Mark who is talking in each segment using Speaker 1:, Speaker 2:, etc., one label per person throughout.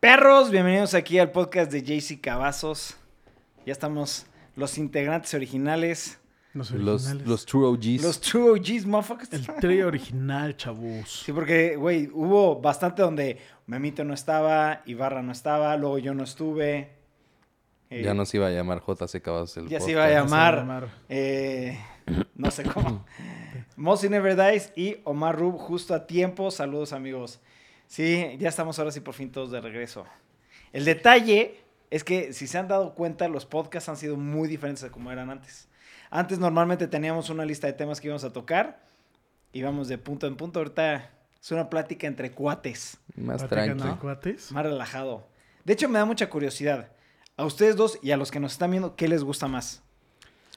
Speaker 1: Perros, bienvenidos aquí al podcast de JC Cavazos. Ya estamos los integrantes originales,
Speaker 2: Los
Speaker 3: Los,
Speaker 2: originales.
Speaker 3: los True OGs.
Speaker 1: los True OGs, motherfuckers.
Speaker 2: El trío original, chavos.
Speaker 1: Sí, porque, güey, hubo bastante donde Memito no estaba, Ibarra no estaba, luego yo no estuve. Eh,
Speaker 3: Ya no se iba a llamar JC Cavazos el
Speaker 1: Ya se
Speaker 3: podcast.
Speaker 1: iba a
Speaker 2: Se
Speaker 1: llamar.
Speaker 2: va a llamar.
Speaker 1: eh, no sé cómo. Mossy Never Dies y Omar Rub justo a tiempo. Saludos, amigos. Sí, ya estamos ahora sí por fin todos de regreso. El detalle es que, si se han dado cuenta, los podcasts han sido muy diferentes a como eran antes. Antes normalmente teníamos una lista de temas que íbamos a tocar. Íbamos de punto en punto. Ahorita es una plática entre cuates.
Speaker 3: Más
Speaker 2: Plática
Speaker 3: tranqui.
Speaker 2: entre cuates.
Speaker 1: Más relajado. De hecho, me da mucha curiosidad. A ustedes dos y a los que nos están viendo, ¿qué les gusta más?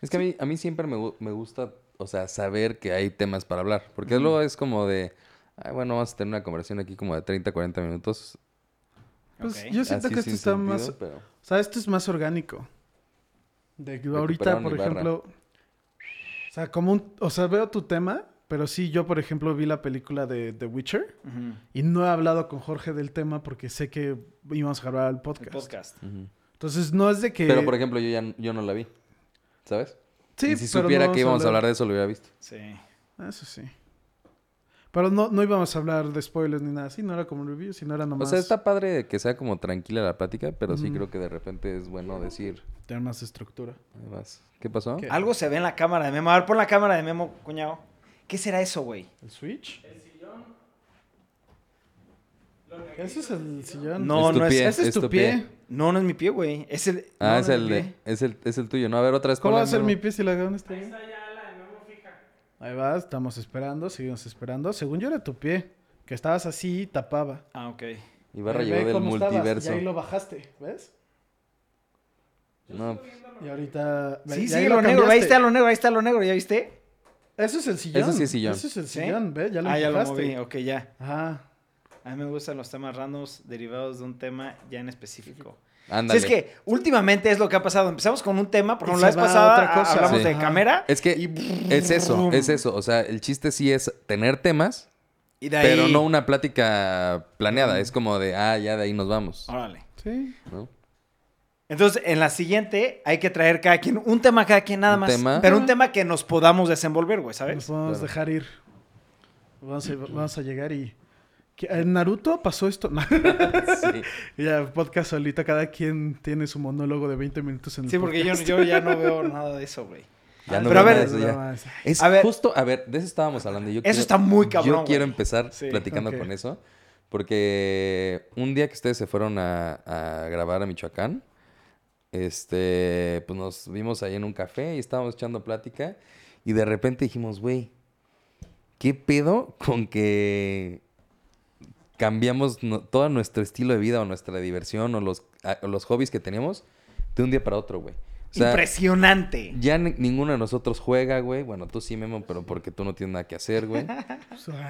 Speaker 3: Es que a mí, a mí siempre me, gu- me gusta, o sea, saber que hay temas para hablar. Porque luego es como de, "Ay, bueno, vamos a tener una conversación aquí como de 30, 40 minutos.
Speaker 2: Pues
Speaker 1: Ok.
Speaker 2: yo siento
Speaker 3: así
Speaker 2: que esto
Speaker 3: sin
Speaker 2: está
Speaker 3: sentido,
Speaker 2: más. O
Speaker 3: pero-
Speaker 2: sea, esto es más orgánico. De que ahorita,
Speaker 3: Recuperaron
Speaker 2: por
Speaker 3: Ibarra.
Speaker 2: ejemplo. O sea, como un. O sea, veo tu tema, pero sí, yo, por ejemplo, vi la película de The Witcher
Speaker 1: Ujú.
Speaker 2: y no he hablado con Jorge del tema porque sé que íbamos a grabar el
Speaker 1: El
Speaker 2: podcast.
Speaker 1: podcast.
Speaker 3: Ujú.
Speaker 2: Entonces, no es de que.
Speaker 3: Pero, por ejemplo, yo ya n- yo no la vi. ¿Sabes?
Speaker 2: Sí,
Speaker 3: y si
Speaker 2: pero no
Speaker 3: supiera que íbamos a hablar
Speaker 2: de.
Speaker 3: de eso, lo hubiera visto.
Speaker 1: Sí.
Speaker 2: Eso sí. Pero no, no íbamos a hablar de spoilers ni nada así, no era como un review, sino era nomás
Speaker 3: O sea, está padre que sea como tranquila la plática, pero sí
Speaker 2: Ujú.
Speaker 3: creo que de repente es bueno decir.
Speaker 2: tener más estructura.
Speaker 3: Además, ¿qué pasó?
Speaker 2: ¿Qué?
Speaker 1: Algo se ve en la cámara de Memo. A ver, pon la cámara de Memo, cuñado. ¿Qué será eso, güey?
Speaker 2: ¿El Switch? ¿El sillón? Ese es el sillón.
Speaker 1: No,
Speaker 3: tu
Speaker 1: no es-
Speaker 3: pie,
Speaker 2: Ese es tu pie.
Speaker 1: No, no es mi pie, güey. Es el. no,
Speaker 3: Ah,
Speaker 1: no
Speaker 3: es,
Speaker 1: mi
Speaker 3: el,
Speaker 1: pie.
Speaker 3: de- es, el, es el tuyo. No, a ver, otra vez.
Speaker 2: ¿Cómo va a
Speaker 3: ponla,
Speaker 2: ser mi
Speaker 3: Memo.
Speaker 2: pie si la gana está Ahí está ya la de fija. Ahí va, estamos esperando, seguimos esperando. Según yo era tu pie, que estabas así y tapaba.
Speaker 1: Ah, ok.
Speaker 3: Ibarra
Speaker 2: Ahí
Speaker 3: llegó
Speaker 2: ve
Speaker 3: del
Speaker 2: cómo estabas,
Speaker 3: multiverso.
Speaker 2: y ahí lo bajaste, ¿ves?
Speaker 3: No,
Speaker 2: Y ahorita...
Speaker 1: Sí,
Speaker 2: y
Speaker 1: sí,
Speaker 2: ahí
Speaker 1: lo, negro. Ahí
Speaker 2: cambiaste.
Speaker 1: está lo negro, ahí está lo negro, ¿ya viste?
Speaker 2: Eso es el sillón.
Speaker 3: sí es sillón.
Speaker 2: Eso es el
Speaker 1: ¿Sí?
Speaker 2: sillón, ¿ves? Ya lo
Speaker 1: ah, ya lo
Speaker 2: empujaste.
Speaker 1: moví. Ok, ya.
Speaker 2: Ajá.
Speaker 1: A mí me gustan los temas randoms derivados de un tema ya en específico. Si
Speaker 3: ándale.
Speaker 1: es que últimamente es lo que ha pasado. Empezamos con un tema, por
Speaker 2: Y
Speaker 1: ejemplo, la
Speaker 2: se
Speaker 1: vez
Speaker 2: va a
Speaker 1: pasada
Speaker 2: otra
Speaker 1: a-
Speaker 2: cosa.
Speaker 1: hablamos
Speaker 3: Sí.
Speaker 1: de
Speaker 2: Ajá.
Speaker 1: cámara
Speaker 3: Es que es eso, es eso. O sea, el chiste sí es tener temas,
Speaker 1: y de ahí.
Speaker 3: pero no una plática planeada. Es como de, ah, ya de ahí nos vamos.
Speaker 1: Órale.
Speaker 2: Sí.
Speaker 3: ¿no?
Speaker 1: Entonces, en la siguiente hay que traer cada quien un tema cada quien nada
Speaker 3: Un
Speaker 1: más,
Speaker 3: tema.
Speaker 1: pero un tema que nos podamos desenvolver, güey,
Speaker 2: Nos
Speaker 1: ¿sabes?
Speaker 2: podemos
Speaker 3: Claro.
Speaker 2: dejar ir. Vamos a, vamos a llegar y... ¿Qué- ¿En Naruto pasó esto? No.
Speaker 3: Sí.
Speaker 2: ya, podcast solito. Cada quien tiene su monólogo de 20 minutos en el
Speaker 1: Sí, porque yo, yo ya no veo nada de eso, güey.
Speaker 3: Ya
Speaker 1: Ah,
Speaker 3: no
Speaker 1: pero a
Speaker 3: veo
Speaker 1: ver,
Speaker 3: nada de eso, ya. Es
Speaker 1: A ver.
Speaker 3: justo, a ver, de eso estábamos hablando. y Yo
Speaker 1: Eso está muy cabrón,
Speaker 3: Yo
Speaker 1: güey.
Speaker 3: quiero empezar
Speaker 1: Sí,
Speaker 3: platicando
Speaker 2: ok.
Speaker 3: con eso, porque un día que ustedes se fueron a, a grabar a Michoacán, este, pues nos vimos ahí en un café y estábamos echando plática y de repente dijimos, güey, ¿qué pedo con que cambiamos no- todo nuestro estilo de vida o nuestra diversión o los, a- o los hobbies que tenemos de un día para otro, güey? O sea,
Speaker 1: Impresionante.
Speaker 3: ya ni- ninguno de nosotros juega, güey. Bueno, tú sí, Memo, pero porque tú no tienes nada que hacer, güey.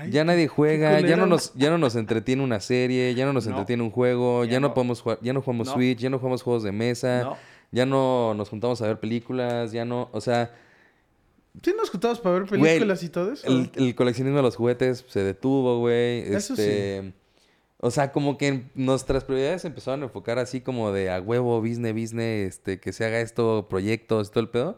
Speaker 3: Ya nadie juega, ya
Speaker 2: culero.
Speaker 3: no, nos, ya no nos entretiene una serie, ya no nos
Speaker 1: No.
Speaker 3: entretiene un juego,
Speaker 1: Ya
Speaker 3: ya, no,
Speaker 1: no.
Speaker 3: podemos jugar, ya no jugamos
Speaker 1: No.
Speaker 3: Switch, ya no jugamos juegos de mesa,
Speaker 1: No.
Speaker 3: ya no nos juntamos a ver películas, ya no, o sea,
Speaker 2: ¿Sí nos juntamos para ver películas y todo eso?
Speaker 3: el, el coleccionismo de los juguetes se detuvo, güey.
Speaker 2: Eso
Speaker 3: este, O sea, como que nuestras prioridades se empezaron a enfocar así como de a huevo, business, business, este, que se haga esto, proyectos, todo el pedo.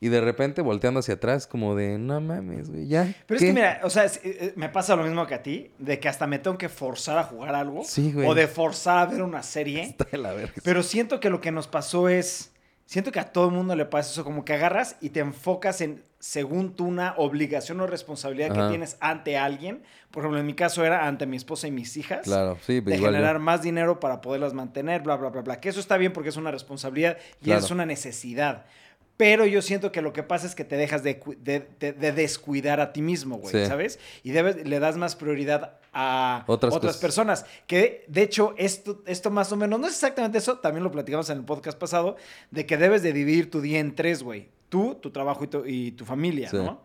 Speaker 3: Y de repente volteando hacia atrás, como de no mames, güey, ya.
Speaker 1: Pero
Speaker 3: ¿qué?".
Speaker 1: es que mira, o sea, es- eh, me pasa lo mismo que a ti, de que hasta me tengo que forzar a jugar algo
Speaker 3: Sí, güey.
Speaker 1: o de forzar a ver una serie,
Speaker 3: Está de la verga.
Speaker 1: pero siento que lo que nos pasó es siento que a todo el mundo le pasa eso, como que agarras y te enfocas en según tú una obligación o responsabilidad que
Speaker 3: Ajá.
Speaker 1: tienes ante alguien, por ejemplo, en mi caso era ante mi esposa y mis hijas.
Speaker 3: Claro, sí,
Speaker 1: de
Speaker 3: igual. yo.
Speaker 1: generar más dinero para poderlas mantener, bla, bla, bla, bla. Que eso está bien porque es una responsabilidad y
Speaker 3: Claro.
Speaker 1: es una necesidad. Pero yo siento que lo que pasa es que te dejas de, cu- de- de- de descuidar a ti mismo, güey,
Speaker 3: Sí.
Speaker 1: ¿sabes? Y debes, le das más prioridad a
Speaker 3: Otras
Speaker 1: otras,
Speaker 3: cosas.
Speaker 1: personas. Que, de hecho, esto, esto más o menos, no es exactamente eso, también lo platicamos en el podcast pasado, de que debes de dividir tu día en tres, güey. Tú, tu trabajo y tu, y tu familia,
Speaker 3: Sí.
Speaker 1: ¿no?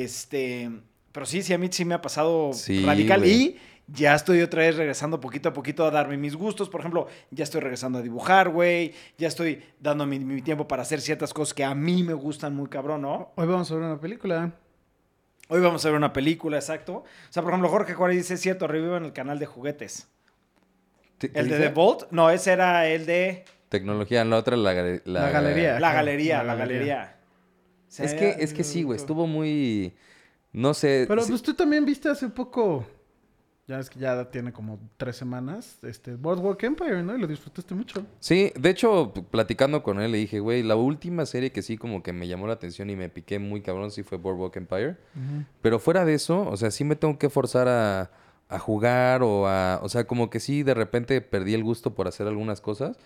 Speaker 1: Este... Pero sí, sí, a mí sí me ha pasado
Speaker 3: Sí,
Speaker 1: radical.
Speaker 3: güey.
Speaker 1: Y ya estoy otra vez regresando poquito a poquito a darme mis gustos. Por ejemplo, ya estoy regresando a dibujar, güey. Ya estoy dando mi, mi tiempo para hacer ciertas cosas que a mí me gustan muy cabrón, ¿no?
Speaker 2: Hoy vamos a ver una película.
Speaker 1: Hoy vamos a ver una película, exacto. O sea, por ejemplo, Jorge Juárez dice, cierto, revivan el canal de juguetes.
Speaker 3: te- te
Speaker 1: ¿El de
Speaker 3: dije
Speaker 1: The Vault? No, ese era el de
Speaker 3: Tecnología, la otra la, gale-
Speaker 2: La galería.
Speaker 1: la
Speaker 2: Ajá,
Speaker 1: galería,
Speaker 2: la
Speaker 1: la galería. Se
Speaker 3: Es
Speaker 1: me
Speaker 3: que,
Speaker 1: había
Speaker 3: es que sí, güey,
Speaker 1: olvidado.
Speaker 3: estuvo muy... No sé...
Speaker 2: Pero
Speaker 3: Eh, sí-
Speaker 2: pues tú también viste hace poco. Ya es que ya tiene como tres semanas. Este, Boardwalk Empire, ¿no? Y lo disfrutaste mucho.
Speaker 3: Sí, de hecho, p- platicando con él, le dije, güey, la última serie que sí como que me llamó la atención y me piqué muy cabrón sí fue Boardwalk Empire. Pero fuera de eso, o sea, sí me tengo que forzar a, a jugar o a... O sea, como que sí, de repente perdí el gusto por hacer algunas cosas.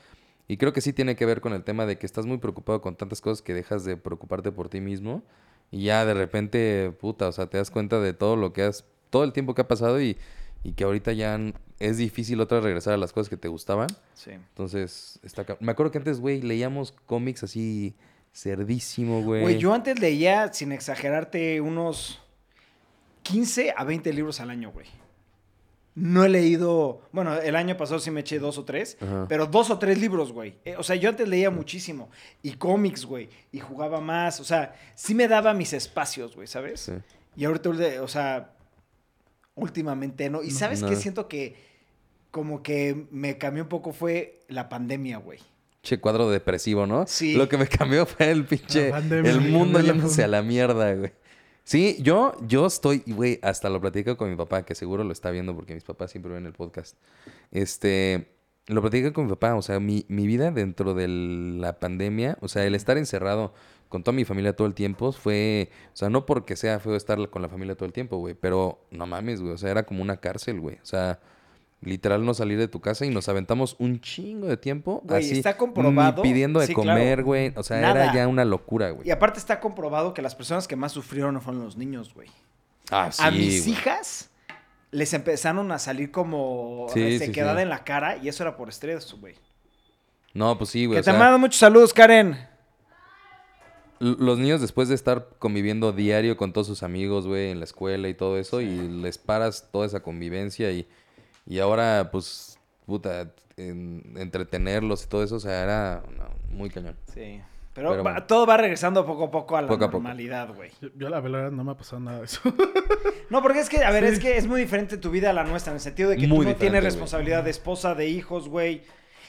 Speaker 3: Y creo que sí tiene que ver con el tema de que estás muy preocupado con tantas cosas que dejas de preocuparte por ti mismo. Y ya de repente, puta, o sea, te das cuenta de todo lo que has... Todo el tiempo que ha pasado y, y que ahorita ya n- es difícil otra vez regresar a las cosas que te gustaban.
Speaker 1: Sí.
Speaker 3: Entonces, está cab- Me acuerdo que antes, güey, leíamos cómics así cerdísimo, güey.
Speaker 1: Güey, yo antes leía, sin exagerarte, unos 15 a 20 libros al año, güey. No he leído, bueno, el año pasado sí me eché dos o tres,
Speaker 3: Ajá.
Speaker 1: pero dos o tres libros, güey. Eh, o sea, yo antes leía muchísimo y cómics, güey, y jugaba más, o sea, sí me daba mis espacios, güey, ¿sabes?
Speaker 3: Sí.
Speaker 1: Y ahorita, ulti- o sea, últimamente no. Y sabes
Speaker 3: no.
Speaker 1: qué? siento que como que me cambió un poco fue la pandemia, güey.
Speaker 3: Che, cuadro depresivo, ¿no?
Speaker 1: Sí.
Speaker 3: Lo que me cambió fue el pinche...
Speaker 2: La pandemia,
Speaker 3: el
Speaker 2: me
Speaker 3: mundo
Speaker 2: cambió la
Speaker 3: yéndose a la mierda, güey. Sí, yo, yo estoy, güey, hasta lo platico con mi papá, que seguro lo está viendo porque mis papás siempre ven el podcast. Este, lo platico con mi papá, o sea, mi, mi vida dentro de la pandemia, o sea, el estar encerrado con toda mi familia todo el tiempo fue, o sea, no porque sea feo estar con la familia todo el tiempo, güey, pero no mames, güey, o sea, era como una cárcel, güey, o sea, literal no salir de tu casa y nos aventamos un chingo de tiempo
Speaker 1: Güey,
Speaker 3: así,
Speaker 1: está comprobado.
Speaker 3: ni pidiendo de
Speaker 1: Sí, claro.
Speaker 3: comer, güey, o sea, era
Speaker 1: Nada.
Speaker 3: ya una locura, güey.
Speaker 1: Y aparte está comprobado que las personas que más sufrieron fueron los niños, güey.
Speaker 3: Ah, sí,
Speaker 1: a mis
Speaker 3: güey.
Speaker 1: hijas les empezaron a salir como
Speaker 3: Sí, sí,
Speaker 1: se
Speaker 3: sí.
Speaker 1: en la cara y eso era por estrés, güey.
Speaker 3: No, pues sí, güey.
Speaker 1: Que
Speaker 3: o
Speaker 1: te
Speaker 3: sea,
Speaker 1: mando muchos saludos, Karen.
Speaker 3: L- Los niños después de estar conviviendo diario con todos sus amigos, güey, en la escuela y todo eso, y les paras toda esa convivencia y, y ahora, pues, puta, en- entretenerlos y todo eso, o sea, era no, muy cañón.
Speaker 1: Sí. Pero,
Speaker 3: Pero
Speaker 1: va-
Speaker 3: bueno.
Speaker 1: todo va regresando poco a poco a la
Speaker 3: Poco a poco.
Speaker 1: normalidad, güey.
Speaker 2: Yo, yo la verdad no me ha pasado nada de eso.
Speaker 1: No, porque es que, a ver, es que es muy diferente tu vida a la nuestra, en el sentido de que
Speaker 3: Muy
Speaker 1: tú no
Speaker 3: diferente,
Speaker 1: tienes
Speaker 3: güey.
Speaker 1: responsabilidad de esposa, de hijos, güey.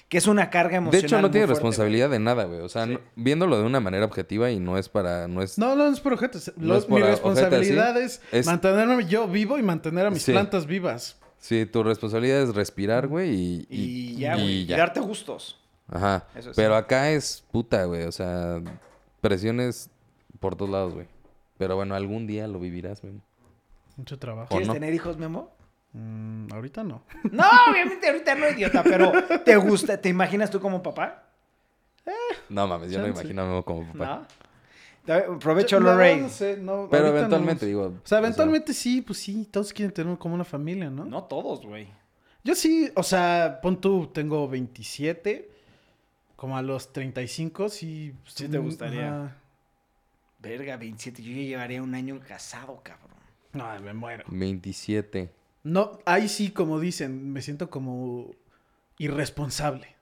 Speaker 1: Que es una carga
Speaker 3: De
Speaker 1: emocional.
Speaker 3: hecho, no
Speaker 1: muy
Speaker 3: tiene
Speaker 1: fuerte,
Speaker 3: responsabilidad de nada, güey. O sea,
Speaker 1: Sí.
Speaker 3: no- viéndolo de una manera objetiva y no es para, no es...
Speaker 2: No, no es por ojetes.
Speaker 3: No
Speaker 2: Lo-
Speaker 3: es por
Speaker 2: mi
Speaker 3: a-
Speaker 2: responsabilidad
Speaker 3: ojetes, sí.
Speaker 2: es,
Speaker 3: Es-
Speaker 2: mantenerme yo vivo y mantener a mis
Speaker 3: Sí.
Speaker 2: plantas vivas.
Speaker 3: Sí, tu responsabilidad es respirar, güey,
Speaker 1: güey.
Speaker 3: y...
Speaker 1: Y, ya, güey. Y
Speaker 3: ya.
Speaker 1: darte gustos.
Speaker 3: Ajá.
Speaker 1: Eso sí.
Speaker 3: Pero acá es puta, güey. O sea, presiones por todos lados, güey. Pero bueno, algún día lo vivirás, Memo.
Speaker 2: Mucho trabajo.
Speaker 3: ¿Por
Speaker 1: ¿Quieres
Speaker 3: no?
Speaker 1: tener hijos, Memo?
Speaker 2: Mm, ahorita no.
Speaker 1: No, obviamente ahorita no, idiota, pero ¿te gusta? ¿Te imaginas tú como papá?
Speaker 3: No mames, yo no me
Speaker 2: Chance.
Speaker 3: imagino a Memo como papá.
Speaker 1: ¿No? Da- Pues, Aprovecho,
Speaker 2: La verdad,
Speaker 1: Lorraine.
Speaker 2: no sé, no, ahorita
Speaker 3: Pero
Speaker 2: no.
Speaker 3: eventualmente, digo.
Speaker 2: O sea, eventualmente sí, pues sí, todos quieren tener como una familia, ¿no?
Speaker 1: No todos, güey.
Speaker 2: Yo sí, o sea, pon tú, tengo 27, como a los 35, sí. pues,
Speaker 1: Sí te
Speaker 2: mm,
Speaker 1: gustaría.
Speaker 2: ajá.
Speaker 1: Verga, 27. Yo ya llevaría un año casado, cabrón.
Speaker 2: No, me muero.
Speaker 3: 27.
Speaker 2: No, ahí sí, como dicen, me siento como irresponsable.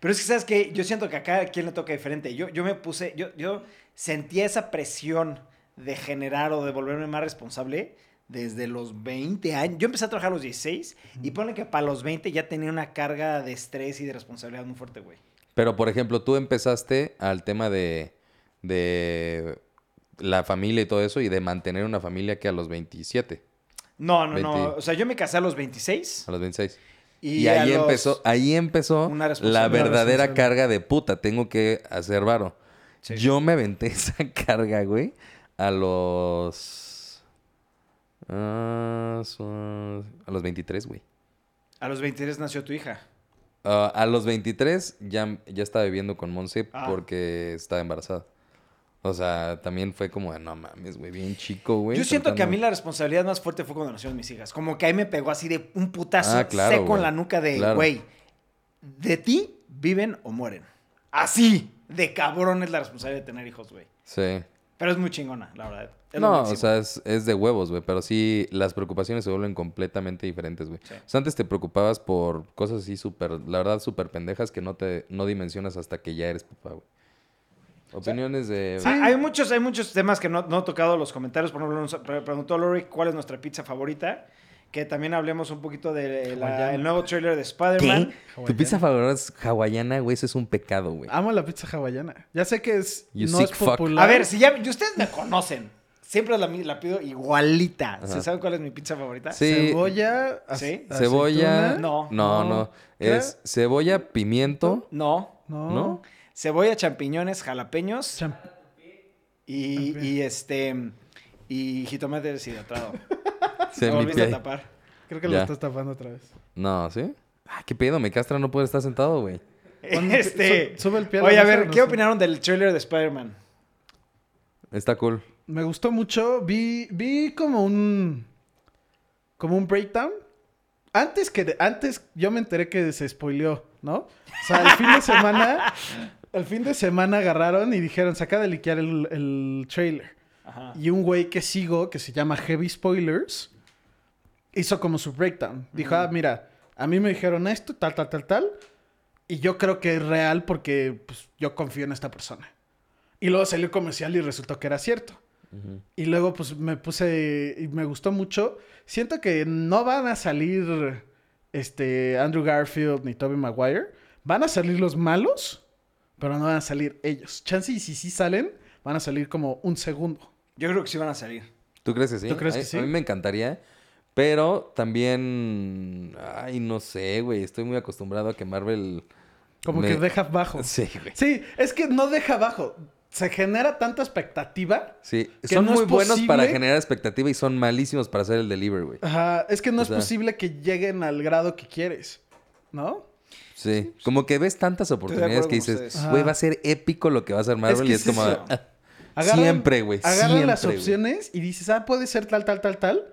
Speaker 1: Pero es que, ¿sabes qué? Yo siento que acá a quien le toca diferente. Yo, yo me puse, yo, yo sentía esa presión de generar o de volverme más responsable desde los 20 años. Yo empecé a trabajar a los 16 y ponle que para los 20 ya tenía una carga de estrés y de responsabilidad muy fuerte, güey.
Speaker 3: Pero, por ejemplo, tú empezaste al tema de, de la familia y todo eso y de mantener una familia que a los 27,
Speaker 1: No, no, no.
Speaker 3: 20.
Speaker 1: O sea, yo me casé a los 26
Speaker 3: a los 26.
Speaker 1: y,
Speaker 3: Y,
Speaker 1: a
Speaker 3: ahí
Speaker 1: los-
Speaker 3: empezó, ahí empezó
Speaker 1: Una
Speaker 3: la
Speaker 1: responsabilidad.
Speaker 3: verdadera
Speaker 2: Una responsabilidad.
Speaker 3: carga de puta, tengo que hacer varo.
Speaker 1: Sí.
Speaker 3: Yo me aventé esa carga, güey, a los... ah, son- a los 23, güey.
Speaker 1: A los 23 nació tu hija.
Speaker 3: Ah, a los 23 ya, ya estaba viviendo con Monse
Speaker 1: Ah.
Speaker 3: porque estaba embarazada. O sea, también fue como, de, no mames, güey, bien chico, güey.
Speaker 1: Yo siento que a mí
Speaker 3: tratando-
Speaker 1: la responsabilidad más fuerte fue cuando nacieron mis hijas. Como que ahí me pegó así de un putazo
Speaker 3: Ah, claro,
Speaker 1: seco
Speaker 3: güey.
Speaker 1: en la nuca de,
Speaker 3: Claro.
Speaker 1: güey, de ti viven o mueren. Así de cabrón es la responsabilidad de tener hijos, güey.
Speaker 3: Sí.
Speaker 1: Pero es muy chingona, la verdad. Es lo
Speaker 3: No, o
Speaker 1: máximo.
Speaker 3: sea, es, es de huevos, güey. Pero sí, las preocupaciones se vuelven completamente diferentes, güey.
Speaker 1: Sí.
Speaker 3: O sea, antes te preocupabas por cosas así súper, la verdad, súper pendejas que no te no dimensionas hasta que ya eres papá, güey. Opiniones de...
Speaker 1: Ah, Hay muchos, hay muchos temas que no, no he tocado en los comentarios. Por ejemplo, nos pre- preguntó Lori cuál es nuestra pizza favorita. que también hablemos un poquito del de nuevo trailer de Spider-Man.
Speaker 3: Tu pizza favorita es hawaiana, güey, eso es un pecado, güey.
Speaker 2: Amo la pizza hawaiana. Ya sé que es,
Speaker 3: You
Speaker 2: no
Speaker 3: sick
Speaker 2: es
Speaker 3: fuck.
Speaker 2: popular.
Speaker 1: A ver, si ya, y ustedes me conocen. Siempre la, la pido igualita.
Speaker 3: Ajá.
Speaker 1: ¿Se saben cuál es mi pizza favorita?
Speaker 3: Sí.
Speaker 2: cebolla,
Speaker 1: Sí.
Speaker 2: ace-
Speaker 3: Cebolla.
Speaker 2: aceituna.
Speaker 1: No.
Speaker 3: No, no.
Speaker 2: No.
Speaker 3: Es cebolla, pimiento.
Speaker 1: No.
Speaker 2: No.
Speaker 3: ¿No?
Speaker 1: Cebolla, champiñones, jalapeños
Speaker 2: Cham-
Speaker 1: y,
Speaker 2: champi-
Speaker 1: y este y jitomate deshidratado.
Speaker 3: Se
Speaker 1: Me
Speaker 3: mi
Speaker 1: volviste a
Speaker 3: pie.
Speaker 1: tapar.
Speaker 2: Creo que lo
Speaker 3: Ya.
Speaker 2: estás tapando otra vez.
Speaker 3: No, ¿sí? Ah, qué pedo, me castra no poder estar sentado, güey.
Speaker 2: Ponle-
Speaker 1: Este.
Speaker 2: su- sube el pie a la
Speaker 1: Oye, a
Speaker 2: mesa,
Speaker 1: ver,
Speaker 2: no
Speaker 1: ¿qué
Speaker 2: sé.
Speaker 1: opinaron del trailer de Spider-Man?
Speaker 3: Está cool.
Speaker 2: Me gustó mucho. Vi, vi como un. Como un breakdown. Antes que. Antes yo me enteré que se spoileó, ¿no? O sea, el fin de semana. El fin de semana agarraron y dijeron: saca de liquear el, el trailer.
Speaker 1: Ajá.
Speaker 2: Y un güey que sigo, que se llama Heavy Spoilers, hizo como su breakdown. Dijo, ah, mira, a mí me dijeron esto, tal, tal, tal, tal. Y yo creo que es real porque pues, yo confío en esta persona. Y luego salió el comercial y resultó que era cierto.
Speaker 3: Ujú.
Speaker 2: Y luego pues me puse y me gustó mucho. Siento que no van a salir este Andrew Garfield ni Tobey Maguire. Van a salir los malos, pero no van a salir ellos. Chance y si sí salen, van a salir como un segundo.
Speaker 1: Yo creo que sí van a salir.
Speaker 3: ¿Tú crees que sí?
Speaker 2: ¿Tú crees
Speaker 3: a,
Speaker 2: que sí?
Speaker 3: A mí me encantaría. Pero también. Ay, no sé, güey. Estoy muy acostumbrado a que Marvel.
Speaker 2: Como
Speaker 3: me-
Speaker 2: que deja bajo. Sí.
Speaker 3: Sí, güey.
Speaker 2: es que no deja bajo. Se genera tanta expectativa.
Speaker 3: Sí,
Speaker 2: Que
Speaker 3: son
Speaker 2: no es
Speaker 3: muy buenos para
Speaker 2: posible.
Speaker 3: generar expectativa y son malísimos para hacer el delivery, güey.
Speaker 2: Ajá, es que no
Speaker 3: O
Speaker 2: es
Speaker 3: sea.
Speaker 2: posible que lleguen al grado que quieres, ¿no?
Speaker 3: Sí, como que ves tantas oportunidades
Speaker 1: acuerdo
Speaker 3: que
Speaker 1: con
Speaker 3: dices,
Speaker 1: ustedes.
Speaker 3: güey,
Speaker 2: Ajá.
Speaker 3: va a ser épico lo que va a hacer Marvel
Speaker 2: que
Speaker 3: y es
Speaker 2: es
Speaker 3: como...
Speaker 2: eso.
Speaker 3: ah,
Speaker 2: Agarran-
Speaker 3: siempre, güey.
Speaker 2: Agarran las
Speaker 3: siempre, güey.
Speaker 2: opciones y dices, ah, puede ser tal, tal, tal, tal.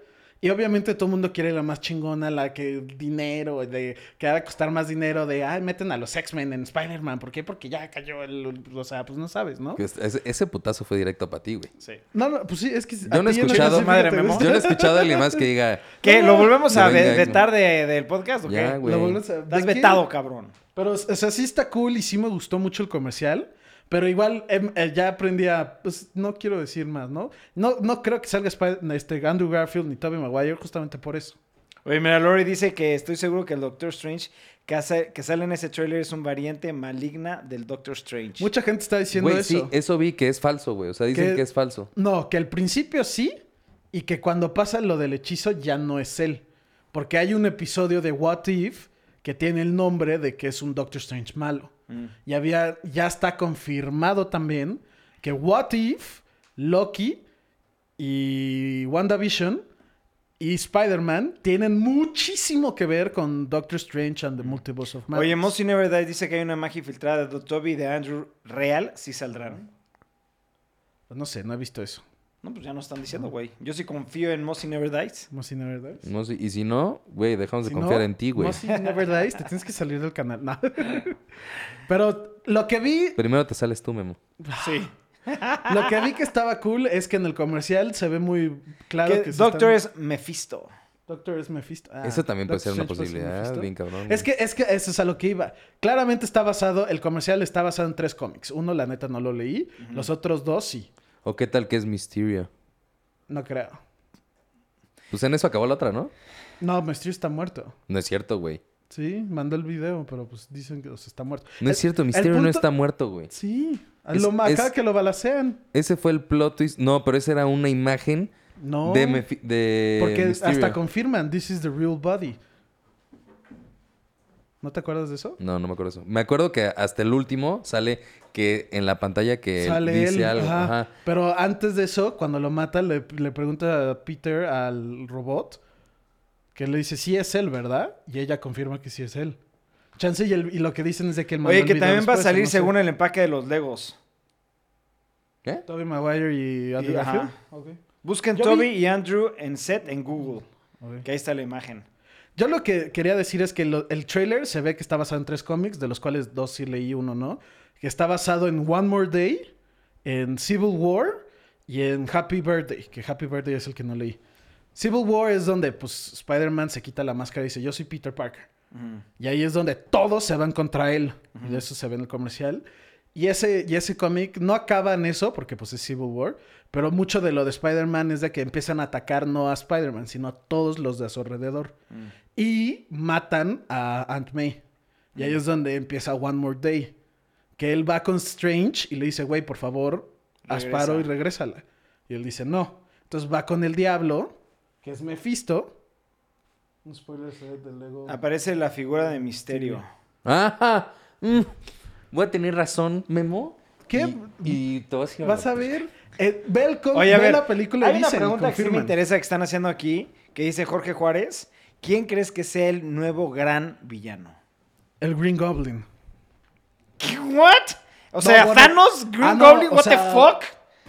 Speaker 2: Y obviamente todo el mundo quiere la más chingona, la que dinero, de que va a costar más dinero, de, ay, meten a los X-Men en Spider-Man. ¿Por qué? Porque ya cayó el... O sea, pues no sabes, ¿no?
Speaker 3: Que es- Ese, ese putazo fue directo para ti, güey.
Speaker 1: Sí.
Speaker 2: No, no, pues sí, es que...
Speaker 3: Yo no he escuchado-
Speaker 1: Madre,
Speaker 2: me
Speaker 1: Memo.
Speaker 3: Yo no he escuchado a alguien más que diga...
Speaker 1: ¿Qué? ¿Lo volvemos
Speaker 3: Que
Speaker 1: a
Speaker 3: venga,
Speaker 1: ve-
Speaker 3: venga.
Speaker 1: vetar de- del podcast o qué?
Speaker 3: Ya, güey.
Speaker 2: Lo volvemos a-
Speaker 1: Estás
Speaker 2: ¿de qué?
Speaker 1: vetado, cabrón.
Speaker 2: Pero, o sea, sí está cool y sí me gustó mucho el comercial. Pero igual em, eh, ya aprendí a... Pues no quiero decir más, ¿no? No, no creo que salga Spider- este, Andrew Garfield ni Tobey Maguire justamente por eso.
Speaker 1: Oye, mira, Lori dice que estoy seguro que el Doctor Strange que, hace- que sale en ese trailer es un variante maligna del Doctor Strange.
Speaker 2: Mucha gente está diciendo
Speaker 3: Güey,
Speaker 2: eso.
Speaker 3: sí, eso vi que es falso, güey. O sea, dicen
Speaker 2: Que-
Speaker 3: que es falso.
Speaker 2: No, que al principio sí y que cuando pasa lo del hechizo ya no es él. Porque hay un episodio de What If que tiene el nombre de que es un Doctor Strange malo.
Speaker 1: Mm.
Speaker 2: Y había, ya está confirmado también que What If, Loki y WandaVision y Spider-Man tienen muchísimo que ver con Doctor Strange and the Multiverse of Madness.
Speaker 1: Oye, Mossy Never Dies dice que hay una magia filtrada de Toby y de Andrew real. ¿Sí saldrán?
Speaker 2: No sé, no he visto eso.
Speaker 1: No, pues ya no están diciendo, güey. Yo sí confío en Mossy Never Dies.
Speaker 2: No sé, Never Dies.
Speaker 3: No sé, y si no, güey, dejamos
Speaker 2: Si
Speaker 3: de confiar
Speaker 2: no,
Speaker 3: en ti, güey.
Speaker 2: No, si Never Dies, te tienes que salir del canal. No. Pero lo que vi,
Speaker 3: Primero te sales tú, Memo.
Speaker 1: Sí.
Speaker 2: lo que vi que estaba cool es que en el comercial se ve muy claro que,
Speaker 1: Que
Speaker 2: se
Speaker 1: Doctor
Speaker 2: están-
Speaker 1: es Mephisto.
Speaker 2: Doctor es Mephisto. Ah,
Speaker 3: eso también puede ser
Speaker 2: Doctor
Speaker 3: una
Speaker 2: Strange puede ser
Speaker 3: posibilidad,
Speaker 2: Mephisto.
Speaker 3: bien cabrón.
Speaker 2: Es
Speaker 3: güey.
Speaker 2: que, es que eso es a lo que iba. Claramente está basado, el comercial está basado en tres cómics. Uno, la neta, no lo leí. Los otros dos, sí.
Speaker 3: ¿O qué tal que es Mysterio?
Speaker 2: No creo.
Speaker 3: Pues en eso acabó la otra, ¿no?
Speaker 2: No, Mysterio está muerto.
Speaker 3: No es cierto, güey.
Speaker 2: Sí, mandó el video, pero pues dicen que o sea, está muerto.
Speaker 3: No es
Speaker 2: El-
Speaker 3: cierto,
Speaker 2: el
Speaker 3: Mysterio no
Speaker 2: punto-
Speaker 3: está muerto, güey.
Speaker 2: Sí, a
Speaker 3: Es-
Speaker 2: lo ma-
Speaker 3: es-
Speaker 2: acá que lo balacean.
Speaker 3: Ese fue el plot twist. No, pero esa era una imagen
Speaker 2: No.
Speaker 3: de, Mefi- de
Speaker 2: Porque
Speaker 3: eh, Mysterio.
Speaker 2: hasta confirman, this is the real body. ¿No te acuerdas de eso?
Speaker 3: No, no me acuerdo eso. Me acuerdo que hasta el último sale que en la pantalla que
Speaker 2: Sale
Speaker 3: dice
Speaker 2: él.
Speaker 3: algo.
Speaker 2: ajá.
Speaker 3: Ajá.
Speaker 2: Pero antes de eso, cuando lo mata, le, le pregunta a Peter al robot que le dice, sí es él, ¿verdad? Y ella confirma que sí es él. Chance y, el- y lo que dicen es de que el
Speaker 1: Oye, que también va a salir
Speaker 2: pues,
Speaker 1: según el empaque de los Legos.
Speaker 3: ¿Qué?
Speaker 2: Tobey Maguire y Andrew
Speaker 1: Y- ajá.
Speaker 2: Garfield. Ok,
Speaker 1: Busquen
Speaker 2: Yo
Speaker 1: Toby
Speaker 2: vi-
Speaker 1: y Andrew en set en Google.
Speaker 2: ok.
Speaker 1: Que ahí está la imagen.
Speaker 2: Yo lo que quería decir es que lo- el trailer se ve que está basado en tres cómics, de los cuales dos sí leí, uno no. Que está basado en One More Day, en Civil War y en Happy Birthday, que Happy Birthday es el que no leí. Civil War es donde pues Spider-Man se quita la máscara y dice, yo soy Peter Parker.
Speaker 1: Ujú.
Speaker 2: Y ahí es donde todos se van contra él. Y de eso se ve en el comercial. Y ese, y ese cómic no acaba en eso, porque pues es Civil War, pero mucho de lo de Spider-Man es de que empiezan a atacar no a Spider-Man, sino a todos los de a su alrededor.
Speaker 1: Mm.
Speaker 2: Y matan a Aunt May. Y ahí es donde empieza One More Day. Que él va con Strange y le dice, güey, por favor, haz
Speaker 1: Regresa.
Speaker 2: paro y regrésala. Y él dice, no. Entonces va con el diablo, que es Mephisto. Ah, Un spoiler de Lego.
Speaker 1: Aparece la figura de Misterio.
Speaker 3: Ajá. Mm. Voy a tener razón, Memo.
Speaker 2: ¿Qué?
Speaker 3: Y, y te vas a ir
Speaker 2: Vas a ver. eh, ve el com-
Speaker 1: Oye, a
Speaker 2: ve
Speaker 1: ver,
Speaker 2: la película y
Speaker 1: hay una
Speaker 2: dicen,
Speaker 1: pregunta que sí me
Speaker 2: confirman.
Speaker 1: interesa que están haciendo aquí, que dice Jorge Juárez. ¿Quién crees que sea el nuevo gran villano?
Speaker 2: El Green Goblin.
Speaker 1: ¿Qué? ¿What? O sea,
Speaker 2: bueno.
Speaker 1: Thanos, Green
Speaker 2: Ah, no,
Speaker 1: Goblin,
Speaker 2: o
Speaker 1: what the
Speaker 2: sea,
Speaker 1: fuck?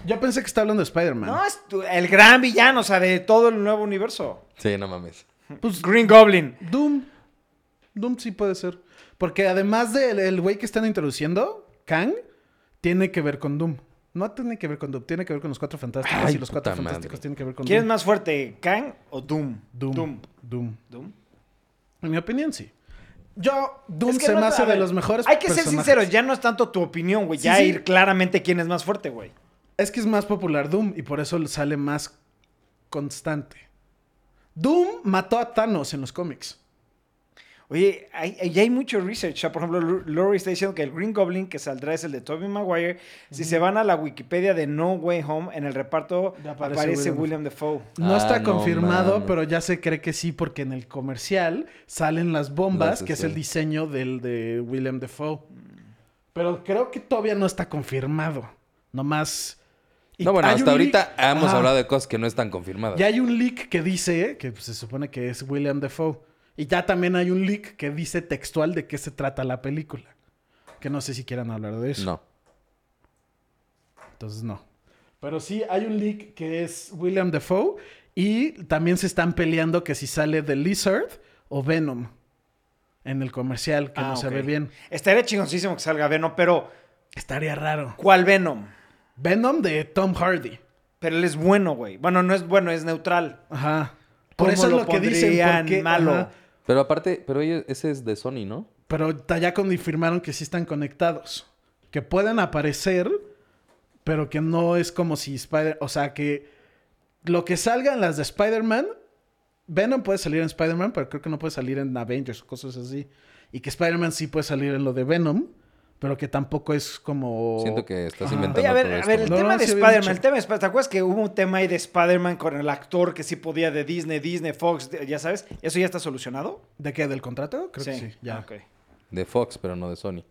Speaker 2: Yo pensé que estaba hablando de Spider-Man.
Speaker 1: No, es tu- el gran villano, o sea, de todo el nuevo universo.
Speaker 3: Sí, no mames.
Speaker 2: Pues
Speaker 1: Green Goblin.
Speaker 2: Doom. Doom sí puede ser. Porque además del el güey que están introduciendo, Kang, tiene que ver con Doom. No tiene que ver con Doom, tiene que ver con los cuatro fantásticos
Speaker 3: Ay,
Speaker 2: y los cuatro
Speaker 3: puta
Speaker 2: fantásticos
Speaker 3: madre.
Speaker 2: tienen que ver con
Speaker 1: ¿Quién es
Speaker 2: Doom.
Speaker 1: más fuerte, Kang o Doom?
Speaker 2: Doom. Doom.
Speaker 1: Doom.
Speaker 2: En mi opinión, sí. Yo, Doom
Speaker 1: Es que
Speaker 2: se
Speaker 1: no-
Speaker 2: me hace
Speaker 1: a
Speaker 2: de
Speaker 1: ver,
Speaker 2: los mejores.
Speaker 1: Hay que ser
Speaker 2: personajes.
Speaker 1: sinceros, ya no es tanto tu opinión, güey.
Speaker 2: Sí,
Speaker 1: ya
Speaker 2: sí.
Speaker 1: ir claramente quién es más fuerte, güey.
Speaker 2: Es que es más popular Doom y por eso sale más constante. Doom mató a Thanos en los cómics.
Speaker 1: Oye, hay, hay- ya hay mucho research. O sea, por ejemplo, Lu- Lori está diciendo que el Green Goblin que saldrá es el de Tobey Maguire. Si se van a la Wikipedia de No Way Home, en el reparto
Speaker 2: Ya
Speaker 1: aparece,
Speaker 2: aparece
Speaker 1: William
Speaker 2: William
Speaker 1: Defoe.
Speaker 2: No
Speaker 3: Ah,
Speaker 2: está
Speaker 3: no
Speaker 2: confirmado,
Speaker 3: mames.
Speaker 2: pero ya se cree que sí, porque en el comercial salen las bombas,
Speaker 3: Las,
Speaker 2: que es
Speaker 3: este.
Speaker 2: el diseño del de William Defoe. Pero creo que todavía no está confirmado. Nomás. y
Speaker 3: No, bueno,
Speaker 2: hay
Speaker 3: hasta
Speaker 2: un
Speaker 3: ahorita
Speaker 2: leak-
Speaker 3: hemos
Speaker 2: Ajá.
Speaker 3: hablado de cosas que no están confirmadas.
Speaker 2: Ya hay un leak que dice que pues, se supone que es William Defoe. Y ya también hay un leak que dice textual de qué se trata la película. Que no sé si quieran hablar de eso.
Speaker 3: No.
Speaker 2: Entonces no. Pero sí, hay un leak que es William Defoe y también se están peleando que si sale The Lizard o Venom en el comercial, que
Speaker 1: Ah,
Speaker 2: no se
Speaker 1: ok.
Speaker 2: ve bien.
Speaker 1: Estaría chingoncísimo que salga Venom, pero
Speaker 2: Estaría raro.
Speaker 1: ¿cuál Venom?
Speaker 2: Venom de Tom Hardy.
Speaker 1: Pero él es bueno, güey. Bueno, no es bueno, es neutral.
Speaker 2: Ajá.
Speaker 1: ¿Cómo
Speaker 2: Por eso es
Speaker 1: lo
Speaker 2: lo que dicen.
Speaker 1: pondrían
Speaker 2: Porque,
Speaker 1: malo?
Speaker 2: ajá.
Speaker 3: Pero aparte, pero ellos- ese es de Sony, ¿no?
Speaker 2: pero ta- ya confirmaron que sí están conectados. Que pueden aparecer, pero que no es como si Spider... O sea, que lo que salgan las de Spider-Man... Venom puede salir en Spider-Man, pero creo que no puede salir en Avengers o cosas así. Y que Spider-Man sí puede salir en lo de Venom, pero que tampoco es como...
Speaker 3: Siento que estás
Speaker 2: Ajá.
Speaker 3: inventando
Speaker 1: Oye, a
Speaker 3: todo
Speaker 1: ver, a
Speaker 3: esto,
Speaker 1: ver, el
Speaker 2: No,
Speaker 3: ¿no?
Speaker 1: tema
Speaker 2: no,
Speaker 1: de
Speaker 2: sí habían
Speaker 1: Spider-Man, el
Speaker 2: dicho.
Speaker 1: tema de Spider-Man, ¿te acuerdas que hubo un tema ahí de Spider-Man con el actor que sí podía de Disney, Disney, Fox, de- ya sabes? ¿Eso ya está solucionado?
Speaker 2: ¿De qué? ¿Del contrato? Creo que sí, ya.
Speaker 1: Ah, ok.
Speaker 3: De Fox, pero no de Sony.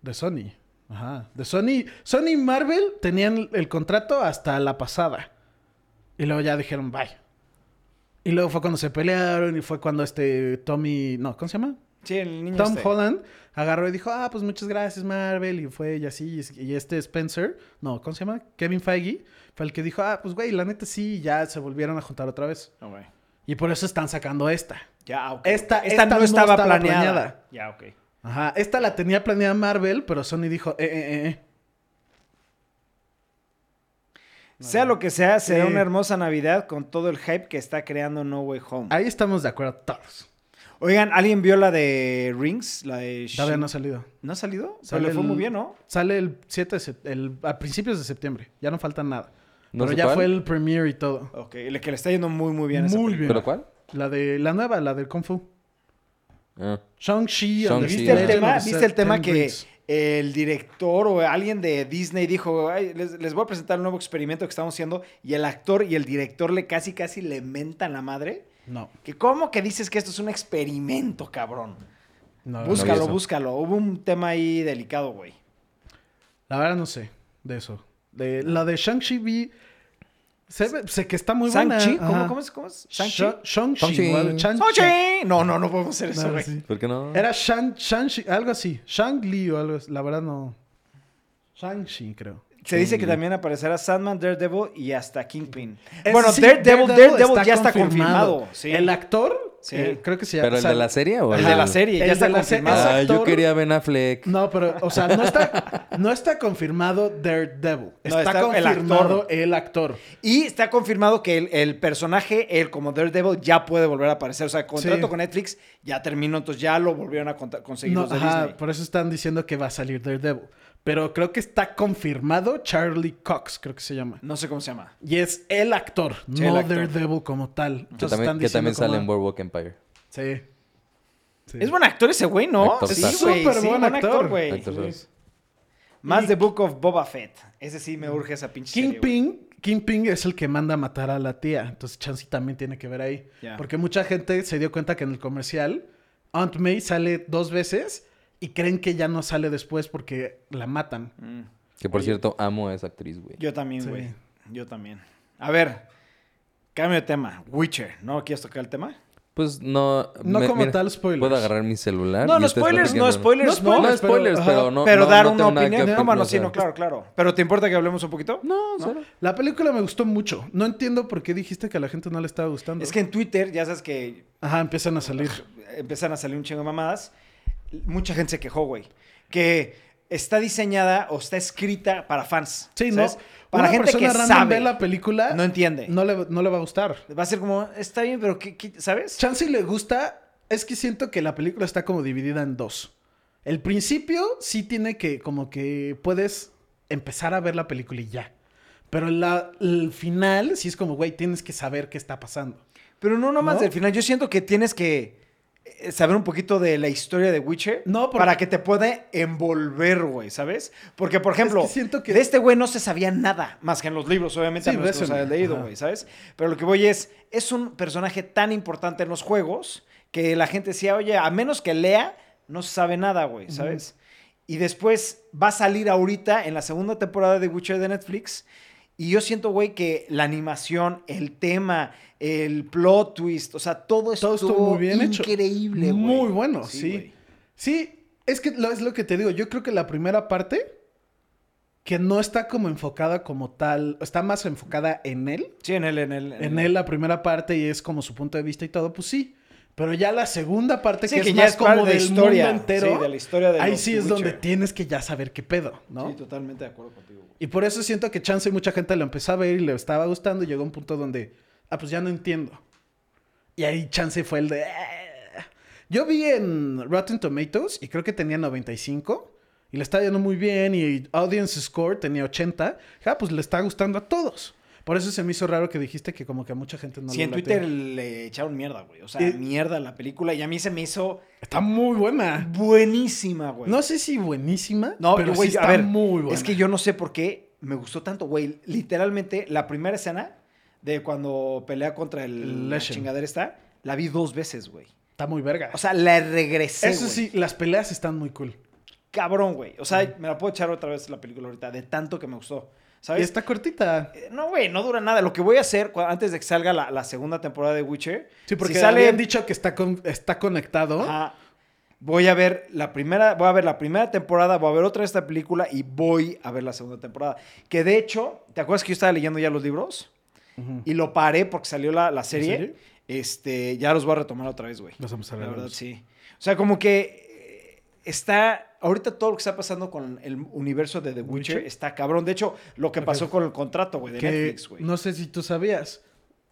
Speaker 2: De Sony. Ajá. De Sony. Sony y Marvel tenían el contrato hasta la pasada. Y luego ya dijeron bye. Y luego fue cuando se pelearon y fue cuando este Tommy. No, ¿cómo se llama?
Speaker 1: Sí, el niño
Speaker 2: Tom
Speaker 1: este.
Speaker 2: Holland agarró y dijo, ah, pues muchas gracias Marvel. Y fue y así. y- Y este Spencer, no, ¿cómo se llama? Kevin Feige fue el que dijo, ah, pues güey, la neta sí. Y ya se volvieron a juntar otra vez.
Speaker 1: Ah, güey.
Speaker 2: Y por eso están sacando esta.
Speaker 1: Ya, ok.
Speaker 2: Esta- esta no estaba planeada.
Speaker 1: Ya, ok.
Speaker 2: Ajá. Esta la tenía planeada Marvel, pero Sony dijo, eh, eh, eh, eh.
Speaker 1: Sea lo que sea, será
Speaker 2: Sí.
Speaker 1: una hermosa Navidad con todo el hype que está creando No Way Home.
Speaker 2: Ahí estamos de acuerdo todos.
Speaker 1: Oigan, ¿alguien vio la de Rings? La de
Speaker 2: Todavía
Speaker 1: Shin-
Speaker 2: no ha salido.
Speaker 1: ¿No ha salido? Pero
Speaker 2: Sale
Speaker 1: le fue
Speaker 2: el-
Speaker 1: muy bien, ¿no?
Speaker 2: Sale el 7 de sep- el, a principios de septiembre. Ya no falta nada.
Speaker 3: No
Speaker 2: Pero
Speaker 3: sé
Speaker 2: ya
Speaker 3: cuál.
Speaker 2: fue el premiere y todo.
Speaker 1: Ok, le- que le está yendo muy, muy bien. a esa
Speaker 2: Muy
Speaker 1: película.
Speaker 2: bien.
Speaker 3: ¿Pero cuál?
Speaker 2: La de la nueva, la del Kung Fu.
Speaker 3: Ah.
Speaker 2: Shang-Chi.
Speaker 3: Shang-Chi,
Speaker 2: and the
Speaker 1: ¿Viste
Speaker 3: Sí,
Speaker 1: el
Speaker 3: ya.
Speaker 2: Legend
Speaker 1: tema,
Speaker 2: of the
Speaker 1: ¿viste el tema
Speaker 2: Ten
Speaker 1: que
Speaker 2: Rings.
Speaker 1: el director o alguien de Disney dijo, "Ay, les, les voy a presentar un nuevo experimento que estamos haciendo y el actor y el director le casi, casi le mentan la madre?
Speaker 2: No,
Speaker 1: Que ¿Cómo que dices que esto es un experimento, cabrón?
Speaker 2: Ah, no.
Speaker 1: Búscalo,
Speaker 3: eso.
Speaker 1: búscalo. Hubo un tema ahí delicado, güey.
Speaker 2: La verdad no sé de eso. De, la de Shang-Chi vi... Se ve- sé que está muy buena.
Speaker 1: ¿Shang-Chi? ¿Cómo,
Speaker 2: Ajá.
Speaker 1: ¿Cómo es? ¿Cómo es? ¿Shang-Chi?
Speaker 2: Sha- Shang-Chi.
Speaker 3: Shang-Chi.
Speaker 2: o algo- Shang-
Speaker 1: ¡Shang-Chi! No, no, no podemos hacer eso,
Speaker 2: No,
Speaker 1: güey.
Speaker 2: sí.
Speaker 3: ¿Por qué no?
Speaker 2: Era Shang- Shang-Chi, algo así. Shang-Li o algo así. La verdad no... Shang-Chi, creo.
Speaker 1: Se dice que
Speaker 3: Shang-Chi.
Speaker 1: también aparecerá Sandman, Daredevil y hasta Kingpin.
Speaker 2: Ese
Speaker 1: bueno,
Speaker 2: sí,
Speaker 1: Daredevil, Daredevil ya está confirmado. sí.
Speaker 2: El actor,
Speaker 1: Sí.
Speaker 2: eh, creo que se llama.
Speaker 3: ¿Pero el
Speaker 2: o sea,
Speaker 3: de la serie o
Speaker 1: Ajá,
Speaker 3: el
Speaker 1: de la
Speaker 3: del-
Speaker 1: serie, ya
Speaker 2: el
Speaker 1: está
Speaker 2: de la serie.
Speaker 1: confirmado.
Speaker 3: Ah, yo
Speaker 2: actor-
Speaker 3: quería Ben Affleck.
Speaker 2: No, pero, o sea, no está, no está confirmado Daredevil. Está,
Speaker 1: está el
Speaker 2: confirmado
Speaker 1: actor.
Speaker 2: el actor.
Speaker 1: Y está confirmado que el, el personaje, el como Daredevil, ya puede volver a aparecer. O sea, el contrato
Speaker 2: Sí.
Speaker 1: con Netflix ya terminó, entonces ya lo volvieron a conta- conseguir
Speaker 2: No,
Speaker 1: los de
Speaker 2: ajá,
Speaker 1: Disney.
Speaker 2: por eso están diciendo que va a salir Daredevil. Pero creo que está confirmado Charlie Cox, creo que se llama.
Speaker 1: No sé cómo se llama.
Speaker 2: Y es el actor,
Speaker 1: Sí, el
Speaker 2: no
Speaker 1: actor.
Speaker 2: Daredevil como tal.
Speaker 3: Que
Speaker 2: Entonces
Speaker 3: también,
Speaker 2: están
Speaker 3: que
Speaker 2: diciendo
Speaker 3: también sale
Speaker 2: como-
Speaker 3: en Boardwalk Empire.
Speaker 2: Sí. Sí.
Speaker 1: Es buen actor ese güey, ¿no?
Speaker 3: Actor,
Speaker 1: sí,
Speaker 3: actor.
Speaker 1: güey.
Speaker 2: Súper
Speaker 1: sí,
Speaker 2: buen
Speaker 1: buen actor,
Speaker 2: actor.
Speaker 1: güey.
Speaker 3: Actor,
Speaker 2: sí.
Speaker 3: ¿sabes?
Speaker 1: Más The Book of Boba Fett. Ese sí me urge esa pinche serie, güey.
Speaker 2: Kingpin, Kingpin es el que manda a matar a la tía. Entonces Chansey también tiene que ver ahí.
Speaker 1: Ya.
Speaker 2: Porque mucha gente se dio cuenta que en el comercial Aunt May sale dos veces y creen que ya no sale después porque la matan.
Speaker 1: Mm.
Speaker 3: Que por cierto, amo a esa actriz, güey.
Speaker 1: Yo también,
Speaker 2: Sí.
Speaker 1: güey. Yo también. A ver, cambio de tema. Witcher. ¿No quieres tocar el tema?
Speaker 3: Pues no.
Speaker 2: No como
Speaker 3: mira,
Speaker 2: tal spoilers.
Speaker 3: Puedo agarrar mi celular.
Speaker 1: No,
Speaker 3: y
Speaker 1: no
Speaker 3: ustedes
Speaker 1: spoilers, no
Speaker 3: platican,
Speaker 1: spoilers, no.
Speaker 3: No, no spoilers,
Speaker 2: ajá,
Speaker 3: pero no.
Speaker 1: pero
Speaker 3: no-
Speaker 1: dar
Speaker 3: no
Speaker 1: una
Speaker 3: tengo nada que
Speaker 1: opinión. No,
Speaker 3: opinar,
Speaker 1: mano,
Speaker 3: o
Speaker 1: sí,
Speaker 3: sea,
Speaker 1: no, claro, claro. ¿Pero te importa que hablemos un poquito?
Speaker 3: No, o sea,
Speaker 2: La película me gustó mucho. No entiendo por qué dijiste que a la gente no le estaba gustando.
Speaker 1: Es que en Twitter, ya sabes que
Speaker 2: Ajá, empiezan a salir.
Speaker 1: empiezan a salir un chingo de mamadas. Mucha gente se quejó, güey. Que está diseñada o está escrita para fans.
Speaker 2: Sí,
Speaker 1: ¿sabes?
Speaker 2: ¿no?
Speaker 1: Para
Speaker 2: Una
Speaker 1: gente que
Speaker 2: persona random
Speaker 1: sabe.
Speaker 2: ve la película,
Speaker 1: No entiende.
Speaker 2: no le, no le va a gustar.
Speaker 1: Va a ser como, está bien, pero ¿qué, qué- sabes
Speaker 2: Chansey le gusta. Es que siento que la película está como dividida en dos. El principio sí tiene que, como que puedes empezar a ver la película y ya. Pero la- el final sí es como, güey, tienes que saber qué está pasando.
Speaker 1: Pero no nomás
Speaker 2: ¿No?
Speaker 1: del final. Yo siento que tienes que eh, saber un poquito de la historia de Witcher
Speaker 2: No, porque-
Speaker 1: para que te pueda envolver, güey, ¿sabes? Porque, por ejemplo,
Speaker 2: que siento que-
Speaker 1: de este güey no se sabía nada más que en los libros, obviamente,
Speaker 2: Sí, pues,
Speaker 1: a menos que los
Speaker 2: resumen,
Speaker 1: hayas leído,
Speaker 2: ajá.
Speaker 1: güey, ¿sabes? Pero lo que voy es, es un personaje tan importante en los juegos que la gente decía, oye, a menos que lea, no se sabe nada, güey, ¿sabes? Y después va a salir ahorita en la segunda temporada de Witcher de Netflix. Y yo siento, güey, que la animación, el tema, el plot twist, o sea, todo esto
Speaker 2: Todo estuvo muy bien hecho.
Speaker 1: increíble, güey.
Speaker 2: Muy bueno, sí.
Speaker 1: güey.
Speaker 2: Sí, es que lo, es lo que te digo. Yo creo que la primera parte, que no está como enfocada como tal, está más enfocada en él.
Speaker 1: Sí, en el, en el,
Speaker 2: en él la primera parte y es como su punto de vista y todo, pues sí. Pero ya la segunda parte,
Speaker 1: Sí,
Speaker 2: que,
Speaker 1: que
Speaker 2: es
Speaker 1: ya
Speaker 2: más
Speaker 1: es
Speaker 2: como
Speaker 1: parte de
Speaker 2: del
Speaker 1: historia,
Speaker 2: mundo entero,
Speaker 1: sí, de la historia de
Speaker 2: ahí
Speaker 1: los
Speaker 2: sí
Speaker 1: The
Speaker 2: es donde
Speaker 1: Witcher.
Speaker 2: tienes que ya saber qué pedo, ¿no?
Speaker 1: Sí, totalmente de acuerdo contigo, güey.
Speaker 2: y por eso siento que Chance mucha gente lo empezó a ver y le estaba gustando y llegó a un punto donde, ah, pues ya no entiendo. Y ahí Chance fue el de... "Ah". Yo vi en Rotten Tomatoes y creo que tenía 95 y le estaba yendo muy bien y Audience Score tenía 80. Dije, Ah, pues le está gustando a todos. Por eso se me hizo raro que dijiste que como que a mucha gente no
Speaker 1: sí,
Speaker 2: le
Speaker 1: en
Speaker 2: late.
Speaker 1: Twitter le echaron mierda, güey. O sea,
Speaker 2: Eh,
Speaker 1: mierda la película. Y a mí se me hizo
Speaker 2: Está muy buena.
Speaker 1: buenísima, güey.
Speaker 2: No sé si buenísima,
Speaker 1: No,
Speaker 2: pero
Speaker 1: yo, güey,
Speaker 2: sí está
Speaker 1: a ver,
Speaker 2: muy buena.
Speaker 1: es que yo no sé por qué me gustó tanto, güey. Literalmente, la primera escena de cuando pelea contra el
Speaker 2: El
Speaker 1: la
Speaker 2: Leshen.
Speaker 1: chingadera esta, la vi dos veces, güey.
Speaker 2: Está muy verga.
Speaker 1: O sea, la regresé,
Speaker 2: Eso
Speaker 1: güey.
Speaker 2: sí, las peleas están muy cool.
Speaker 1: Cabrón, güey. O sea, me la puedo echar otra vez la película ahorita, de tanto que me gustó.
Speaker 2: Y
Speaker 1: ¿Sabes?
Speaker 2: está cortita.
Speaker 1: Eh, No, güey, no dura nada. Lo que voy a hacer cu- antes de que salga la, la segunda temporada de Witcher.
Speaker 2: Sí, porque
Speaker 1: si sale.
Speaker 2: habían dicho que está, con- está conectado.
Speaker 1: Ajá. voy a ver la primera. Voy a ver la primera temporada. Voy a ver otra de esta película. Y voy a ver la segunda temporada. Que de hecho, ¿te acuerdas que yo estaba leyendo ya los libros?
Speaker 2: Ujú.
Speaker 1: Y lo paré porque salió la, la serie.
Speaker 2: serio?
Speaker 1: Este, ya los voy a retomar otra vez, güey.
Speaker 2: Los vamos a
Speaker 1: La
Speaker 2: ver.
Speaker 1: verdad, sí. O sea, como que eh, está. Ahorita todo lo que está pasando con el universo de The Witcher,
Speaker 2: Witcher.
Speaker 1: está cabrón. De hecho, lo que pasó con el contrato, güey, de
Speaker 2: Que
Speaker 1: Netflix, güey.
Speaker 2: no sé si tú sabías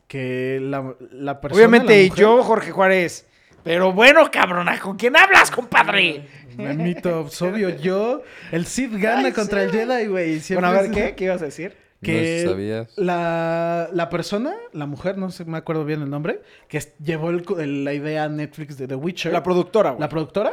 Speaker 2: que la, la persona...
Speaker 1: Obviamente,
Speaker 2: la mujer-
Speaker 1: yo, Jorge Juárez. Pero bueno, cabrona, ¿con quién hablas, compadre?
Speaker 2: Memito, obvio, yo... El Cid gana
Speaker 1: Ay,
Speaker 2: contra
Speaker 1: sí.
Speaker 2: el Jedi, güey. siempre
Speaker 1: Bueno, a ver,
Speaker 2: es-
Speaker 1: ¿qué? ¿Qué ibas a decir?
Speaker 2: que
Speaker 3: No sabías.
Speaker 2: La, la persona, la mujer, no sé, me acuerdo bien el nombre, que es- llevó el co- el- la idea a Netflix de The Witcher,
Speaker 1: La
Speaker 2: la,
Speaker 1: productora, güey.
Speaker 2: productora,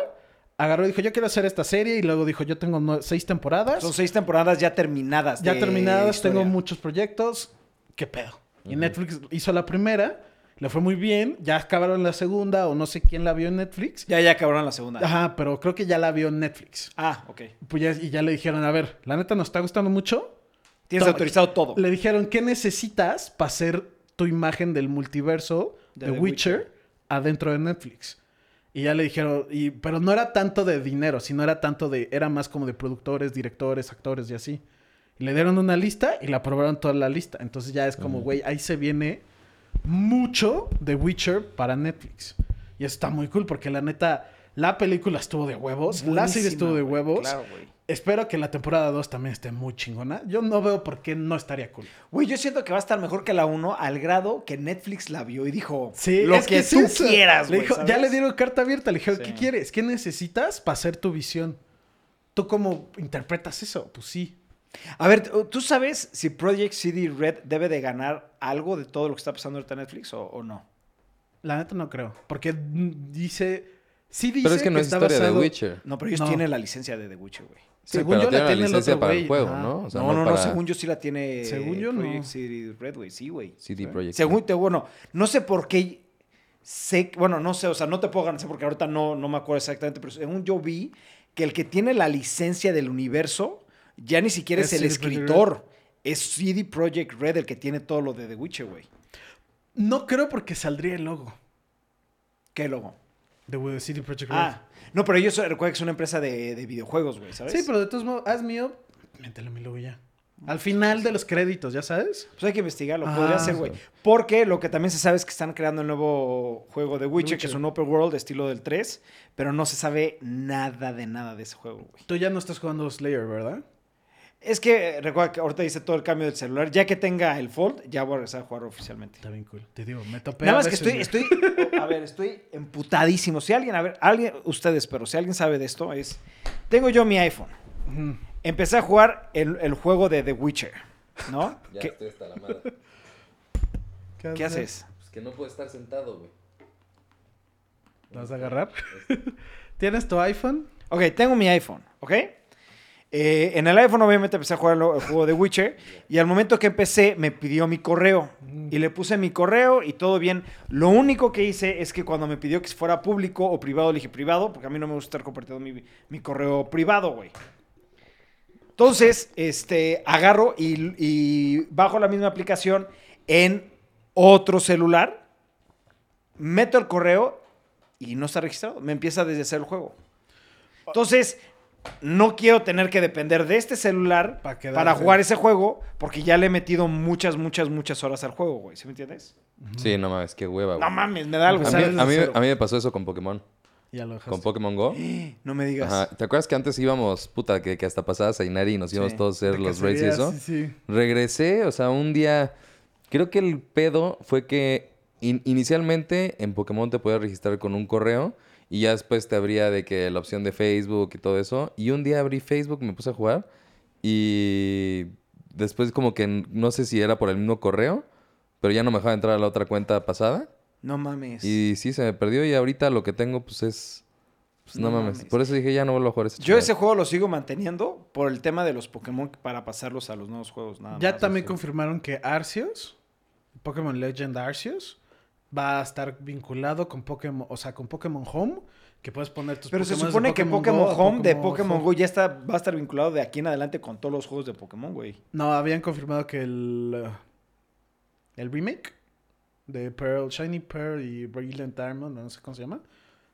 Speaker 2: agarró y dijo, yo quiero hacer esta serie, y luego dijo, yo tengo nue- seis temporadas,
Speaker 1: Son seis temporadas ya terminadas.
Speaker 2: ya
Speaker 1: de
Speaker 2: terminadas,
Speaker 1: historia.
Speaker 2: tengo muchos proyectos, ¿qué pedo? Y Netflix hizo la primera, le fue muy bien, ya acabaron la segunda, o no sé quién la vio en Netflix.
Speaker 1: Ya, ya acabaron la segunda.
Speaker 2: Ajá, pero creo que ya la vio en Netflix.
Speaker 1: Ah, ok.
Speaker 2: Pues ya- y ya le dijeron, a ver, la neta nos está gustando mucho,
Speaker 1: Tienes
Speaker 2: Toma,
Speaker 1: autorizado todo.
Speaker 2: le dijeron, ¿qué necesitas para hacer tu imagen del multiverso
Speaker 1: De
Speaker 2: de,
Speaker 1: The
Speaker 2: Witcher, adentro de Netflix? Y ya le dijeron, y, pero no era tanto de dinero, sino era tanto de, era más como de productores, directores, actores y así. Y le dieron una lista y la aprobaron toda la lista. Entonces ya es como, güey, ahí se viene mucho de Witcher para Netflix. Y eso está muy cool porque la neta, la película estuvo de huevos, la serie
Speaker 1: Buenísima,
Speaker 2: estuvo de
Speaker 1: güey,
Speaker 2: huevos.
Speaker 1: Claro, güey.
Speaker 2: Espero que la temporada 2 también esté muy chingona. Yo no veo por qué no estaría cool.
Speaker 1: Güey, yo siento que va a estar mejor que la 1 al grado que Netflix la vio y dijo
Speaker 2: Sí,
Speaker 1: lo
Speaker 2: es
Speaker 1: que,
Speaker 2: es
Speaker 1: tú
Speaker 2: eso.
Speaker 1: quieras,
Speaker 2: Le
Speaker 1: güey.
Speaker 2: dijo-
Speaker 1: ¿sabes?
Speaker 2: ya le dieron carta abierta. Le dijeron,
Speaker 1: Sí.
Speaker 2: ¿qué quieres? ¿Qué necesitas para hacer tu visión? ¿Tú cómo interpretas eso? Pues sí.
Speaker 1: A ver, ¿tú- ¿tú sabes si Project CD Red debe de ganar algo de todo lo que está pasando ahorita en Netflix o, o no?
Speaker 2: La neta no creo. Porque mm, dice. Sí dice
Speaker 3: Pero es que no es
Speaker 2: está
Speaker 3: historia de
Speaker 2: basado-
Speaker 3: Witcher.
Speaker 1: No, pero ellos
Speaker 2: No.
Speaker 1: tienen la licencia de The Witcher, güey.
Speaker 3: Sí,
Speaker 2: Según
Speaker 3: pero
Speaker 2: yo la
Speaker 3: tiene
Speaker 2: tiene el
Speaker 3: licencia
Speaker 2: otro
Speaker 3: para
Speaker 2: güey,
Speaker 3: el juego,
Speaker 2: ajá.
Speaker 3: ¿no? O sea,
Speaker 1: no, no, no,
Speaker 3: para
Speaker 1: según yo sí la tiene
Speaker 2: Según yo, no.
Speaker 1: Project CD Red, güey. Sí, güey.
Speaker 3: CD Projekt.
Speaker 1: Según te, bueno, no sé por qué. Sé, bueno, no sé, o sea, no te puedo garantizar porque ahorita no, no me acuerdo exactamente, pero según yo vi que el que tiene la licencia del universo ya ni siquiera es,
Speaker 2: Es
Speaker 1: el
Speaker 2: CD Projekt
Speaker 1: escritor. Es CD Projekt Red el que tiene todo lo de The Witcher, güey.
Speaker 2: No creo porque saldría el logo
Speaker 1: ¿Qué logo?
Speaker 2: de Wo- CD Projekt Red.
Speaker 1: Ah, no, pero ellos recuerda que es una empresa de, de videojuegos, güey, ¿sabes?
Speaker 2: sí, pero de todos modos, haz mío. Mételo a mi logo ya. Al final de los créditos, ¿ya sabes?
Speaker 1: Pues hay que investigarlo,
Speaker 2: Ah,
Speaker 1: podría ser, güey. Porque lo que también se sabe es que están creando el nuevo juego de Witcher, que
Speaker 2: Witcher.
Speaker 1: es un open world estilo del 3, pero no se sabe nada de nada de ese juego, güey.
Speaker 2: Tú ya no estás jugando Slayer, ¿verdad?
Speaker 1: Es que eh, recuerda que ahorita hice todo el cambio del celular. Ya que tenga el Fold, ya voy a regresar a jugar oficialmente.
Speaker 2: Está bien cool. Te digo, me topé.
Speaker 1: Nada
Speaker 2: a
Speaker 1: más que
Speaker 2: veces,
Speaker 1: estoy,
Speaker 2: güey.
Speaker 1: estoy, a ver, estoy emputadísimo. Si alguien, a ver, alguien, ustedes, pero si alguien sabe de esto, es, tengo yo mi iPhone.
Speaker 2: Ujú.
Speaker 1: Empecé a jugar el, el juego de The Witcher, ¿no?
Speaker 3: Ya
Speaker 1: ¿Qué,
Speaker 3: estoy hasta la madre.
Speaker 1: qué haces?
Speaker 3: Pues que no puedo estar sentado, güey.
Speaker 2: ¿Lo vas a agarrar? ¿Tienes tu iPhone?
Speaker 1: Ok, tengo mi iPhone, ¿ok? Eh, en el iPhone obviamente empecé a jugar lo- el juego de Witcher y al momento que empecé me pidió mi correo y le puse mi correo y todo bien. Lo único que hice es que cuando me pidió que fuera público o privado, le dije privado porque a mí no me gusta estar compartiendo mi, mi correo privado, güey. Entonces, este, agarro y, y bajo la misma aplicación en otro celular, meto el correo y no está registrado. Me empieza desde cero el juego. Entonces, no quiero tener que depender de este celular
Speaker 2: Pa' quedarte.
Speaker 1: para jugar ese juego porque ya le he metido muchas, muchas, muchas horas al juego, güey. ¿Sí me entiendes?
Speaker 3: Sí, no mames, qué hueva,
Speaker 1: No
Speaker 3: güey.
Speaker 1: mames, me da algo.
Speaker 3: a,
Speaker 2: sales
Speaker 1: ¿sabes?
Speaker 3: mí,
Speaker 2: de
Speaker 3: a, mí,
Speaker 2: cero. Pues,
Speaker 3: a mí me pasó eso con Pokémon.
Speaker 2: Ya lo dejaste.
Speaker 3: Con Pokémon Go.
Speaker 1: No me digas.
Speaker 3: Ajá. ¿Te acuerdas que antes íbamos, puta, que, que hasta pasabas a Inari y nos íbamos
Speaker 1: Sí.
Speaker 3: todos a hacer
Speaker 2: De
Speaker 3: los raids y
Speaker 2: cacería,
Speaker 3: eso?
Speaker 2: Sí, sí.
Speaker 3: Regresé, o sea, un día. Creo que el pedo fue que in- inicialmente en Pokémon te podías registrar con un correo y ya después te abría de que la opción de Facebook y todo eso. Y un día abrí Facebook, me puse a jugar y después, como que n- no sé si era por el mismo correo, pero ya no me dejaba entrar a la otra cuenta pasada.
Speaker 1: No mames.
Speaker 3: Y sí, se me perdió y ahorita lo que tengo, pues es. Pues no,
Speaker 1: No
Speaker 3: mames.
Speaker 1: mames.
Speaker 3: Por eso dije, ya no vuelvo a jugar ese
Speaker 1: Yo ese juego lo sigo manteniendo por el tema de los Pokémon para pasarlos a los nuevos juegos. Nada
Speaker 2: Ya
Speaker 1: más. este.
Speaker 2: también confirmaron que Arceus, Pokémon Legend Arceus, va a estar vinculado con Pokémon, o sea, con Pokémon Home, que puedes poner tus
Speaker 1: Pero se
Speaker 2: Pokémones de
Speaker 1: supone que Pokémon
Speaker 2: Go a
Speaker 1: Home de Pokémon
Speaker 2: Home.
Speaker 1: Go ya está, va a estar vinculado de aquí en adelante con todos los juegos de Pokémon, güey.
Speaker 2: No, habían confirmado que el, eh, el remake de Pearl, Shiny Pearl y Brilliant Diamond, no sé cómo se llama.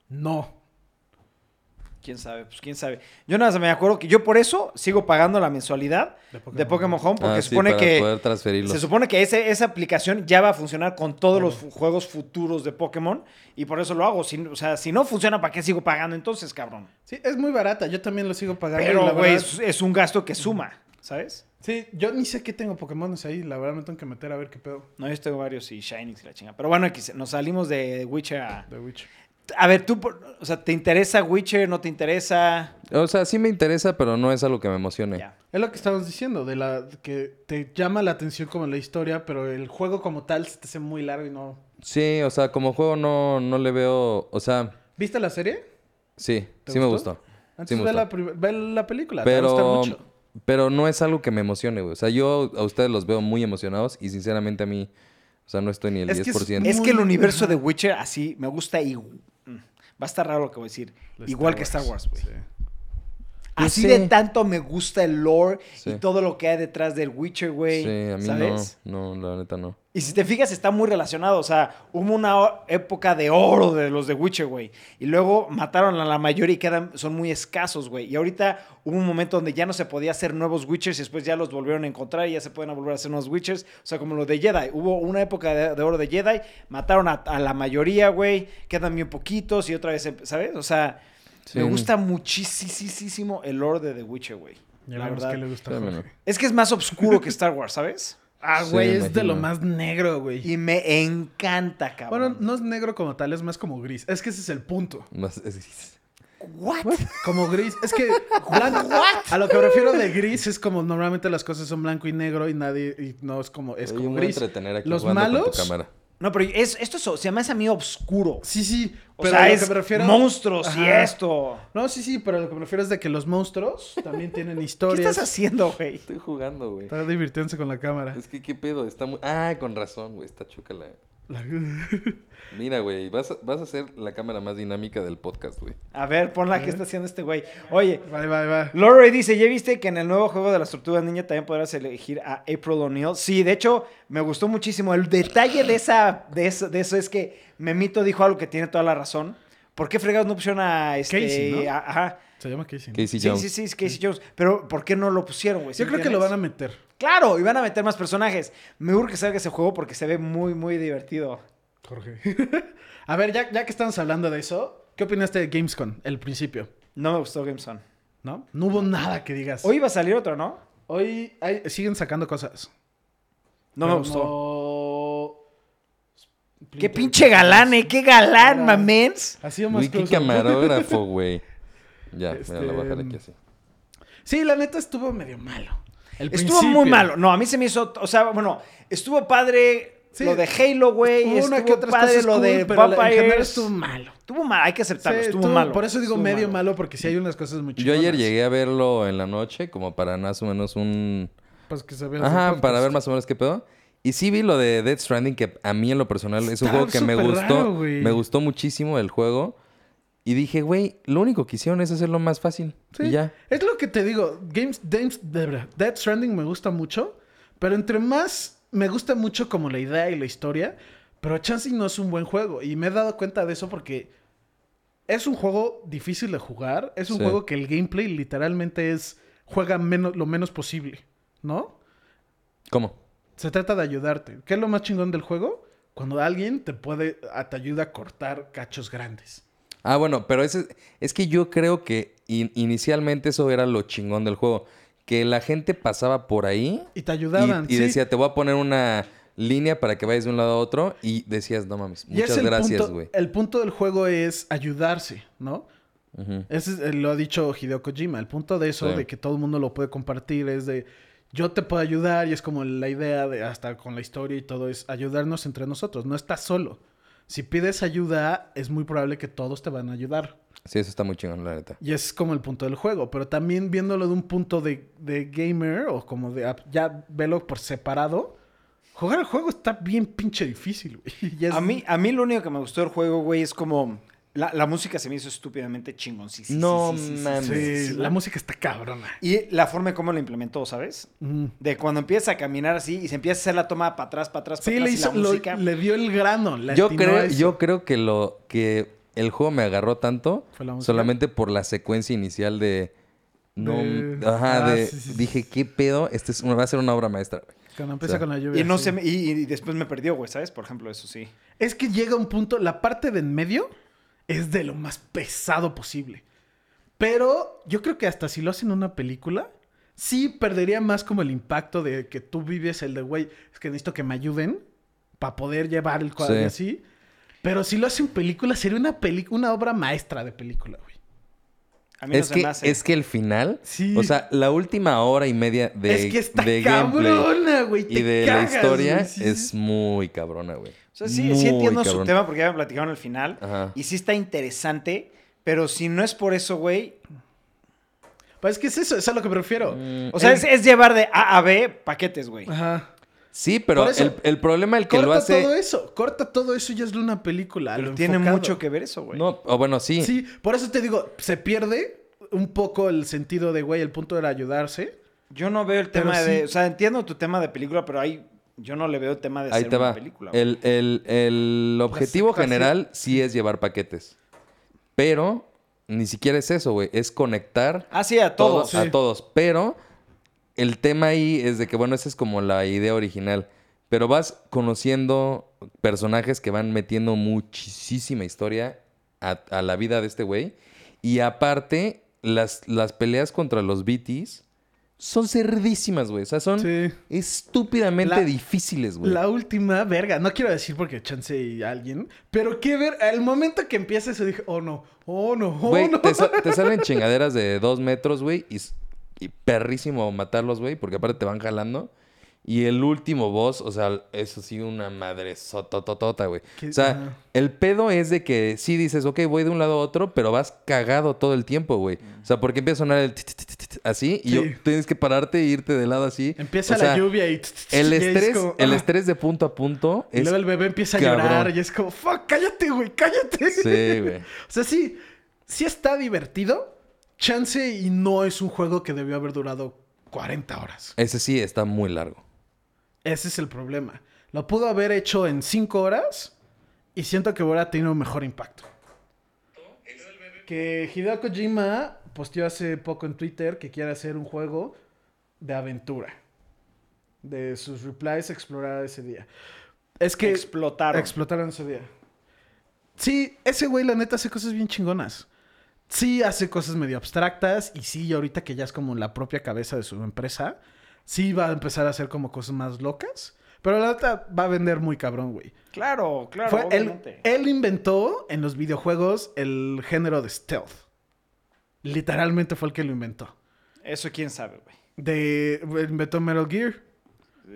Speaker 2: No.
Speaker 1: ¿Quién sabe? Pues quién sabe. Yo nada más me acuerdo que yo por eso sigo pagando la mensualidad de Pokémon Home porque
Speaker 3: Ah, sí,
Speaker 1: supone
Speaker 3: para
Speaker 1: que
Speaker 3: poder transferirlo.
Speaker 1: se supone que ese- esa aplicación ya va a funcionar con todos los fu- juegos futuros de Pokémon y por eso lo hago. Si- o sea, si no funciona, ¿para qué sigo pagando entonces, cabrón?
Speaker 2: Sí, es muy barata. Yo también lo sigo pagando. y Pues, la
Speaker 1: Pero, güey,
Speaker 2: verdad-
Speaker 1: es, es un gasto que suma, ¿sabes?
Speaker 2: Sí, yo ni sé qué tengo Pokémones ahí. La verdad me tengo que meter a ver qué pedo
Speaker 1: No, yo tengo varios y Shinings y la chinga. Pero bueno, X, nos salimos de Witcher a...
Speaker 2: de Witcher.
Speaker 1: A ver, tú, por- o sea, ¿te interesa Witcher? ¿No te interesa?
Speaker 3: O sea, sí me interesa, pero no es algo que me emocione.
Speaker 1: Ya.
Speaker 2: Es lo que estábamos diciendo, de la que te llama la atención como la historia, pero el juego como tal se te hace muy largo y no.
Speaker 3: Sí, o sea, como juego no, no le veo. O sea,
Speaker 2: ¿Viste la serie?
Speaker 3: sí,
Speaker 2: ¿Te
Speaker 3: sí me
Speaker 2: gustó?
Speaker 3: gustó.
Speaker 2: Antes
Speaker 3: Sí me
Speaker 2: ve, la,
Speaker 3: gustó.
Speaker 2: prim- ve la película, te va a
Speaker 3: Pero,
Speaker 2: gustar mucho.
Speaker 3: pero no es algo que me emocione, güey. O sea, yo a ustedes los veo muy emocionados y sinceramente a mí, o sea, no estoy ni el
Speaker 2: Es que es
Speaker 3: 10%.
Speaker 1: Es
Speaker 2: Muy-
Speaker 1: que el universo de Witcher así me gusta y... mm, Va a estar raro lo que voy a decir. Igual que Star Wars, güey.
Speaker 3: Yo
Speaker 1: Así
Speaker 3: sé.
Speaker 1: de tanto me gusta el lore
Speaker 3: Sí.
Speaker 1: y todo lo que hay detrás del Witcher, güey.
Speaker 3: sí, a mí
Speaker 1: ¿Sabes?
Speaker 3: no. No, la neta no.
Speaker 1: Y si te fijas, está muy relacionado. O sea, hubo una o- época de oro de los de Witcher, güey. Y luego mataron a la mayoría y quedan, son muy escasos, güey. Y ahorita hubo un momento donde ya no se podía hacer nuevos Witchers y después ya los volvieron a encontrar y ya se pueden volver a hacer nuevos Witchers. O sea, como lo de Jedi. Hubo una época de, de oro de Jedi, mataron a, a la mayoría, güey. Quedan bien poquitos y otra vez, empe- ¿sabes? O sea,
Speaker 3: Sí.
Speaker 1: me gusta muchísimo el lore de The Witcher, güey.
Speaker 2: Ya
Speaker 1: La
Speaker 2: veremos
Speaker 1: verdad.
Speaker 2: qué le gusta. a
Speaker 3: Sí,
Speaker 2: Jorge.
Speaker 3: bueno.
Speaker 1: Es que es más oscuro que Star Wars, ¿sabes?
Speaker 2: Ah,
Speaker 3: Sí,
Speaker 2: güey,
Speaker 3: me
Speaker 2: es de lo
Speaker 3: imagino.
Speaker 2: más negro, güey.
Speaker 1: Y me encanta, cabrón.
Speaker 2: Bueno, no es negro como tal, es más como gris. Es que ese es el punto.
Speaker 3: Más- es-
Speaker 1: ¿What?
Speaker 2: Pues, Como gris. Es que blanco. A lo que me refiero de gris es como normalmente las cosas son blanco y negro y nadie. Y no es como. Es
Speaker 3: Oye,
Speaker 2: como
Speaker 3: me voy a
Speaker 2: gris.
Speaker 3: entretener aquí
Speaker 2: Los
Speaker 3: jugando con tu
Speaker 2: malos.
Speaker 3: cámara.
Speaker 1: No, pero es, esto es- se me hace a mí oscuro.
Speaker 2: Sí, sí.
Speaker 1: O
Speaker 2: Pero
Speaker 1: sea,
Speaker 2: a lo
Speaker 1: es
Speaker 2: que me refiero.
Speaker 1: monstruos y
Speaker 2: Ajá.
Speaker 1: esto.
Speaker 2: No, sí, sí, pero a lo que me refiero es de que los monstruos también tienen
Speaker 1: ¿Qué
Speaker 2: historias.
Speaker 1: estás haciendo, güey?
Speaker 3: Estoy jugando, güey.
Speaker 2: Está divirtiéndose con la cámara.
Speaker 3: Es que qué pedo, está muy... Ah, con razón, güey, está chocala. Mira, güey, vas a, vas a ser la cámara más dinámica del podcast, güey.
Speaker 1: A ver, ponla que está haciendo este güey. Oye,
Speaker 2: Vale, vale, vale.
Speaker 1: Lorray dice, ¿ya viste que en el nuevo juego de las tortugas ninja también podrás elegir a April O'Neil? Sí, de hecho, me gustó muchísimo. El detalle de, esa, de, eso, de eso es que Memito dijo algo que tiene toda la razón. ¿Por qué fregados no pusieron a este...
Speaker 2: Casey, ¿no?
Speaker 1: a- ajá.
Speaker 2: Se llama Casey. ¿no?
Speaker 3: Casey
Speaker 1: Sí,
Speaker 3: Jones.
Speaker 1: sí, sí, es Casey Jones. Pero ¿por qué no lo pusieron, güey? ¿Sí
Speaker 2: Yo creo que
Speaker 1: entiendes?
Speaker 2: lo van a meter.
Speaker 1: Claro, y van a meter más personajes. Me urge que salga ese juego porque se ve muy, muy divertido.
Speaker 2: Jorge. a ver, ya, ya que estamos hablando de eso, ¿qué opinaste de Gamescom? El principio,
Speaker 1: No me gustó Gameson.
Speaker 2: ¿no? No hubo nada que digas.
Speaker 1: Hoy iba a salir otro, ¿no?
Speaker 2: Hoy hay- siguen sacando cosas.
Speaker 1: No me
Speaker 2: Pero
Speaker 1: gustó.
Speaker 2: no-
Speaker 1: ¡Qué pinche galán, eh! ¡Qué galán,
Speaker 2: Galán.
Speaker 1: mamens!
Speaker 2: Ha sido más
Speaker 3: Güey, qué
Speaker 2: close-up.
Speaker 3: camarógrafo, güey. Ya, mira, lo voy a
Speaker 2: Este,
Speaker 3: dejar aquí así.
Speaker 2: Sí, la neta estuvo medio malo. El
Speaker 1: Estuvo
Speaker 2: principio.
Speaker 1: muy malo. No, a mí se me hizo... O sea, bueno, estuvo padre
Speaker 2: Sí.
Speaker 1: lo de Halo, güey.
Speaker 2: Hubo una
Speaker 1: estuvo
Speaker 2: que otras
Speaker 1: padre
Speaker 2: cosas
Speaker 1: lo
Speaker 2: cool,
Speaker 1: de
Speaker 2: pero la- en
Speaker 1: Vampires.
Speaker 2: general estuvo malo.
Speaker 1: Estuvo mal, hay que aceptarlo.
Speaker 2: Sí,
Speaker 1: estuvo
Speaker 2: estuvo-
Speaker 1: malo.
Speaker 2: Por eso digo
Speaker 1: Estuvo
Speaker 2: medio
Speaker 1: malo.
Speaker 2: malo. porque sí hay unas cosas muy
Speaker 3: Yo ayer
Speaker 2: chingonas.
Speaker 3: llegué a verlo en la noche, como para más o menos un...
Speaker 2: Pues que se vea el
Speaker 3: Ajá,
Speaker 2: podcast.
Speaker 3: para ver más o menos qué pedo. Y sí vi lo de Dead Stranding, que a mí en lo personal es un
Speaker 2: Está
Speaker 3: juego que me
Speaker 2: súper
Speaker 3: gustó.
Speaker 2: raro, güey.
Speaker 3: me gustó muchísimo el juego. Y dije, güey, lo único que hicieron es hacerlo más fácil.
Speaker 2: Sí.
Speaker 3: Y ya.
Speaker 2: Es lo que te digo. Games, Games, de verdad, Death Stranding me gusta mucho. Pero entre más me gusta mucho como la idea y la historia. Pero Chansey no es un buen juego. Y me he dado cuenta de eso porque es un juego difícil de jugar. Es un
Speaker 3: Sí.
Speaker 2: juego que el gameplay literalmente es juega menos, lo menos posible. ¿No?
Speaker 3: ¿Cómo?
Speaker 2: Se trata de ayudarte. ¿Qué es lo más chingón del juego? Cuando alguien te puede, a- te ayuda a cortar cachos grandes.
Speaker 3: Ah, bueno, pero ese, es que yo creo que in- inicialmente eso era lo chingón del juego. Que la gente pasaba por ahí
Speaker 2: Y te
Speaker 3: y,
Speaker 2: ayudaban.
Speaker 3: y
Speaker 2: sí.
Speaker 3: decía, te voy a poner una línea para que vayas de un lado a otro. Y decías, no mames,
Speaker 2: Y es
Speaker 3: muchas
Speaker 2: el
Speaker 3: gracias,
Speaker 2: punto-
Speaker 3: güey.
Speaker 2: El punto del juego es ayudarse, ¿no?
Speaker 3: Ujú.
Speaker 2: Ese es- eh, lo ha dicho Hideo Kojima. El punto de eso,
Speaker 3: Sí.
Speaker 2: de que todo el mundo lo puede compartir, es de yo te puedo ayudar y es como la idea de hasta con la historia y todo es ayudarnos entre nosotros. No estás solo. Si pides ayuda, es muy probable que todos te van a ayudar.
Speaker 3: Sí, eso está muy chingón, la neta.
Speaker 2: Y ese es como el punto del juego. Pero también viéndolo de un punto de, de gamer o como de app, ya velo por separado, jugar el juego está bien pinche difícil, güey. Y es-
Speaker 1: A mí, a mí lo único que me gustó del juego, güey, es como... La, la música se me hizo estúpidamente chingoncísima.
Speaker 3: No mames.
Speaker 2: Sí, la música está cabrona.
Speaker 1: Y la forma en cómo lo implementó, ¿sabes?
Speaker 2: Ujú.
Speaker 1: De cuando empieza a caminar así y se empieza a hacer la toma para atrás, para atrás, para
Speaker 2: Sí,
Speaker 1: atrás.
Speaker 2: le,
Speaker 1: y
Speaker 2: hizo,
Speaker 1: la
Speaker 2: lo-
Speaker 1: música.
Speaker 2: le dio el grano. le
Speaker 3: Yo
Speaker 2: atinó a
Speaker 3: creo,
Speaker 2: eso.
Speaker 3: yo creo que lo que el juego me agarró tanto
Speaker 2: Fue la música.
Speaker 3: solamente por la secuencia inicial de no
Speaker 2: De-
Speaker 3: ajá,
Speaker 2: ah,
Speaker 3: de
Speaker 2: sí, sí, sí.
Speaker 3: dije qué pedo, este es, va a ser una obra maestra. güey".
Speaker 2: Cuando empieza
Speaker 3: o sea,
Speaker 2: con la lluvia.
Speaker 1: Y, no
Speaker 2: sí.
Speaker 1: se me- y, y después me perdió, güey, ¿sabes? Por ejemplo, eso sí.
Speaker 2: Es que llega un punto, la parte de en medio es de lo más pesado posible. Pero yo creo que hasta si lo hacen en una película, sí perdería más como el impacto de que tú vives el de, güey, es que necesito que me ayuden para poder llevar el cuadro
Speaker 3: Sí.
Speaker 2: y así. Pero si lo hacen en película, sería una, peli- una obra maestra de película, güey.
Speaker 1: A mí no
Speaker 3: Es
Speaker 1: se
Speaker 3: que
Speaker 1: me hace.
Speaker 3: es que el final,
Speaker 2: Sí.
Speaker 3: o sea, la última hora y media de
Speaker 2: es que está
Speaker 3: de gameplay
Speaker 2: cabrona, güey.
Speaker 3: y
Speaker 2: te
Speaker 3: de
Speaker 2: cagas,
Speaker 3: la historia
Speaker 2: güey, sí, sí,
Speaker 3: es muy cabrona, güey.
Speaker 1: O sea, sí,
Speaker 3: Muy
Speaker 1: sí entiendo su
Speaker 3: cabrón.
Speaker 1: tema porque ya me platicaron al final.
Speaker 3: Ajá.
Speaker 1: Y sí está interesante, pero si no es por eso, güey.
Speaker 2: Pues es que es eso, es a lo que me refiero.
Speaker 3: Mm.
Speaker 1: O sea,
Speaker 2: El-
Speaker 1: es, es llevar de A a B paquetes, güey.
Speaker 2: Ajá.
Speaker 3: Sí, pero
Speaker 2: Por eso,
Speaker 3: el, el problema el que
Speaker 2: Corta
Speaker 3: lo hace
Speaker 2: todo eso, corta todo eso y ya es una película.
Speaker 1: Pero
Speaker 2: lo
Speaker 1: tiene
Speaker 2: enfocado.
Speaker 1: mucho que ver eso, güey.
Speaker 3: no, o bueno, sí.
Speaker 2: Sí, por eso te digo, se pierde un poco el sentido de, güey, el punto era ayudarse.
Speaker 1: Yo no veo el
Speaker 2: Pero
Speaker 1: tema de.
Speaker 2: sí.
Speaker 1: O sea, entiendo tu tema de película, pero ahí. Yo no le veo el tema de
Speaker 3: Ahí
Speaker 1: hacer
Speaker 3: te
Speaker 1: una
Speaker 3: va.
Speaker 1: película. güey.
Speaker 3: el, el- el objetivo
Speaker 2: secta, sí.
Speaker 3: general sí es llevar paquetes. Pero ni siquiera es eso, güey. Es conectar
Speaker 1: Ah, sí, a
Speaker 3: todo-
Speaker 1: todos.
Speaker 2: sí.
Speaker 3: a todos. Pero el tema ahí es de que, bueno, esa es como la idea original. Pero vas conociendo personajes que van metiendo muchísima historia a, a la vida de este güey. Y aparte, las, las peleas contra los BTs son cerdísimas, güey. O sea, son
Speaker 2: Sí.
Speaker 3: estúpidamente
Speaker 2: La-
Speaker 3: difíciles, güey.
Speaker 2: La última, verga, no quiero decir porque chance y alguien, pero qué ver, al momento que empieza eso dije, oh no, oh no, oh
Speaker 3: Güey,
Speaker 2: no.
Speaker 3: te, sa- te salen chingaderas de dos metros, güey, y, s- y perrísimo matarlos, güey, porque aparte te van jalando. Y el último boss, o sea, eso sí, una madre sotototota, güey.
Speaker 2: Que-
Speaker 3: O sea,
Speaker 2: ajá.
Speaker 3: el pedo es de que sí dices, ok, voy de un lado a otro, pero vas cagado todo el tiempo, güey. O sea, porque empieza a sonar el tit, tit, tit, tit, así y
Speaker 2: Sí.
Speaker 3: yo, tienes que pararte e irte de lado así.
Speaker 2: Empieza
Speaker 3: O sea,
Speaker 2: la lluvia y...
Speaker 3: El
Speaker 2: y es
Speaker 3: estrés,
Speaker 2: como,
Speaker 3: el
Speaker 2: ah.
Speaker 3: estrés de punto a punto
Speaker 2: Y
Speaker 3: es...
Speaker 2: luego el bebé empieza a
Speaker 3: cabrón.
Speaker 2: llorar y es como, fuck, cállate, güey, cállate.
Speaker 3: Sí, güey.
Speaker 2: O sea, sí, sí está divertido. Chance y no es un juego que debió haber durado 40 horas.
Speaker 3: Ese sí está muy largo.
Speaker 2: Ese es el problema. Lo pudo haber hecho en 5 horas y siento que hubiera tenido un mejor impacto. Que Hideo Kojima posteó hace poco en Twitter que quiere hacer un juego de aventura. De sus replies explorar ese día. Es que...
Speaker 1: explotaron.
Speaker 2: Explotaron ese día. Sí, ese güey la neta hace cosas bien chingonas. Sí hace cosas medio abstractas y sí, ahorita que ya es como la propia cabeza de su empresa, sí va a empezar a hacer como cosas más locas. Pero la neta va a vender muy cabrón, güey.
Speaker 1: claro, claro,
Speaker 2: Fue e- él,
Speaker 1: obviamente.
Speaker 2: él inventó en los videojuegos el género de stealth. Literalmente fue el que lo inventó.
Speaker 1: Eso quién sabe, güey.
Speaker 2: De, inventó Metal Gear.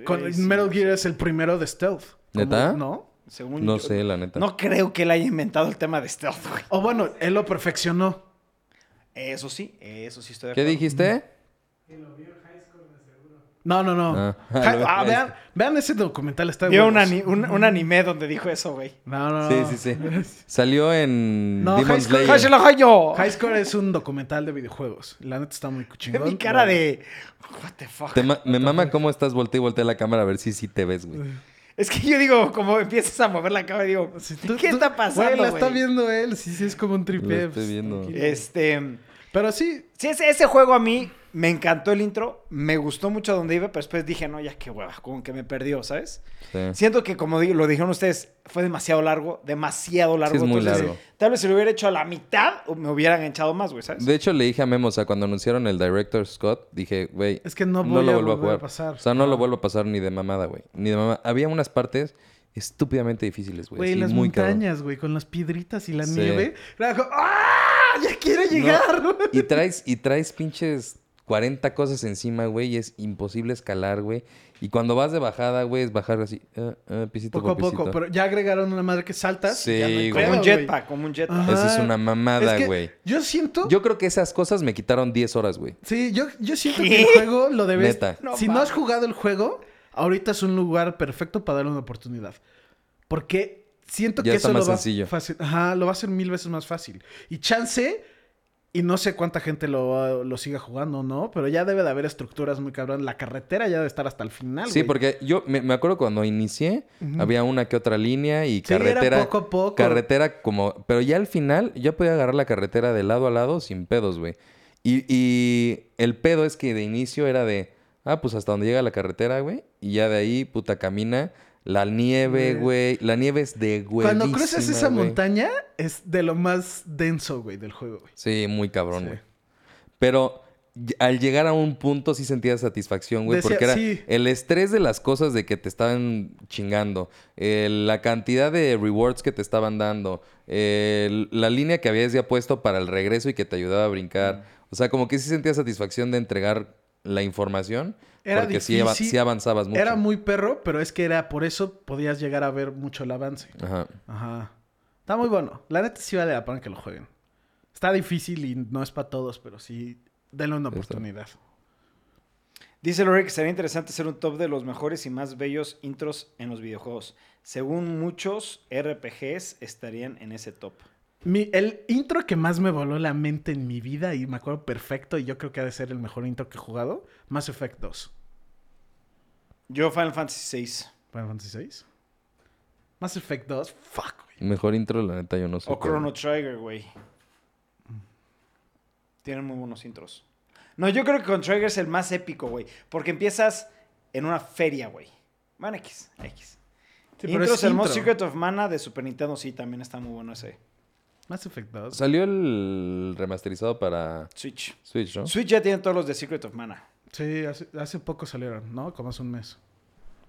Speaker 2: Con-
Speaker 1: Eh, sí,
Speaker 2: Metal
Speaker 1: sí.
Speaker 2: Gear es el primero de stealth. Como-
Speaker 3: ¿Neta?
Speaker 2: No.
Speaker 1: Según
Speaker 3: No
Speaker 1: yo-
Speaker 3: sé, la neta.
Speaker 1: No creo que él haya inventado el tema de stealth, güey.
Speaker 2: O bueno, él lo perfeccionó.
Speaker 1: Eso sí, eso sí estoy de
Speaker 3: ¿Qué
Speaker 1: acuerdo.
Speaker 3: dijiste?
Speaker 2: No, no, no.
Speaker 3: Ah.
Speaker 2: Ja- ah, vean, vean ese documental, está
Speaker 1: Vio un,
Speaker 2: bueno.
Speaker 1: ani- un-
Speaker 2: Mm.
Speaker 1: un anime donde dijo eso, güey.
Speaker 2: No, no,
Speaker 3: Sí,
Speaker 2: no.
Speaker 3: sí, sí. Salió en
Speaker 2: No, High
Speaker 3: Demon
Speaker 2: School-
Speaker 3: Slayer.
Speaker 1: ¡Ay, se lo hallo!
Speaker 2: High Score es un documental de videojuegos. La neta está muy
Speaker 1: Ve
Speaker 2: chingón.
Speaker 1: mi cara de... What the fuck.
Speaker 3: Te ma- me mama cómo estás voltea y voltea la cámara a ver si sí te ves, güey.
Speaker 1: Es que yo digo, como empiezas a mover la cara, digo,
Speaker 2: Sí, tú-
Speaker 1: ¿qué
Speaker 2: tú-
Speaker 1: está pasando,
Speaker 2: Güey, la
Speaker 1: güey?
Speaker 2: está viendo él. Sí, sí, es como un
Speaker 3: La
Speaker 2: triple.
Speaker 3: estoy viendo.
Speaker 1: Este...
Speaker 2: Pero sí,
Speaker 1: Sí, ese, ese juego a mí me encantó el intro, me gustó mucho donde iba, pero después dije, no, ya qué hueva, como que me perdió, ¿sabes?
Speaker 3: Sí.
Speaker 1: Siento que, como di- lo dijeron ustedes, fue demasiado largo, demasiado largo.
Speaker 3: es muy
Speaker 1: entonces,
Speaker 3: largo.
Speaker 1: Tal vez si lo hubiera hecho a la mitad, o me hubiera enganchado más, güey, ¿sabes?
Speaker 3: De hecho, le dije a Memo, o sea, cuando anunciaron el Director Scott, dije, güey,
Speaker 2: es que no, voy
Speaker 3: lo
Speaker 2: a
Speaker 3: vuelvo a
Speaker 2: volver
Speaker 3: jugar.
Speaker 2: a pasar.
Speaker 3: O sea, no lo
Speaker 2: Ajá.
Speaker 3: vuelvo a pasar ni de mamada, güey. Ni de mamada. Había unas partes estúpidamente difíciles, güey.
Speaker 2: Güey,
Speaker 3: así,
Speaker 2: las
Speaker 3: pues muy cabrón.
Speaker 2: montañas, güey, con las piedritas y la
Speaker 3: Sí.
Speaker 2: nieve. Era como, ¡Ah! ¡Ya quiere llegar!
Speaker 3: Y traes, y traes pinches 40 cosas encima, güey, y es imposible escalar, güey. Y cuando vas de bajada, güey, es bajar así, ah, ah, pisito
Speaker 2: Poco a
Speaker 3: por pisito.
Speaker 2: poco, pero ya agregaron una madre que saltas. y
Speaker 3: Sí,
Speaker 2: ya no hay
Speaker 3: güey.
Speaker 1: Como
Speaker 2: pedo,
Speaker 1: un jetpack, como un jetpack.
Speaker 2: Ajá.
Speaker 3: Eso es una mamada,
Speaker 2: Es que
Speaker 3: güey.
Speaker 2: Yo siento.
Speaker 3: Yo creo que esas cosas me quitaron 10 horas, güey.
Speaker 2: Sí, yo, yo siento
Speaker 1: ¿Qué?
Speaker 2: que el juego lo debes.
Speaker 3: Neta.
Speaker 1: No
Speaker 2: si no
Speaker 1: mames.
Speaker 2: has jugado el juego, ahorita es un lugar perfecto para darle una oportunidad. Porque siento
Speaker 3: Ya
Speaker 2: que
Speaker 3: está
Speaker 2: eso
Speaker 3: más
Speaker 2: lo va
Speaker 3: sencillo.
Speaker 2: fácil. Ajá, lo va a hacer mil veces más fácil. Y chance, y no sé cuánta gente lo, lo siga jugando o no, pero ya debe de haber estructuras muy cabrón. La carretera ya debe estar hasta el final.
Speaker 3: Sí,
Speaker 2: Ah, güey.
Speaker 3: porque yo me, me acuerdo cuando inicié,
Speaker 2: Ujú.
Speaker 3: había una que otra línea y
Speaker 2: Sí, era
Speaker 3: carretera.
Speaker 2: poco a poco.
Speaker 3: Carretera como. Pero ya al final, ya podía agarrar la carretera de lado a lado sin pedos, güey. Y, y el pedo es que de inicio era de. Ah, pues hasta donde llega la carretera, güey. Y ya de ahí, puta, camina. La nieve,
Speaker 2: Güey.
Speaker 3: güey. La nieve es de güey.
Speaker 2: Cuando cruzas esa montaña, es de lo más denso, güey, del juego, güey.
Speaker 3: Sí, muy cabrón,
Speaker 2: Sí.
Speaker 3: güey. Pero y- al llegar a un punto sí sentía satisfacción, güey.
Speaker 2: Decía,
Speaker 3: porque era
Speaker 2: sí.
Speaker 3: el estrés de las cosas de que te estaban chingando. eh, la cantidad de rewards que te estaban dando. eh, la línea que habías ya puesto para el regreso y que te ayudaba a
Speaker 2: Mm.
Speaker 3: brincar. O sea, como que sí sentía satisfacción de entregar la información.
Speaker 2: Era
Speaker 3: porque sí, ava-
Speaker 2: difícil,
Speaker 3: sí avanzabas mucho.
Speaker 2: Era muy perro, pero es que era por eso podías llegar a ver mucho el avance.
Speaker 3: Ajá.
Speaker 2: Ajá. Está muy bueno. La neta sí vale la pena que lo jueguen. Está difícil y no es para todos, pero sí denle una
Speaker 3: Está.
Speaker 2: oportunidad.
Speaker 1: Dice Lori que sería interesante hacer un top de los mejores y más bellos intros en los videojuegos. Según muchos RPGs estarían en ese top.
Speaker 2: Mi- el intro que más me voló la mente en mi vida y me acuerdo perfecto y yo creo que ha de ser el mejor intro que he jugado, Mass Effect 2.
Speaker 1: Yo Final Fantasy VI.
Speaker 2: Final Fantasy VI. Mass Effect 2, fuck, güey.
Speaker 3: Mejor intro, la neta, yo no sé.
Speaker 1: O
Speaker 3: cuál.
Speaker 1: Chrono Trigger, güey. Tienen muy buenos intros. No, yo creo que con Trigger es el más épico, güey. Porque empiezas en una feria, güey. Man X, X.
Speaker 2: Sí, pero
Speaker 1: intros,
Speaker 2: es
Speaker 1: el
Speaker 2: intro.
Speaker 1: Most Secret of Mana de Super Nintendo, sí, también está muy bueno ese.
Speaker 2: Mass Effect 2.
Speaker 3: Salió el remasterizado para
Speaker 1: Switch.
Speaker 3: Switch, ¿no?
Speaker 1: Switch ya tiene todos los de Secret of Mana.
Speaker 2: Sí, hace, hace poco salieron, ¿no? Como hace un mes.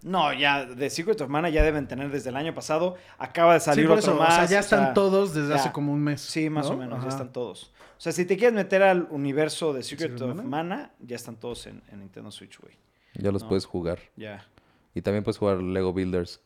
Speaker 1: No, ya, The Secret of Mana ya deben tener desde el año pasado. Acaba de salir
Speaker 2: sí, por
Speaker 1: otro
Speaker 2: eso,
Speaker 1: más.
Speaker 2: o sea, ya están
Speaker 1: todos
Speaker 2: todos desde
Speaker 1: ya.
Speaker 2: hace como un mes.
Speaker 1: Sí, más
Speaker 2: ¿no?
Speaker 1: o menos, ya
Speaker 2: Ajá.
Speaker 1: están todos. O sea, si te quieres meter al universo de Secret,
Speaker 2: Secret
Speaker 1: of
Speaker 2: Mana?
Speaker 1: Mana? ya están todos en, en Nintendo Switch, güey.
Speaker 3: Ya los
Speaker 1: No.
Speaker 3: puedes jugar.
Speaker 1: Ya.
Speaker 3: Y también puedes jugar Lego Builders.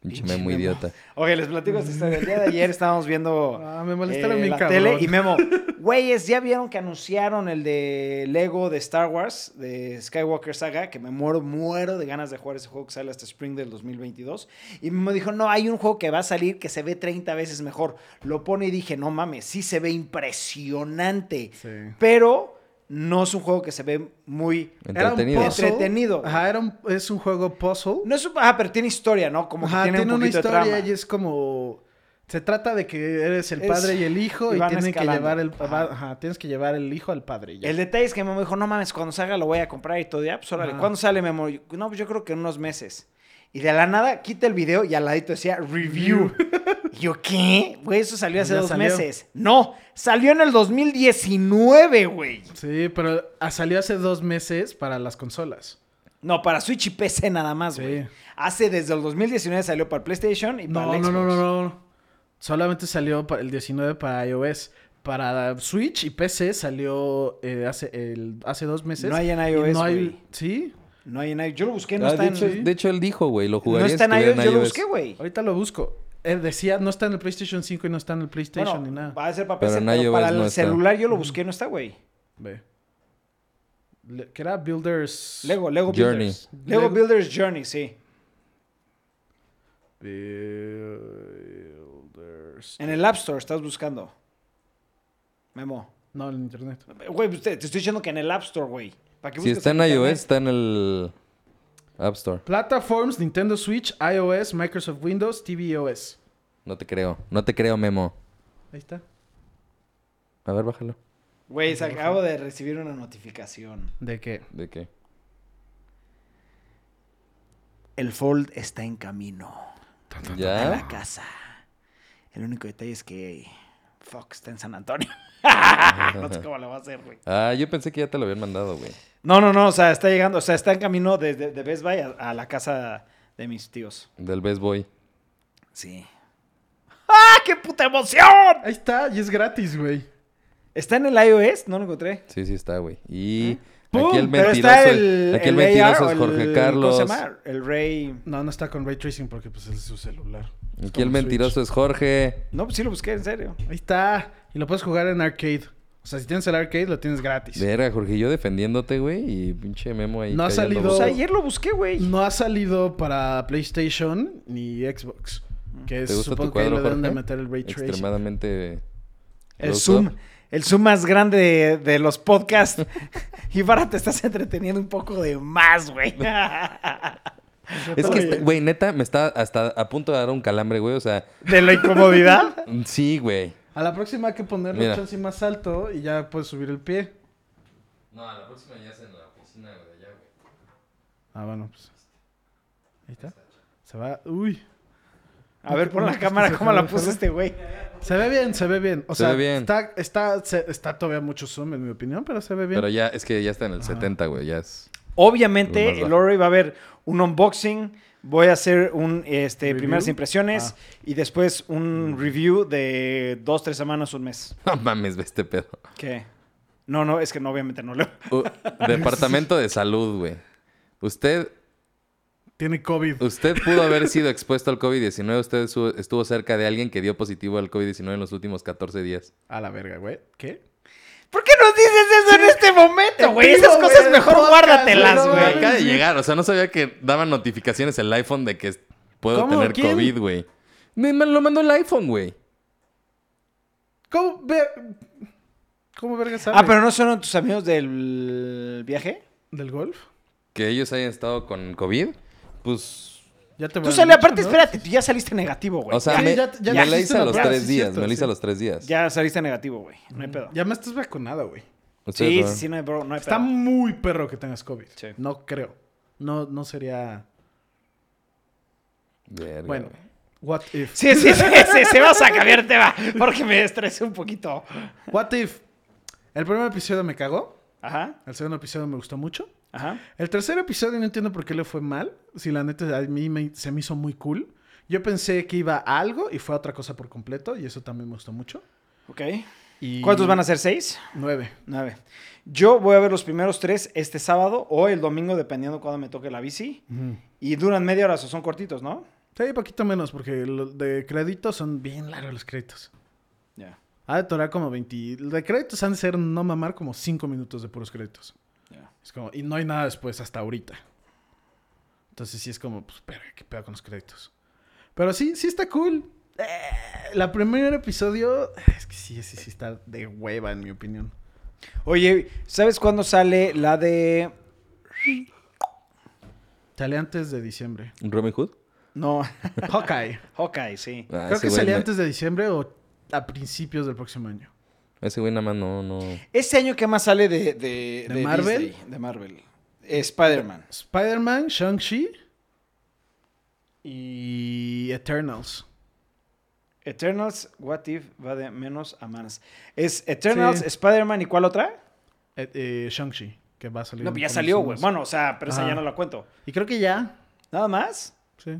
Speaker 3: Pinche
Speaker 1: Pinche Ah,
Speaker 3: muy
Speaker 1: Memo.
Speaker 3: idiota.
Speaker 1: Oye, les platico esta historia. El día de ayer estábamos viendo
Speaker 2: Ah, me molestaron
Speaker 1: eh,
Speaker 2: bien,
Speaker 1: la
Speaker 2: cabrón.
Speaker 1: tele y Memo, güeyes, ¿ya vieron que anunciaron el de Lego de Star Wars, de Skywalker Saga? Que me muero, muero de ganas de jugar ese juego que sale hasta Spring del 2022. Y Memo dijo, no, hay un juego que va a salir que se ve 30 veces mejor. Lo pone y dije, no mames, sí se ve impresionante.
Speaker 2: Sí.
Speaker 1: pero no es un juego que se ve muy...
Speaker 3: Entretenido.
Speaker 1: pozo. Entretenido.
Speaker 2: Ajá, era un- es un juego puzzle.
Speaker 1: No es un... Ajá, pero tiene historia, ¿no? Como que
Speaker 2: Ajá,
Speaker 1: tiene,
Speaker 2: tiene,
Speaker 1: un
Speaker 2: una
Speaker 1: poquito
Speaker 2: historia
Speaker 1: de trama.
Speaker 2: y es como... Se trata de que eres el
Speaker 1: Es-
Speaker 2: padre y el hijo
Speaker 1: y
Speaker 2: y,
Speaker 1: van
Speaker 2: tienen que
Speaker 1: escalando.
Speaker 2: llevar el...
Speaker 1: Ajá.
Speaker 2: ajá, tienes que llevar el hijo al padre. y ya.
Speaker 1: El detalle es que Memo dijo, no mames, cuando salga lo voy a comprar y todo, ya, pues órale,
Speaker 2: Ajá.
Speaker 1: ¿cuándo sale Memo? Yo, No, pues yo creo que en unos meses. Y de la nada, quita el video y al ladito decía, review. Y yo, ¿qué? Güey, eso salió hace
Speaker 2: Ya
Speaker 1: dos
Speaker 2: salió.
Speaker 1: meses. No, salió en el 2019, güey.
Speaker 2: Sí, pero ah, salió hace dos meses para las consolas.
Speaker 1: No, para Switch y PC nada más,
Speaker 2: Sí.
Speaker 1: güey. Hace desde el 2019 salió para el PlayStation y para
Speaker 2: No,
Speaker 1: el
Speaker 2: no, no,
Speaker 1: Xbox.
Speaker 2: no, no. Solamente salió pa- el 19 para iOS. Para Switch y PC salió eh, hace, el, hace dos meses.
Speaker 1: No hay en
Speaker 2: y
Speaker 1: iOS,
Speaker 2: No
Speaker 1: güey.
Speaker 2: hay, sí,
Speaker 1: No hay en iOS. Yo lo busqué, no
Speaker 3: Ah,
Speaker 1: está
Speaker 3: de,
Speaker 1: en...
Speaker 3: hecho, de hecho, él dijo, güey, lo
Speaker 1: No
Speaker 3: jugaría
Speaker 1: está en
Speaker 3: si
Speaker 1: iOS,
Speaker 3: estuviera
Speaker 1: yo lo busqué, güey.
Speaker 2: ahorita lo busco. Él decía, no está en el PlayStation 5 y no está en el PlayStation ni
Speaker 1: Bueno,
Speaker 2: nada.
Speaker 1: va a ser para
Speaker 3: Pero
Speaker 1: PC,
Speaker 3: en
Speaker 1: pero para
Speaker 3: iOS no
Speaker 1: el
Speaker 3: está.
Speaker 1: celular yo lo busqué, no está, güey.
Speaker 2: Ve. Le- que era Builders...
Speaker 1: Lego, Lego
Speaker 3: Journey.
Speaker 1: Builders. Lego,
Speaker 2: Lego-
Speaker 1: Builders Journey, sí.
Speaker 2: Builders...
Speaker 1: En el App Store estás buscando. Memo.
Speaker 2: No, en internet.
Speaker 1: Güey, pues, te, te estoy diciendo que en el App Store, güey. ¿Para qué
Speaker 3: Si
Speaker 1: buscas
Speaker 3: está en
Speaker 1: internet?
Speaker 3: iOS, está en el App Store.
Speaker 2: Platforms, Nintendo Switch, iOS, Microsoft Windows, tvOS.
Speaker 3: No te creo, no te creo, Memo.
Speaker 2: Ahí está.
Speaker 3: A ver, bájalo.
Speaker 1: Güey, se acabo de recibir una notificación.
Speaker 2: ¿De qué?
Speaker 3: ¿De qué?
Speaker 1: El Fold está en camino. A la
Speaker 3: ¿Ya?
Speaker 1: casa. El único detalle es que... Fuck, está en San Antonio. no sé cómo lo va a hacer, güey.
Speaker 3: Ah, yo pensé que ya te lo habían mandado, güey.
Speaker 1: No, no, no, o sea, está llegando, o sea, está en camino desde de, Best Buy a, a la casa de mis tíos.
Speaker 3: Del Best Boy.
Speaker 1: Sí. ¡Ah, qué puta emoción!
Speaker 2: Ahí está, y es gratis, güey.
Speaker 1: ¿Está en el iOS? No lo encontré.
Speaker 3: Sí, sí está, güey. Y
Speaker 2: ¡Pum!
Speaker 3: aquí el
Speaker 1: ¿Eh? Pero
Speaker 3: mentiroso,
Speaker 1: está el,
Speaker 3: aquí el
Speaker 1: el AR
Speaker 3: mentiroso
Speaker 1: o
Speaker 3: es
Speaker 1: el-
Speaker 3: Jorge
Speaker 1: ¿Cómo se
Speaker 3: Carlos.
Speaker 1: llama? El Rey...
Speaker 2: No, no está con Ray Tracing porque pues es su celular. Es
Speaker 3: Aquí
Speaker 2: como
Speaker 3: el
Speaker 2: un
Speaker 3: mentiroso es Jorge.
Speaker 1: No, pues sí lo busqué, en serio.
Speaker 2: Switch. Ahí está. Y lo puedes jugar en arcade. O sea, si tienes el arcade, lo tienes gratis.
Speaker 3: Verga, Jorge, yo defendiéndote, güey, y pinche Memo ahí.
Speaker 2: No ha
Speaker 3: callando
Speaker 2: salido.
Speaker 1: O sea,
Speaker 3: boca.
Speaker 1: Pues ayer lo busqué, güey.
Speaker 2: No ha salido para PlayStation ni Xbox. Que
Speaker 3: Mm. ¿Te gusta
Speaker 2: supongo
Speaker 3: tu
Speaker 2: que ahí
Speaker 3: cuadro,
Speaker 2: le deben de
Speaker 3: Jorge?
Speaker 2: meter el Ray Tracing.
Speaker 3: Extremadamente...
Speaker 1: El
Speaker 3: grosso.
Speaker 1: Zoom. El Zoom más grande de, de los podcasts. y ahora te estás entreteniendo un poco de más, güey.
Speaker 3: Es que,
Speaker 2: Oye.
Speaker 3: está- güey, neta, me está hasta a punto de dar un calambre, güey. O sea,
Speaker 1: ¿De la incomodidad?
Speaker 3: sí, güey.
Speaker 2: A la próxima hay que ponerle
Speaker 3: Mira.
Speaker 2: un chance más alto y ya puedes subir el pie.
Speaker 3: No, la próxima ya es en la oficina de allá, güey.
Speaker 2: Ah, bueno, pues. Ahí está. Se va. Uy.
Speaker 1: A ver, pon la cámara cómo la puso este güey.
Speaker 2: Se ve bien, se ve bien. O
Speaker 3: Se
Speaker 2: sea,
Speaker 3: ve bien.
Speaker 2: Está, está, se- está todavía mucho zoom, en mi opinión, pero se ve bien.
Speaker 3: Pero ya, es que ya está en el 70, güey. Ya es. Lo más
Speaker 1: Obviamente, el
Speaker 3: bajo.
Speaker 1: Ori va a haber un unboxing. Voy a hacer un este,
Speaker 2: Review. Ah.
Speaker 1: primeras impresiones y después un review de dos, tres semanas, un mes.
Speaker 3: No mames, ve este pedo.
Speaker 1: ¿Qué? No, no, es que no, obviamente no leo.
Speaker 3: U- Departamento de Salud, güey. Usted,
Speaker 2: Tiene COVID.
Speaker 3: usted pudo haber sido expuesto al COVID-19. Usted su- estuvo cerca de alguien que dio positivo al COVID-19 en los últimos 14 días.
Speaker 2: A la verga, güey. ¿Qué?
Speaker 1: ¿Por qué nos dices eso en este momento,
Speaker 2: En
Speaker 1: güey?
Speaker 2: vivo,
Speaker 1: Esas
Speaker 2: güey,
Speaker 1: cosas
Speaker 2: en
Speaker 1: mejor
Speaker 2: podcast,
Speaker 1: guárdatelas,
Speaker 2: güey, no,
Speaker 3: Me
Speaker 1: güey.
Speaker 3: acaba de llegar. O sea, no sabía que daban notificaciones el iPhone de que puedo
Speaker 2: ¿Cómo?
Speaker 3: tener
Speaker 2: ¿Quién?
Speaker 3: COVID, güey. Me, me lo mandó el iPhone, güey.
Speaker 2: ¿Cómo, ver... ¿Cómo verga sale?
Speaker 1: Ah, pero no son tus amigos del viaje.
Speaker 2: ¿Del golf?
Speaker 3: Que ellos hayan estado con COVID. Pues
Speaker 2: Ya te
Speaker 1: Tú
Speaker 2: van
Speaker 1: sale,
Speaker 2: mucho,
Speaker 1: aparte,
Speaker 2: ¿no?
Speaker 1: espérate, tú ya saliste negativo, güey.
Speaker 3: O sea,
Speaker 2: Sí,
Speaker 3: me,
Speaker 2: ya- ya te
Speaker 3: me la
Speaker 2: hiciste
Speaker 3: hice a
Speaker 2: la
Speaker 3: los
Speaker 2: prueba,
Speaker 3: tres
Speaker 2: sí,
Speaker 3: días,
Speaker 2: cierto,
Speaker 3: me la hice
Speaker 2: sí.
Speaker 3: a los tres días.
Speaker 1: Ya saliste negativo, güey. No hay pedo.
Speaker 2: Ya me estás vacunada, güey.
Speaker 3: Ustedes
Speaker 1: Sí,
Speaker 3: no.
Speaker 1: sí, sí, no hay, bro, no hay
Speaker 2: Está
Speaker 1: pedo.
Speaker 2: muy perro que tengas COVID.
Speaker 1: Sí.
Speaker 2: No creo. No, no sería...
Speaker 3: Verga,
Speaker 2: Bueno,
Speaker 3: güey.
Speaker 2: what if?
Speaker 1: Sí, sí, sí, sí, sí, vas a cambiar tema porque me estresé un poquito.
Speaker 2: What if? El primer episodio me cagó.
Speaker 1: Ajá.
Speaker 2: El segundo episodio me gustó mucho.
Speaker 1: Ajá.
Speaker 2: El tercer episodio no entiendo por qué le fue mal. Si la neta a mí me- se me hizo muy cool. Yo pensé que iba a algo y fue a otra cosa por completo. Y eso también me gustó mucho.
Speaker 1: Ok.
Speaker 2: Y-
Speaker 1: ¿Cuántos van a ser? ¿Seis?
Speaker 2: Nueve.
Speaker 1: Nueve. Yo voy a ver los primeros tres este sábado o el domingo, dependiendo cuando me toque la bici. Y duran media hora, o son cortitos, ¿no?
Speaker 2: Sí, poquito menos, porque los de créditos son bien largos los créditos.
Speaker 1: Ya.
Speaker 2: Ha de torar como 20. De créditos han de ser no mamar como 5 minutos de puros créditos.
Speaker 1: ya.
Speaker 2: Es como, y no hay nada después hasta ahorita. Entonces sí es como, pues, verga, qué pedo con los créditos. Pero sí, sí está cool. Eh, la primer episodio, es que sí, sí, sí está de hueva, en mi opinión.
Speaker 1: Oye, ¿sabes cuándo sale la de.
Speaker 2: Sale antes de diciembre.
Speaker 3: ¿Robin Hood?
Speaker 1: No,
Speaker 2: Hawkeye.
Speaker 1: Hawkeye, sí.
Speaker 2: Creo
Speaker 3: Ah, ese
Speaker 2: que
Speaker 3: güey
Speaker 2: sale
Speaker 3: me-
Speaker 2: antes de diciembre o a principios del próximo año.
Speaker 3: Ese güey nada más no, no.
Speaker 1: Este año, ¿qué más sale de. ¿De,
Speaker 2: ¿De Marvel?
Speaker 1: Disney? de Marvel. Eh, Spider-Man.
Speaker 2: Spider-Man, Shang-Chi y Eternals.
Speaker 1: Eternals, What If va de menos a más. Es Eternals, Spider-Man y cuál otra?
Speaker 2: Eh, eh, Shang-Chi, que va a salir.
Speaker 1: No,
Speaker 2: en
Speaker 1: ya
Speaker 2: cómics
Speaker 1: salió,
Speaker 2: unos-
Speaker 1: güey. Bueno, o sea, pero esa
Speaker 2: Ajá.
Speaker 1: ya no la cuento.
Speaker 2: Y creo que ya,
Speaker 1: ¿Nada más?
Speaker 2: Sí.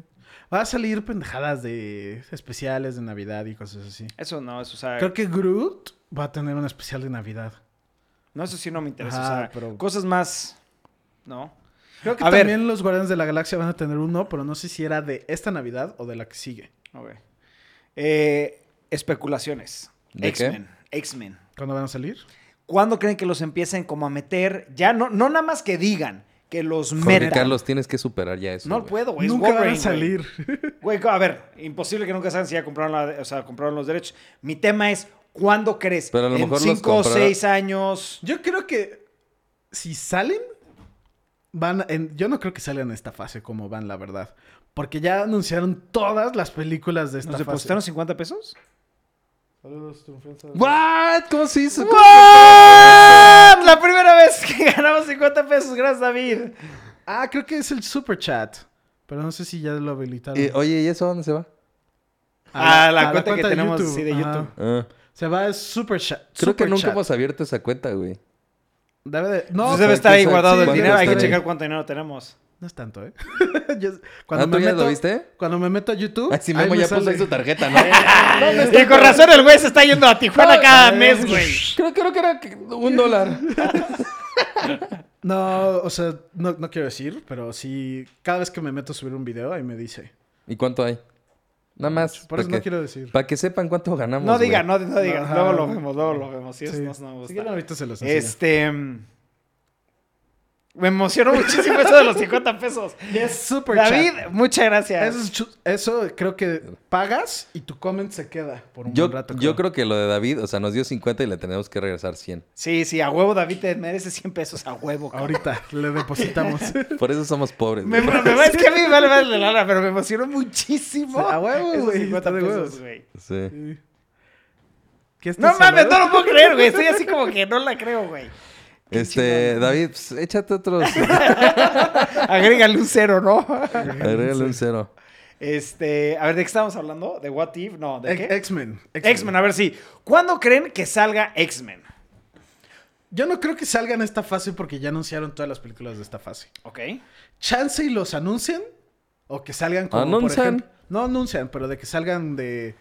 Speaker 2: Va a salir pendejadas de especiales de Navidad y cosas así.
Speaker 1: Eso no, eso, o sea.
Speaker 2: Creo que Groot va a tener un especial de Navidad.
Speaker 1: No, eso sí no me interesa.
Speaker 2: Ajá,
Speaker 1: o sea,
Speaker 2: pero-
Speaker 1: cosas más. ¿No?
Speaker 2: Creo que
Speaker 1: A ver.
Speaker 2: también los Guardianes de la Galaxia van a tener uno, pero no sé si era de esta Navidad o de la que sigue.
Speaker 1: Ok. Eh, especulaciones.
Speaker 3: ¿De qué?
Speaker 1: X-Men. X-Men.
Speaker 2: ¿Cuándo van a salir?
Speaker 1: ¿Cuándo creen que los empiecen como a meter? Ya no, no nada más que digan, que los
Speaker 3: Jorge
Speaker 1: metan.
Speaker 3: Carlos, tienes que superar ya eso.
Speaker 1: no
Speaker 3: güey.
Speaker 1: puedo, güey. es
Speaker 2: Nunca van
Speaker 1: Wolverine,
Speaker 2: a
Speaker 1: güey.
Speaker 2: salir.
Speaker 1: Güey, a ver, imposible que nunca saben si ya compraron, la- o sea, compraron los derechos. Mi tema es, ¿cuándo crees?
Speaker 3: Pero a lo
Speaker 1: ¿En
Speaker 3: mejor los
Speaker 1: cinco o
Speaker 3: compraron-
Speaker 1: seis años?
Speaker 2: Yo creo que si salen, van. a- en- yo no creo que salgan en esta fase como van, la verdad. Porque ya anunciaron todas las películas de esta
Speaker 1: ¿Nos
Speaker 2: fase.
Speaker 1: depositaron 50 pesos?
Speaker 3: ¿What? ¿Cómo se hizo?
Speaker 1: ¡What! La primera vez que ganamos 50 pesos, gracias David.
Speaker 2: Ah, creo que es el super chat. Pero no sé si ya lo habilitaron.
Speaker 3: Eh, oye, ¿y eso a dónde se va?
Speaker 1: A la,
Speaker 2: a
Speaker 1: cuenta, que
Speaker 2: de
Speaker 1: tenemos sí, de
Speaker 2: Ajá.
Speaker 1: YouTube.
Speaker 3: Ah,
Speaker 2: Se va a Super Chat.
Speaker 3: creo que
Speaker 2: Super
Speaker 3: nunca
Speaker 2: Chat.
Speaker 3: hemos abierto esa cuenta, güey.
Speaker 2: Debe de- No,
Speaker 1: Entonces debe
Speaker 3: pues,
Speaker 1: estar ahí
Speaker 3: quién sabe
Speaker 1: guardado el
Speaker 3: cuánto
Speaker 1: dinero. Hay que
Speaker 3: estará ahí.
Speaker 1: checar cuánto dinero tenemos.
Speaker 2: no es tanto, ¿eh? Yo-
Speaker 3: ¿Ah, tú ya lo viste?
Speaker 2: Cuando me meto a YouTube...
Speaker 3: Ay, si
Speaker 2: ahí
Speaker 3: Memo
Speaker 2: me
Speaker 3: ya
Speaker 2: sale.
Speaker 3: puso ahí su tarjeta, ¿no?
Speaker 1: y con razón el güey se está yendo a Tijuana cada mes, güey.
Speaker 3: creo, creo que era que- un dólar.
Speaker 2: No, o sea, no, no quiero decir, pero sí... Cada vez que me meto a subir un video, ahí me dice.
Speaker 3: ¿Y cuánto hay? Nada más.
Speaker 2: Por eso
Speaker 3: para
Speaker 2: no
Speaker 3: que,
Speaker 2: quiero decir.
Speaker 3: para que sepan cuánto ganamos.
Speaker 1: No
Speaker 3: güey.
Speaker 1: digas, no, no digas.
Speaker 2: Ajá.
Speaker 1: Luego lo vemos, luego lo vemos. Sí,
Speaker 2: Sí.
Speaker 1: eso no, no me
Speaker 2: Si
Speaker 1: gusta.
Speaker 2: quieren, ahorita se los enseño.
Speaker 1: Este. mm, Me emocionó muchísimo eso de los 50 pesos.
Speaker 2: Es Super
Speaker 1: David,
Speaker 2: Chat.
Speaker 1: muchas gracias.
Speaker 2: Eso, es chu- eso creo que pagas y tu comment se queda por un
Speaker 3: Yo,
Speaker 2: buen rato.
Speaker 3: yo creo que lo de David, o sea, nos dio 50 y le tenemos que regresar 100.
Speaker 1: Sí, sí, a huevo, David, te merece 100 pesos a huevo. cabrón.
Speaker 2: Ahorita le depositamos.
Speaker 3: Por eso somos pobres.
Speaker 1: Me,
Speaker 3: güey.
Speaker 1: me- me- es que a mí me vale vale la lana, pero me emocionó muchísimo.
Speaker 2: A huevo,
Speaker 1: esos
Speaker 2: güey,
Speaker 1: 50
Speaker 2: está de
Speaker 1: pesos,
Speaker 2: huevos.
Speaker 1: güey.
Speaker 3: Sí.
Speaker 2: ¿Qué este
Speaker 1: No
Speaker 2: estás
Speaker 1: mames,
Speaker 2: hablando?
Speaker 1: no lo puedo creer, güey. Estoy así como que no la creo, güey.
Speaker 3: Este, David, pues, échate otros.
Speaker 1: Agrégale un cero, ¿no?
Speaker 3: Agrégale un cero.
Speaker 1: Este, a ver, ¿de qué estábamos hablando? ¿De What If? No, ¿de
Speaker 2: Ex-
Speaker 1: qué?
Speaker 2: X-Men.
Speaker 1: X-Men, ah. a ver, sí. ¿Cuándo creen que salga X-Men?
Speaker 2: Yo no creo que salgan esta fase porque ya anunciaron todas las películas de esta fase.
Speaker 1: Ok.
Speaker 2: Chance y los anuncien o que salgan como
Speaker 3: Anuncian.
Speaker 2: por ejemplo, no anuncian, pero de que salgan de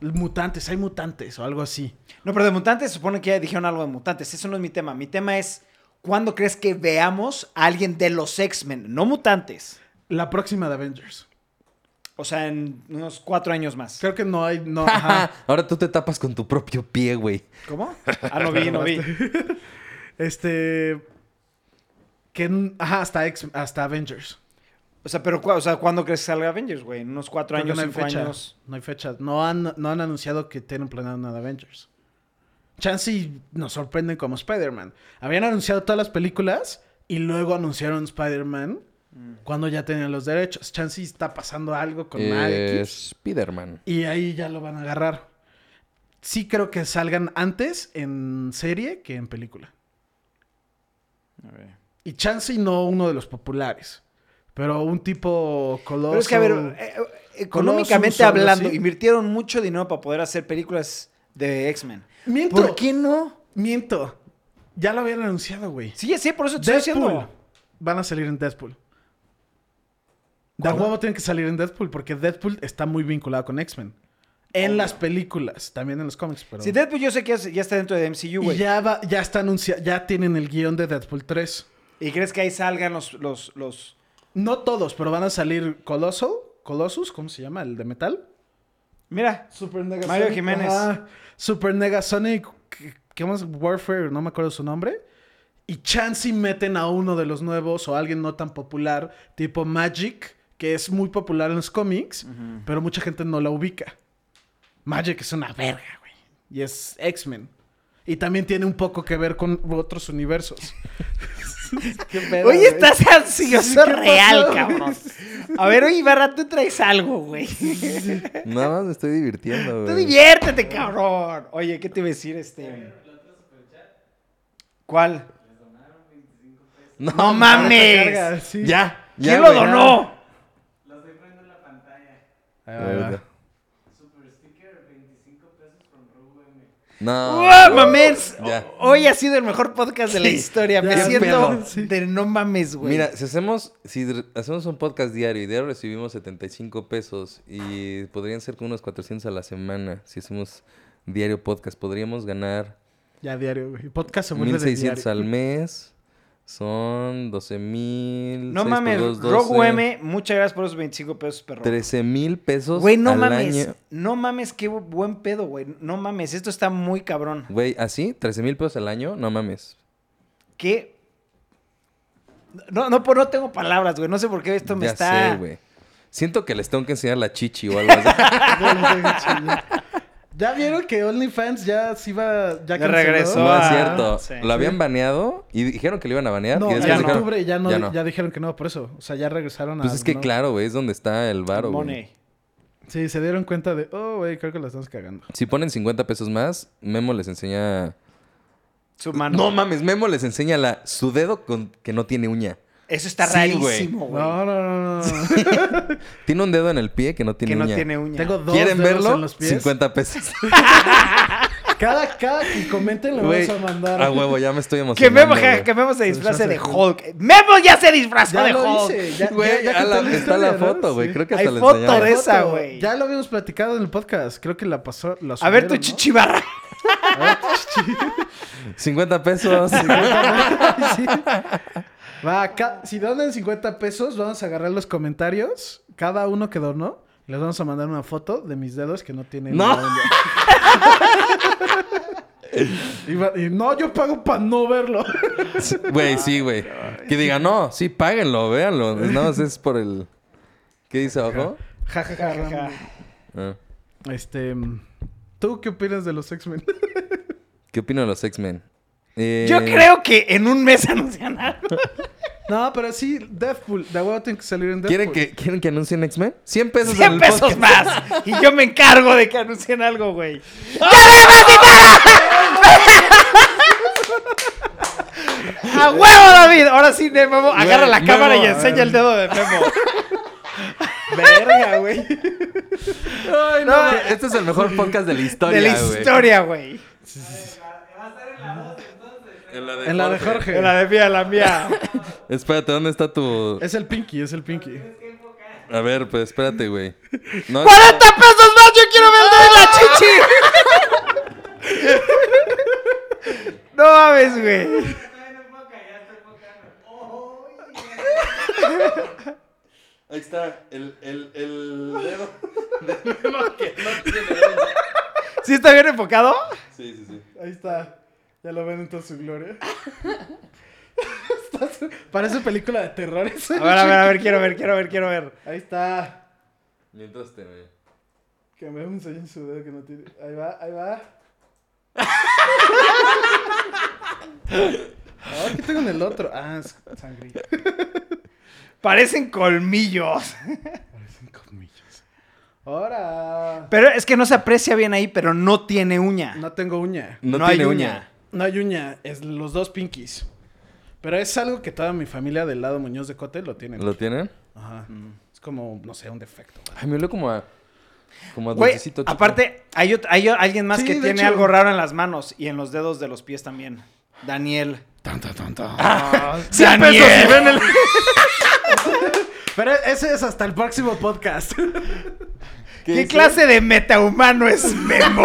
Speaker 2: mutantes, hay mutantes o algo así.
Speaker 1: No, pero de mutantes se supone que ya dijeron algo de mutantes. Eso no es mi tema. Mi tema es ¿cuándo crees que veamos a alguien de los X-Men? No mutantes.
Speaker 2: La próxima de Avengers.
Speaker 1: O sea, en unos cuatro años más.
Speaker 2: Creo que no hay no,
Speaker 1: Ah.
Speaker 2: ajá.
Speaker 3: Ah, Ahora tú te tapas con tu propio pie, güey.
Speaker 1: ¿Cómo? Ah, no vi, no vi.
Speaker 2: Este que n- ajá, hasta X- hasta Avengers.
Speaker 1: O sea, pero cu- o sea, ¿cuándo crees que salga Avengers, güey? En unos cuatro
Speaker 2: Creo que
Speaker 1: años,
Speaker 2: no hay
Speaker 1: cinco
Speaker 2: Pues fecha.
Speaker 1: años.
Speaker 2: No hay fecha. No han, no han anunciado que tienen planeado nada de Avengers. Chance y nos sorprenden como Spider-Man. Habían anunciado todas las películas y luego anunciaron Spider-Man
Speaker 1: Mm.
Speaker 2: cuando ya tenían los derechos. Chance y está pasando algo con
Speaker 3: Eh,
Speaker 2: Mike
Speaker 3: Spider-Man.
Speaker 2: y ahí ya lo van a agarrar. Sí creo que salgan antes en serie que en película. Y Chance y no uno de los populares. Pero un tipo coloso.
Speaker 1: Pero es que, a ver, eh, eh, económicamente
Speaker 2: Colossus, algo
Speaker 1: hablando,
Speaker 2: así.
Speaker 1: invirtieron mucho dinero para poder hacer películas de X-Men.
Speaker 2: Miento.
Speaker 1: ¿Por qué no?
Speaker 2: Miento. Ya lo habían anunciado, güey.
Speaker 1: Sí, sí, por eso te estoy
Speaker 2: Deadpool.
Speaker 1: diciendo.
Speaker 2: van a salir en Deadpool. De a huevo tienen que salir en Deadpool porque Deadpool está muy vinculado con X-Men. En las películas, también en los cómics, pero...
Speaker 1: Si Oh. Deadpool yo sé que es- ya está dentro de MCU,
Speaker 2: y
Speaker 1: güey.
Speaker 2: ya, va- ya está anunciado, ya tienen el guión de Deadpool 3.
Speaker 1: ¿Y crees que ahí salgan los, los, los...
Speaker 2: No todos, pero van a salir Colossal, Colossus, ¿cómo se llama? El de metal.
Speaker 1: Mira,
Speaker 2: Super Negasonic.
Speaker 1: Mario Jiménez.
Speaker 2: ajá. Super Negasonic, ¿qué- ¿qué más? Warfare, no me acuerdo su nombre. Y chance y meten a uno de los nuevos o alguien no tan popular, tipo Magic, que es muy popular en los cómics, pero mucha gente no la ubica. Magic es una verga, güey. Y es X-Men. Y también tiene un poco que ver con otros universos. Qué pedo,
Speaker 1: Hoy
Speaker 2: güey.
Speaker 1: estás ansioso
Speaker 2: ¿Qué pasó?
Speaker 1: real, cabrón. A ver, hoy Ibarra, tú traes algo, güey.
Speaker 3: Nada más me estoy divirtiendo,
Speaker 1: Tú
Speaker 3: güey.
Speaker 1: diviértete, cabrón. Oye, ¿qué te iba a decir este? ¿Cuál?
Speaker 3: No,
Speaker 1: No
Speaker 2: Carga,
Speaker 1: mames.
Speaker 2: sí.
Speaker 3: Ya. ya,
Speaker 1: ¿Quién lo
Speaker 3: güey, ya.
Speaker 1: donó?
Speaker 2: Ahí va, ahí va.
Speaker 3: Verga. No.
Speaker 1: ¡Wow, mames!
Speaker 3: Ya.
Speaker 1: O- Hoy ha sido el mejor podcast de la historia. Me
Speaker 2: ya,
Speaker 1: siento
Speaker 2: pero, sí.
Speaker 1: de no mames, güey.
Speaker 3: Mira, si hacemos, si dr- hacemos un podcast diario y diario recibimos 75 pesos y podrían ser como unos 400 a la semana, si hacemos diario podcast, podríamos ganar
Speaker 2: Ya diario, güey. Podcast se vuelve de
Speaker 3: 1600
Speaker 2: diario.
Speaker 3: al mes, son 12000,
Speaker 1: no mames, Rogue M, muchas gracias por esos 25 pesos, perro.
Speaker 3: 13000 pesos
Speaker 1: Güey, no
Speaker 3: al
Speaker 1: mames.
Speaker 3: año.
Speaker 1: No mames, qué buen pedo, güey. No mames, esto está muy cabrón.
Speaker 3: Güey, así 13000 pesos al año, no mames.
Speaker 1: ¿Qué? No, no, pues no tengo palabras, güey. No sé por qué esto me
Speaker 3: ya
Speaker 1: está.
Speaker 3: sé, güey. Siento que les tengo que enseñar la chichi o algo así.
Speaker 2: ya vieron que OnlyFans ya se iba. Ya, canceló?
Speaker 1: regresó
Speaker 3: No es
Speaker 1: Ah,
Speaker 3: cierto.
Speaker 1: sí.
Speaker 3: lo habían baneado y dijeron que lo iban a banear.
Speaker 2: No,
Speaker 3: y
Speaker 2: en
Speaker 3: después dijeron,
Speaker 2: octubre ya, no,
Speaker 3: ya
Speaker 2: ya,
Speaker 3: no.
Speaker 2: dijeron que no, por eso. O sea, ya regresaron a.
Speaker 3: Pues es que
Speaker 2: no.
Speaker 3: claro, güey, es donde está el varo, güey.
Speaker 1: Money.
Speaker 2: Sí, se dieron cuenta de. Oh, güey, creo que la estamos cagando.
Speaker 3: Si ponen 50 pesos más, Memo les enseña...
Speaker 1: Su mano.
Speaker 3: No mames, Memo les enseña la... su dedo con... que no tiene uña.
Speaker 1: Eso está
Speaker 3: Sí, güey.
Speaker 1: rarísimo, Oh, güey.
Speaker 2: No, no, no. no.
Speaker 3: Tiene un dedo en el pie que no tiene
Speaker 1: que no
Speaker 3: uña.
Speaker 1: tiene uña.
Speaker 2: Tengo dos
Speaker 3: ¿Quieren
Speaker 2: dedos
Speaker 3: verlo?
Speaker 2: en los pies.
Speaker 3: 50 pesos.
Speaker 2: Cada, cada que comenten lo
Speaker 3: Güey,
Speaker 2: vamos a mandar.
Speaker 3: a huevo, ya me estoy
Speaker 1: que,
Speaker 3: emocionando.
Speaker 1: Memo,
Speaker 3: güey.
Speaker 1: que Memo se disfrace
Speaker 2: disfraza
Speaker 1: de
Speaker 2: de
Speaker 1: Hulk. Memo ya se disfrazó
Speaker 2: Ya
Speaker 1: de
Speaker 2: lo
Speaker 1: Hulk.
Speaker 2: hice. Ya,
Speaker 3: Güey,
Speaker 2: ya- ya
Speaker 3: a la-
Speaker 2: conté
Speaker 3: está la
Speaker 2: historia, ¿no?
Speaker 3: foto, güey.
Speaker 2: Sí.
Speaker 3: Creo que
Speaker 1: Hay
Speaker 3: hasta le
Speaker 1: foto
Speaker 3: enseñamos.
Speaker 1: de esa,
Speaker 2: Foto. ¿eh?
Speaker 1: güey.
Speaker 2: Ya lo habíamos platicado en el podcast. Creo que la pasó. La
Speaker 1: A ver tu
Speaker 2: subieron, ¿no?
Speaker 1: chichibarra.
Speaker 3: 50 pesos.
Speaker 2: Sí. Va, ca- si donan 50 pesos, vamos a agarrar los comentarios. Cada uno que donó, les vamos a mandar una foto de mis dedos que no tienen.
Speaker 3: No.
Speaker 2: la uña. Y va- y no, yo pago para no verlo.
Speaker 3: Güey, sí, güey. Que diga, no, sí, páguenlo, véanlo. Nada más es por el... ¿Qué dice abajo?
Speaker 2: Ja, ja, ja,
Speaker 1: Eh,
Speaker 2: Ramón.
Speaker 3: Ah.
Speaker 2: Este. ¿Tú qué opinas de los X-Men?
Speaker 3: ¿Qué opino de los X-Men? Eh,
Speaker 1: Yo creo que en un mes anuncian algo.
Speaker 2: no, pero sí, Deathpool. De huevo tienen que salir en Deathpool.
Speaker 3: ¿Quieren que, ¿Quieren que anuncien X-Men? 100 pesos en
Speaker 1: 100
Speaker 3: el
Speaker 1: pesos
Speaker 3: podcast.
Speaker 1: más. Y yo me encargo de que anuncien algo, güey. ¡A huevo, David! Ahora sí, Memo, agarra la
Speaker 3: Memo,
Speaker 1: cámara y
Speaker 3: a
Speaker 1: enseña
Speaker 3: ver.
Speaker 1: el dedo de Memo. Verga, güey.
Speaker 3: Ay, no,
Speaker 1: No,
Speaker 3: güey, este es el mejor podcast de la historia,
Speaker 1: De la
Speaker 3: güey.
Speaker 1: historia, güey.
Speaker 3: En la de,
Speaker 2: En la de Jorge.
Speaker 1: De la de mía, la mía.
Speaker 3: Espérate, ¿dónde está tu...?
Speaker 2: Es el Pinky, es el Pinky.
Speaker 3: A ver, pues espérate, güey. No,
Speaker 1: ¡40 pesos más! ¡Yo quiero ver el dedo de la chichi! No mames, güey.
Speaker 3: Ahí está el, el, el dedo.
Speaker 1: ¿Sí está bien enfocado?
Speaker 3: Sí, sí, sí.
Speaker 2: Ahí está. Ya lo ven en toda su gloria. Está su- Parece película de terror. ese.
Speaker 1: A ver, a ver, a ver, quiero ver, quiero ver, quiero ver.
Speaker 2: Ahí está.
Speaker 3: Mientras te ve.
Speaker 2: Que me enseñen su dedo que no tiene. Ahí va, ahí va. Ahora que Oh, tengo en el otro. Ah, es sangría.
Speaker 1: Parecen colmillos.
Speaker 2: Parecen comillas. Ahora.
Speaker 1: Pero es que no se aprecia bien ahí, pero no tiene uña.
Speaker 2: No tengo uña.
Speaker 3: No,
Speaker 1: No hay
Speaker 3: tiene
Speaker 1: uña.
Speaker 3: uña.
Speaker 2: No hay uña, es los dos pinkies. Pero es algo que toda mi familia del lado Muñoz de Cote lo tienen.
Speaker 3: ¿Lo tienen?
Speaker 2: Ajá.
Speaker 1: Mm.
Speaker 2: Es como, no sé, un defecto.
Speaker 3: Ay, me olvidó como a... Como a
Speaker 1: Güey,
Speaker 3: dulcecito chico.
Speaker 1: aparte, hay, ot- hay o- alguien más
Speaker 2: Sí,
Speaker 1: que
Speaker 2: de
Speaker 1: tiene
Speaker 2: hecho.
Speaker 1: algo raro en las manos y en los dedos de los pies también. Daniel. Ah,
Speaker 2: Tan, tan, tan, tan.
Speaker 1: ¡Cien pesos si ven el-
Speaker 2: Pero ese es hasta el próximo podcast.
Speaker 1: ¿Qué, clase de metahumano es Memo?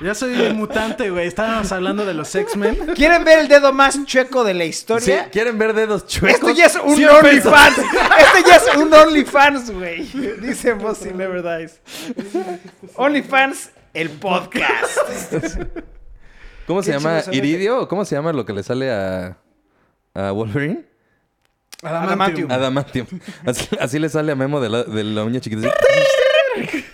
Speaker 2: ya soy un mutante, güey. Estábamos hablando de los X-Men.
Speaker 1: ¿Quieren ver el dedo más chueco de la
Speaker 3: Sí,
Speaker 1: historia?
Speaker 3: ¿Quieren ver dedos chuecos?
Speaker 1: Esto ya es un
Speaker 3: 100 pesos.
Speaker 1: OnlyFans. Este ya es un OnlyFans, güey. Dice Bossy Never Dies. OnlyFans, el podcast.
Speaker 3: ¿Cómo se
Speaker 1: ¿Qué
Speaker 3: llama?
Speaker 1: chingos son
Speaker 3: ¿Iridio? ¿O ¿Cómo se llama lo que le sale a, a Wolverine?
Speaker 1: Adamantium.
Speaker 3: Adamantium. Así, así le sale a Memo de la, de la uña chiquita. así.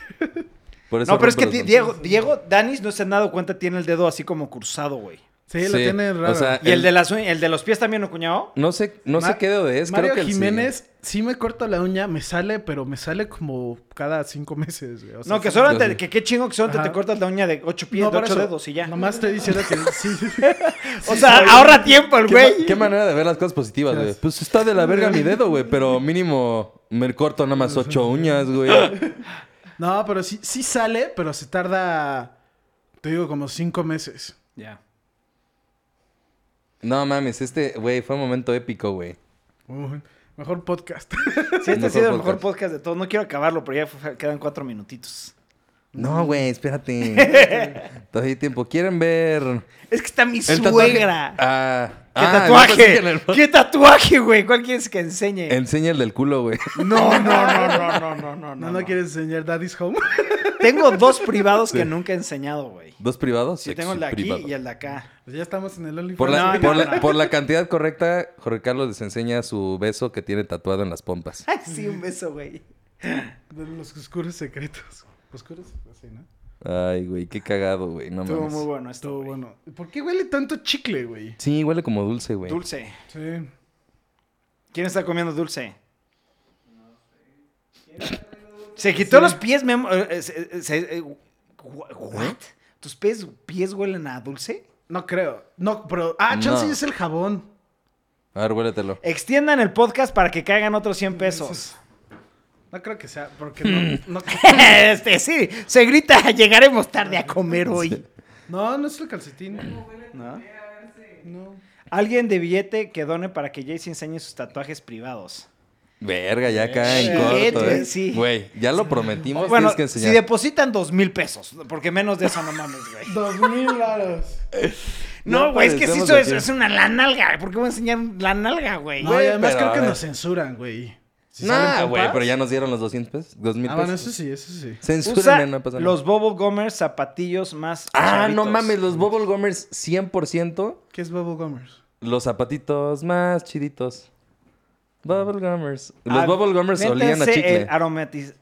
Speaker 3: Por eso
Speaker 1: No, pero es que
Speaker 3: rompe
Speaker 1: Di-
Speaker 3: los
Speaker 1: Diego, Diego Danis no se han dado cuenta, tiene el dedo así como cruzado, güey.
Speaker 2: Sí,
Speaker 3: Sí,
Speaker 2: lo tiene
Speaker 3: o
Speaker 2: raro.
Speaker 3: sea,
Speaker 1: Y el
Speaker 3: El-
Speaker 1: de, las, uñ- el de los pies también, ¿no, cuñado?
Speaker 3: No sé, no sé
Speaker 2: Ma-
Speaker 3: qué dedo es.
Speaker 2: Mario
Speaker 3: creo que el sí.
Speaker 2: Jiménez, sí. me corto la uña, me sale, pero me sale como cada cinco meses, güey. O sea,
Speaker 1: No, que
Speaker 2: sí-
Speaker 1: solo
Speaker 3: yo
Speaker 1: te-
Speaker 3: sí.
Speaker 1: que qué chingo que solo te-
Speaker 2: Ajá.
Speaker 1: te cortas la uña de ocho pies,
Speaker 2: No,
Speaker 1: de
Speaker 2: por
Speaker 1: ocho
Speaker 2: eso.
Speaker 1: dedos y ya.
Speaker 2: Nomás estoy diciendo que sí.
Speaker 1: o sea, ahorra tiempo el
Speaker 3: ¿Qué, ma-
Speaker 1: güey.
Speaker 3: qué manera de ver las cosas positivas, güey. Pues está de la verga mi dedo, güey. Pero mínimo me corto nada más ocho uñas, güey.
Speaker 2: No, pero sí, sí sale, pero se tarda, te digo, como cinco meses.
Speaker 1: Ya.
Speaker 3: No mames, este, güey, fue un momento épico, güey.
Speaker 2: Uy, Mejor podcast.
Speaker 1: Sí, este ha
Speaker 3: Mejor
Speaker 1: sido el mejor
Speaker 3: podcast.
Speaker 1: podcast de todos. No quiero acabarlo, pero ya fue- quedan cuatro minutitos.
Speaker 3: No, güey, espérate. Todavía hay tiempo. ¿Quieren ver?
Speaker 1: Es que está mi
Speaker 3: el tatuaje?
Speaker 1: suegra.
Speaker 3: Ah,
Speaker 1: ¿Qué
Speaker 3: ah, yo pensé que en
Speaker 1: tatuaje?
Speaker 3: el-
Speaker 1: ¿Qué tatuaje, güey? ¿Cuál quieres que enseñe?
Speaker 3: Enseña el del culo, güey.
Speaker 1: No, no, no, no, no, no, no.
Speaker 2: ¿No, no, quieres enseñar Daddy's Home?
Speaker 1: Tengo dos privados que nunca he enseñado, güey.
Speaker 3: ¿Dos privados?
Speaker 1: Sí, tengo el de aquí
Speaker 3: privado.
Speaker 1: y el de acá.
Speaker 2: Pues ya estamos en el OnlyFans.
Speaker 3: Por la,
Speaker 1: No, no,
Speaker 3: por, la,
Speaker 1: no.
Speaker 3: por la cantidad correcta, Jorge Carlos les enseña su beso que tiene tatuado en las pompas.
Speaker 1: Ay, sí, un beso, güey.
Speaker 2: De los oscuros secretos. Oscuros, así, ¿no?
Speaker 3: Ay, güey, qué cagado, güey. No
Speaker 1: Estuvo
Speaker 3: mames.
Speaker 1: muy bueno esto,
Speaker 2: Estuvo
Speaker 1: güey.
Speaker 2: bueno. ¿Por qué huele tanto chicle, güey?
Speaker 3: Sí, huele como dulce, güey.
Speaker 1: Dulce.
Speaker 2: Sí.
Speaker 1: ¿Quién está comiendo dulce? Se quitó los pies, Memo. eh, eh, se- eh, se- eh, wh- ¿What? ¿Tus pies, pies huelen a dulce?
Speaker 2: No creo. No, pero... Ah,
Speaker 3: No.
Speaker 2: chance es el jabón.
Speaker 3: A ver, huéletelo.
Speaker 1: Extiendan el podcast para que caigan otros 100 pesos.
Speaker 2: No creo que sea, porque no... No,
Speaker 1: este, sí, se grita, llegaremos tarde a comer hoy.
Speaker 2: no, no es el calcetín.
Speaker 1: ¿No?
Speaker 2: No.
Speaker 1: Alguien de billete que done para que Jayce enseñe sus tatuajes privados.
Speaker 3: Verga, ya acá en
Speaker 1: Shit,
Speaker 3: corto,
Speaker 1: güey,
Speaker 3: eh.
Speaker 1: sí.
Speaker 3: Güey, ya lo prometimos,
Speaker 1: bueno,
Speaker 3: tienes que
Speaker 1: si
Speaker 3: enseñar.
Speaker 1: depositan dos mil pesos, porque menos de eso no mames, güey.
Speaker 2: Dos mil varos.
Speaker 1: No,
Speaker 3: Ya
Speaker 1: güey, es que si
Speaker 3: parecemos
Speaker 1: eso es,
Speaker 3: aquí.
Speaker 1: es una la nalga. ¿Por qué voy a enseñar la nalga, güey?
Speaker 2: No, y además
Speaker 3: pero, a
Speaker 2: creo que
Speaker 3: ver.
Speaker 2: nos censuran, güey. Si
Speaker 3: Nah,
Speaker 2: salen
Speaker 3: güey,
Speaker 2: pompas-
Speaker 3: pero ya nos dieron los 200 pesos. 2000
Speaker 2: Ah,
Speaker 3: pesos.
Speaker 2: bueno, eso sí, eso sí.
Speaker 1: Usa
Speaker 3: Censúrenme, no pasa nada.
Speaker 1: los Bobo Gomers zapatillos más
Speaker 3: Ah, no
Speaker 1: chavitos.
Speaker 3: mames, los Bubble Gomers 100%.
Speaker 2: ¿Qué es Bubble Gummers?
Speaker 3: Los zapatitos más chiditos. Bubble Gummers. Los
Speaker 1: Ah, eh,
Speaker 3: Bubble Gummers olían a
Speaker 1: métanse
Speaker 3: chicle.
Speaker 1: el aromatiz-